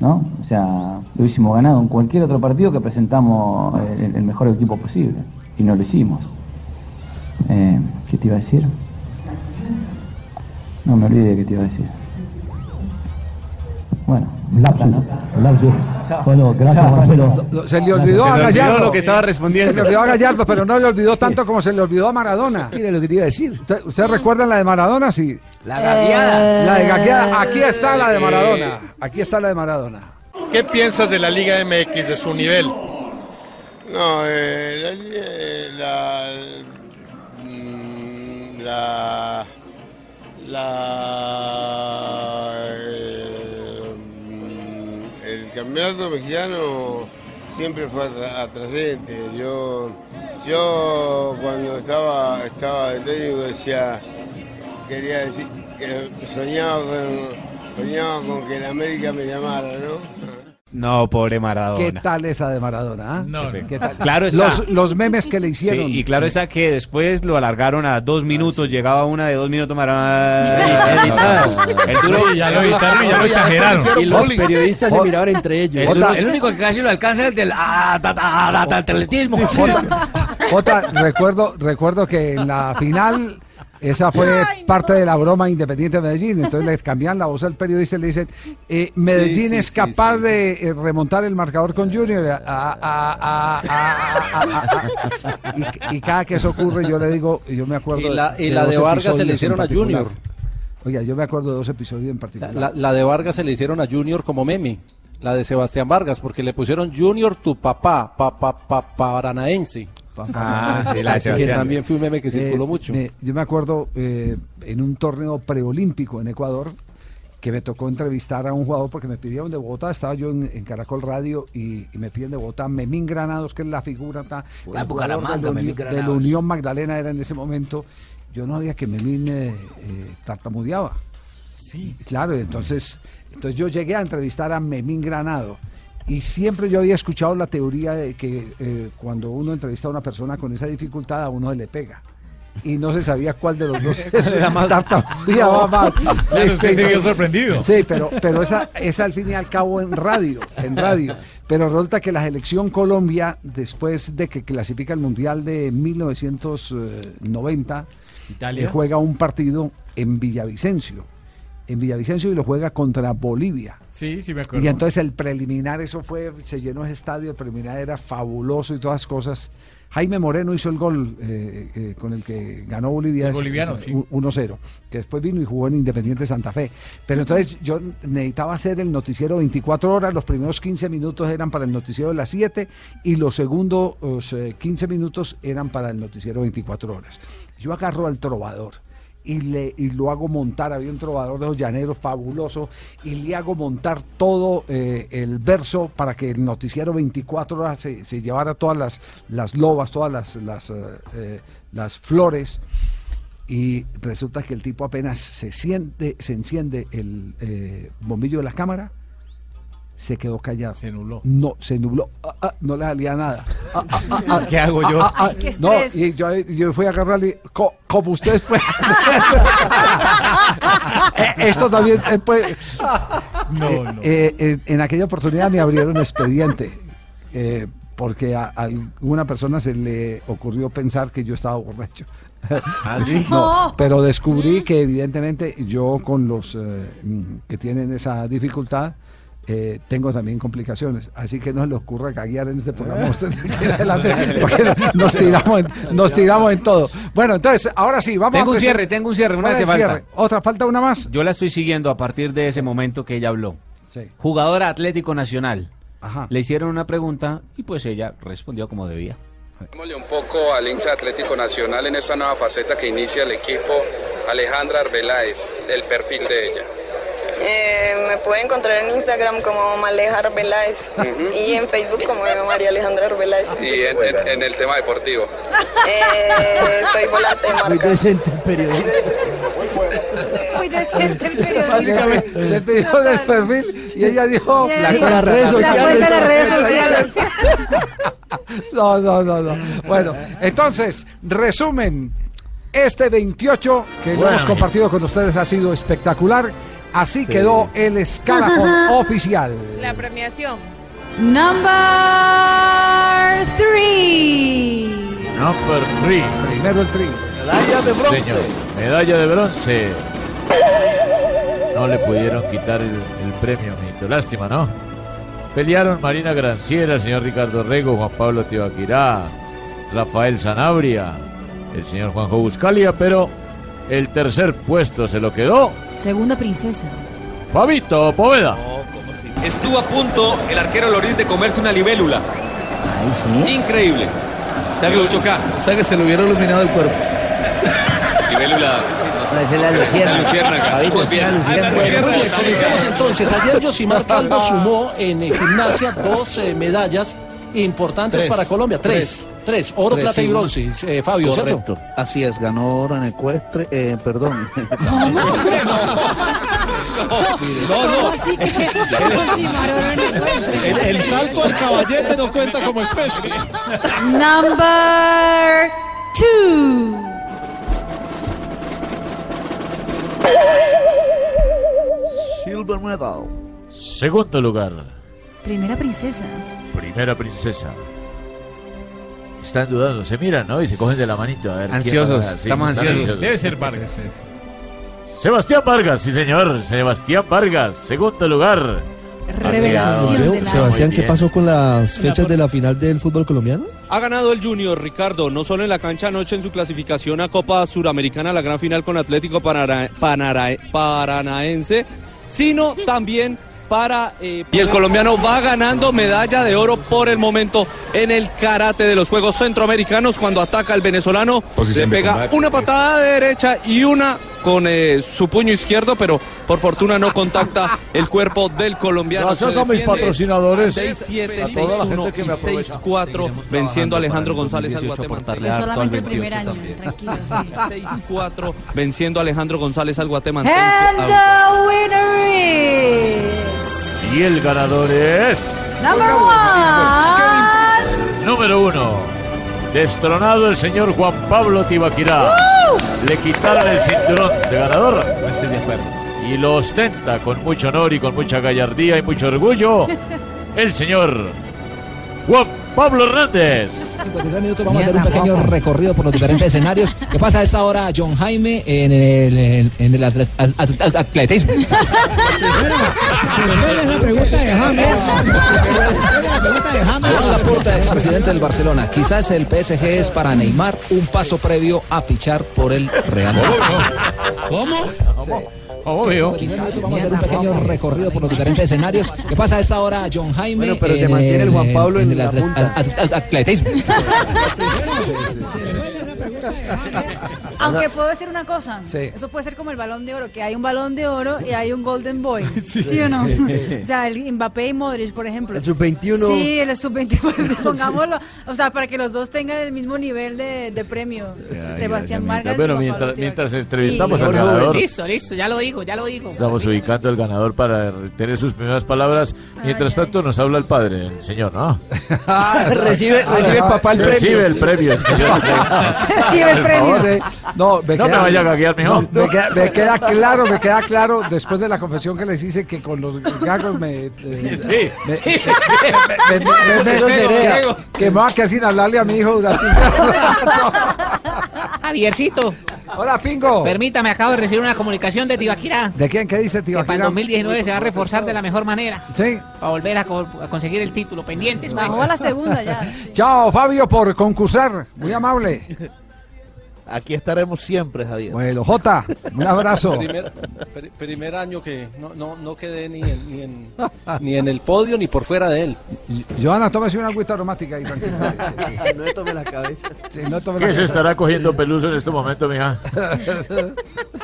¿No? O sea, lo hubiésemos ganado en cualquier otro partido que presentamos eh, el, el mejor equipo posible. Y no lo hicimos. Eh, ¿Qué te iba a decir? No me olvide que te iba a decir. Bueno,
Lapsus, lapsus.
Chao.
Bueno, gracias
Chao.
Marcelo.
Lo- Se le olvidó
Se
a
le olvidó
Gallardo.
lo que estaba respondiendo.
Se le olvidó a Gallardo, pero no le olvidó tanto como se le olvidó a Maradona. Mira lo que te iba a decir. ¿Ustedes recuerdan la de Maradona? Sí. La
gagueada.
La de gagueada. Aquí está la de Maradona. Aquí está la de Maradona.
¿Qué piensas de la Liga MX, de su nivel?
No, eh, la, eh, la, mm, la, la, eh, mm, el campeonato mexicano siempre fue atra- atrasante. Yo, yo cuando estaba, estaba de técnico decía, quería decir, que soñaba con, soñaba con que la América me llamara, ¿no?
No, pobre Maradona.
¿Qué tal esa de Maradona? ah? ¿Qué tal?
Claro está.
Los, los memes que le hicieron.
Sí, y claro está que después lo alargaron a
Ah,
dos minutos, llegaba una de dos minutos Maradona. El duro-
Sí, ya lo editaron y ya lo exageraron.
Y los periodistas se
Ot-
miraban entre ellos.
El duro-
único que casi lo alcanza es el del ah, atletismo.
Jota, recuerdo, recuerdo que en la final esa fue parte de la broma Independiente de Medellín. Entonces le cambian la voz al periodista y le dicen, eh, Medellín
sí,
es
sí,
capaz de eh, remontar el marcador con Junior. Ah, ah, ah, ah, ah, ah, ah, ah. Y, y cada que eso ocurre yo le digo, yo me acuerdo...
Y la- y la
dos
de Vargas se le
episodios en
hicieron a
particular.
Junior.
Oiga, yo me acuerdo de dos episodios en particular.
La, la de Vargas se le hicieron a Junior como meme. La de Sebastián Vargas, porque le pusieron Junior tu papá, papá, papá, paranaense.
Ah, sí,
la de Sebastián.
Que También fue un meme que
Eh,
circuló mucho.
me- yo me acuerdo eh, en un torneo preolímpico en Ecuador que me tocó entrevistar a un jugador porque me pidieron de Bogotá, estaba yo en, en Caracol Radio y, y me piden de Bogotá Memín Granados, que es la figura ta, el
Ah,
jugador
Bucaramanga,
de, la,
Memín
Uni- de la
Granados.
Unión Magdalena era en ese momento. Yo no sabía que Memín eh, eh, tartamudeaba. Sí. Claro, y entonces, entonces yo llegué a entrevistar a Memín Granado. Y siempre yo había escuchado la teoría de que eh, cuando uno entrevista a una persona con esa dificultad, a uno le pega. Y no se sabía cuál de los dos
Era más-
tartamudeaba
No.
más.
Claro, usted se vio sorprendido.
Este, Sí, pero, pero esa es al fin y al cabo en radio, en radio. Pero resulta que la selección Colombia, después de que clasifica el Mundial de eh, 1990,
Italia.
eh, juega un partido en Villavicencio. En Villavicencio y lo juega contra Bolivia.
Sí, sí me acuerdo.
Y entonces el preliminar, eso fue, se llenó ese estadio, el preliminar era fabuloso y todas las cosas. Jaime Moreno hizo el gol eh, eh, con el que ganó Bolivia.
El boliviano,
es- es-
sí.
u- 1-0, que después vino y jugó en Independiente Santa Fe. Pero entonces yo necesitaba hacer el noticiero 24 horas, los primeros 15 minutos eran para el noticiero de las 7 y los segundos eh, 15 minutos eran para el noticiero 24 horas. Yo agarro al trovador. Y, le, y lo hago montar, había un trovador de los llaneros fabuloso, y le hago montar todo eh, el verso para que el noticiero 24 horas se, se llevara todas las, las lobas, todas las, las, eh, eh, las flores. Y resulta que el tipo apenas se, siente, se enciende el eh, bombillo de la cámara, se quedó callado. Se nubló. No, se nubló. Ah, ah, no le salía nada. Ah, ah, ah, ah.
¿Qué hago yo? Ay, qué
no,
estrés.
y yo, yo fui a agarrarle, co- como ustedes pueden. Eh, Esto también eh, puede- Eh, eh, eh, en aquella oportunidad me abrieron expediente. eh, porque a a alguna persona se le ocurrió pensar que yo estaba borracho.
¿Ah,
sí?
No, pero descubrí que evidentemente yo con los eh, mm, que tienen esa dificultad eh, tengo también complicaciones. Así que no se le ocurra caguear en este programa. a usted de aquí en adelante, porque no- nos tiramos en, nos tiramos en todo. Bueno, entonces, ahora sí, vamos
Tengo
a
un
empezar.
cierre, tengo un cierre, una
¿Cuál
que
es el
falta.
cierre? ¿Otra falta una más?
Yo la estoy siguiendo a partir de ese momento que ella habló.
Sí.
Jugadora Atlético Nacional.
Ajá.
Le hicieron una pregunta y pues ella respondió como debía.
Démosle un poco al hincha Atlético Nacional en esta nueva faceta que inicia el equipo. Alejandra Arbeláez, el perfil de ella.
Eh, me puede encontrar en Instagram como Maleja Arbeláez y en Facebook como María Alejandra Arbeláez.
Y en, en- en el tema deportivo.
Eh, soy volante de
Muy
marca.
decente el periodista.
Muy decente el periodista.
Básicamente, le pidió el perfil y ella dijo
Y ella dijo, Las redes la sociales. cuenta de las redes sociales.
No, no, no, no. Bueno, entonces, resumen. Este 28 que lo
Bueno.
hemos compartido con ustedes ha sido espectacular. Así
Sí.
quedó el escalafón oficial.
La premiación.
Number three.
Number 3.
Primero el tri.
Medalla de bronce. medalla de bronce. No le pudieron quitar el, el premio, amiguito. Lástima, ¿no? Pelearon Marina Granciera, el señor Ricardo Rego, Juan Pablo Tibaquirá, Rafael Sanabria, el señor Juanjo Buscalia, pero el tercer puesto se lo quedó
Segunda princesa.
Fabito Poveda.
Estuvo a punto el arquero Loris de comerse una libélula. Increíble. Llegó 8K.
O sea que se le hubiera iluminado el cuerpo.
Libélula.
No, es la
lucierna. La luciérnaga. Muy
Pues
bien.
Bueno, comencemos entonces. Ayer Josimar Calvo sumó en eh, gimnasia dos eh, medallas importantes
Tres.
para Colombia. Tres. Tres. Oro,
Tres,
plata y
sí.
bronce. Eh, Fabio, ¿cierto?
Correcto. Así es, ganó oro en ecuestre, eh, perdón.
No, no.
Así que
El, el salto al caballete no cuenta como especie.
Number two.
Silver medal.
Segundo lugar,
Primera princesa.
primera princesa. Están dudando, se miran, ¿no? Y se cogen de la manito. A ver, ¿quién
Ansiosos,
va a- sí,
estamos
están
ansiosos.
ansiosos. Sebastián Vargas, sí señor, Sebastián Vargas, segundo lugar.
Revelación
de la-
Sebastián,
Muy
¿qué
bien.
pasó con las fechas de la final del fútbol colombiano?
Ha ganado el Junior, Ricardo, no solo en la cancha anoche en su clasificación a Copa Suramericana, la gran final con Atlético Panara- Panara- Paranaense, sino también para... eh, y el colombiano va ganando medalla de oro por el momento en el karate de los Juegos Centroamericanos cuando ataca al venezolano,
Posición
le
de
pega
combate.
una patada de derecha y una con eh, su puño izquierdo, pero por fortuna no contacta el cuerpo del colombiano.
Gracias
Se
a mis
defiende.
patrocinadores,
6-7,
a toda la gente que me
6-1 y
aprovecha.
6-4 venciendo a Alejandro González al
Es
guatemalteco.
solamente el primer año. Tranquilo. Sí.
6-4 venciendo a Alejandro González al guatemalteco.
And the winner is
Y el ganador es...
number one.
Número uno, destronado el señor Juan Pablo Tibaquirá. Le quitaron el cinturón de ganador. Y lo ostenta con mucho honor y con mucha gallardía y mucho orgullo el señor Juan Pablo Hernández.
53 minutos vamos a hacer un pequeño recorrido por los diferentes escenarios. ¿Qué pasa a esta hora, John Jaime, en el, en el atlet- at- at- at- atletismo?
la pregunta de James. la pregunta de James.
Juan Laporta, expresidente del Barcelona. Quizás el PSG es para Neymar un paso previo a fichar por el Real Madrid. ¿Cómo?
Obvio.
Quizás vamos a hacer un pequeño recorrido por los diferentes escenarios. ¿Qué pasa a esta hora, John Jaime?
Bueno, pero se
en
mantiene el Juan Pablo en
el
la
atlet-
punta.
at- at- atletismo.
Aunque puedo decir una cosa,
Sí.
eso puede ser como el balón de oro, que hay un balón de oro y hay un Golden Boy. ¿Sí,
Sí,
o no?
sí, sí.
O sea, el Mbappé y Modric, por ejemplo.
El sub-21.
Sí, el sub-21, pongámoslo. O sea, para que los dos tengan el mismo nivel de, de premio. Sebastián Vargas. y
Bueno, mientras,
Juan Pablo Tibaquirá.
mientras entrevistamos
Y-
al ganador,
Listo, listo, ya lo digo, ya lo digo.
estamos ubicando al ganador para tener sus primeras palabras. Mientras tanto, nos habla el padre, el señor, ¿no?
Recibe, recibe el papá el premio.
Recibe el premio. señor.
Recibe el premio. No,
No me vaya a gaguear, mijo.
no, me, queda, me queda claro, me queda claro después de la confesión que les hice que con los gagos me. eh, me- me- me- me- me-
Eso
me-
seré.
que- Que me va a quedar sin hablarle a mi hijo durante un rato.
Javiercito.
Hola, Fingo.
Permítame, acabo de recibir una comunicación de Tibaquirá.
¿De quién? ¿Qué dice, tío?
Que para el 2019 se va a reforzar de la mejor manera.
Sí.
Para volver a, co- a conseguir el título. Pendientes, pues.
Bajó a la segunda ya.
Chao, Fabio, por concursar. Muy amable.
Aquí estaremos siempre, Javier.
Bueno, Jota, un abrazo.
Primer, pri- primer año que no, no, no quedé ni en, ni, en, Ah. ni en el podio ni por fuera de él.
Joana, tómese una agüita aromática ahí, tranquilo.
No me tome la cabeza.
Sí, no tome la
¿Qué se
cabeza.
estará cogiendo Peluso en este momento, mija?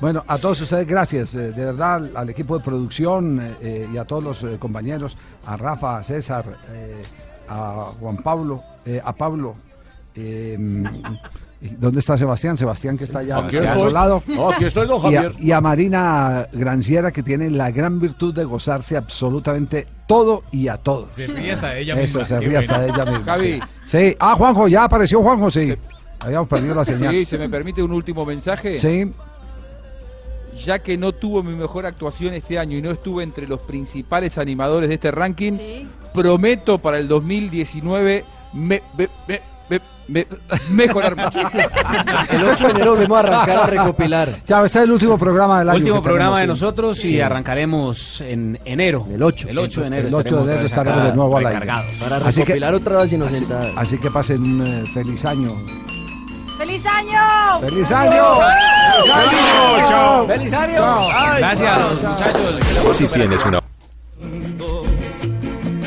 Bueno, a todos ustedes gracias, eh, de verdad, al, al equipo de producción eh, eh, y a todos los eh, compañeros, a Rafa, a César, eh, a Juan Pablo, eh, a Pablo, Eh, mm, ¿Dónde está Sebastián? Sebastián que está allá
Aquí
al
estoy.
otro lado.
No, aquí estoy, don
Y a-
Javier.
Y a, Marina Granciera que tiene la gran virtud de gozarse absolutamente todo y a todos.
Se ríe hasta de ella
Eso,
misma,
se
qué
ríe hasta de
bueno.
ella misma.
Javi.
Sí. Sí. Ah, Juanjo, ya apareció Juanjo, sí. Habíamos perdido la señal.
Sí, se me permite un último mensaje.
Sí.
Ya que no tuvo mi mejor actuación este año y no estuve entre los principales animadores de este ranking, prometo para el 2019 me- me- me- me- me- mejorar mucho.
El 8 de enero volvemos a arrancar a recopilar.
Ya, este es el último programa del año.
Último
que
programa de
tenemos, sí.
nosotros y
Sí.
arrancaremos en enero. El 8. El 8 de enero.
El 8 de
otra
enero
vez
estaremos
acá
de nuevo al aire.
recargados.
Así que-
otra vez y nos
así-
sentamos.
Así que pasen un eh, feliz año.
¡Feliz año!
¡Feliz año! ¡Feliz año! ¡Chao!
¡Feliz año!
Gracias a los muchachos.
Si tienes una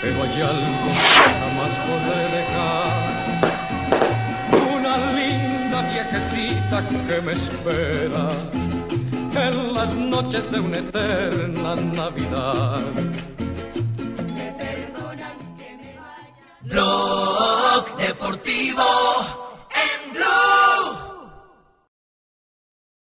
pero hay algo que jamás podré dejar. Una linda viejecita que me espera en las noches de una eterna Navidad.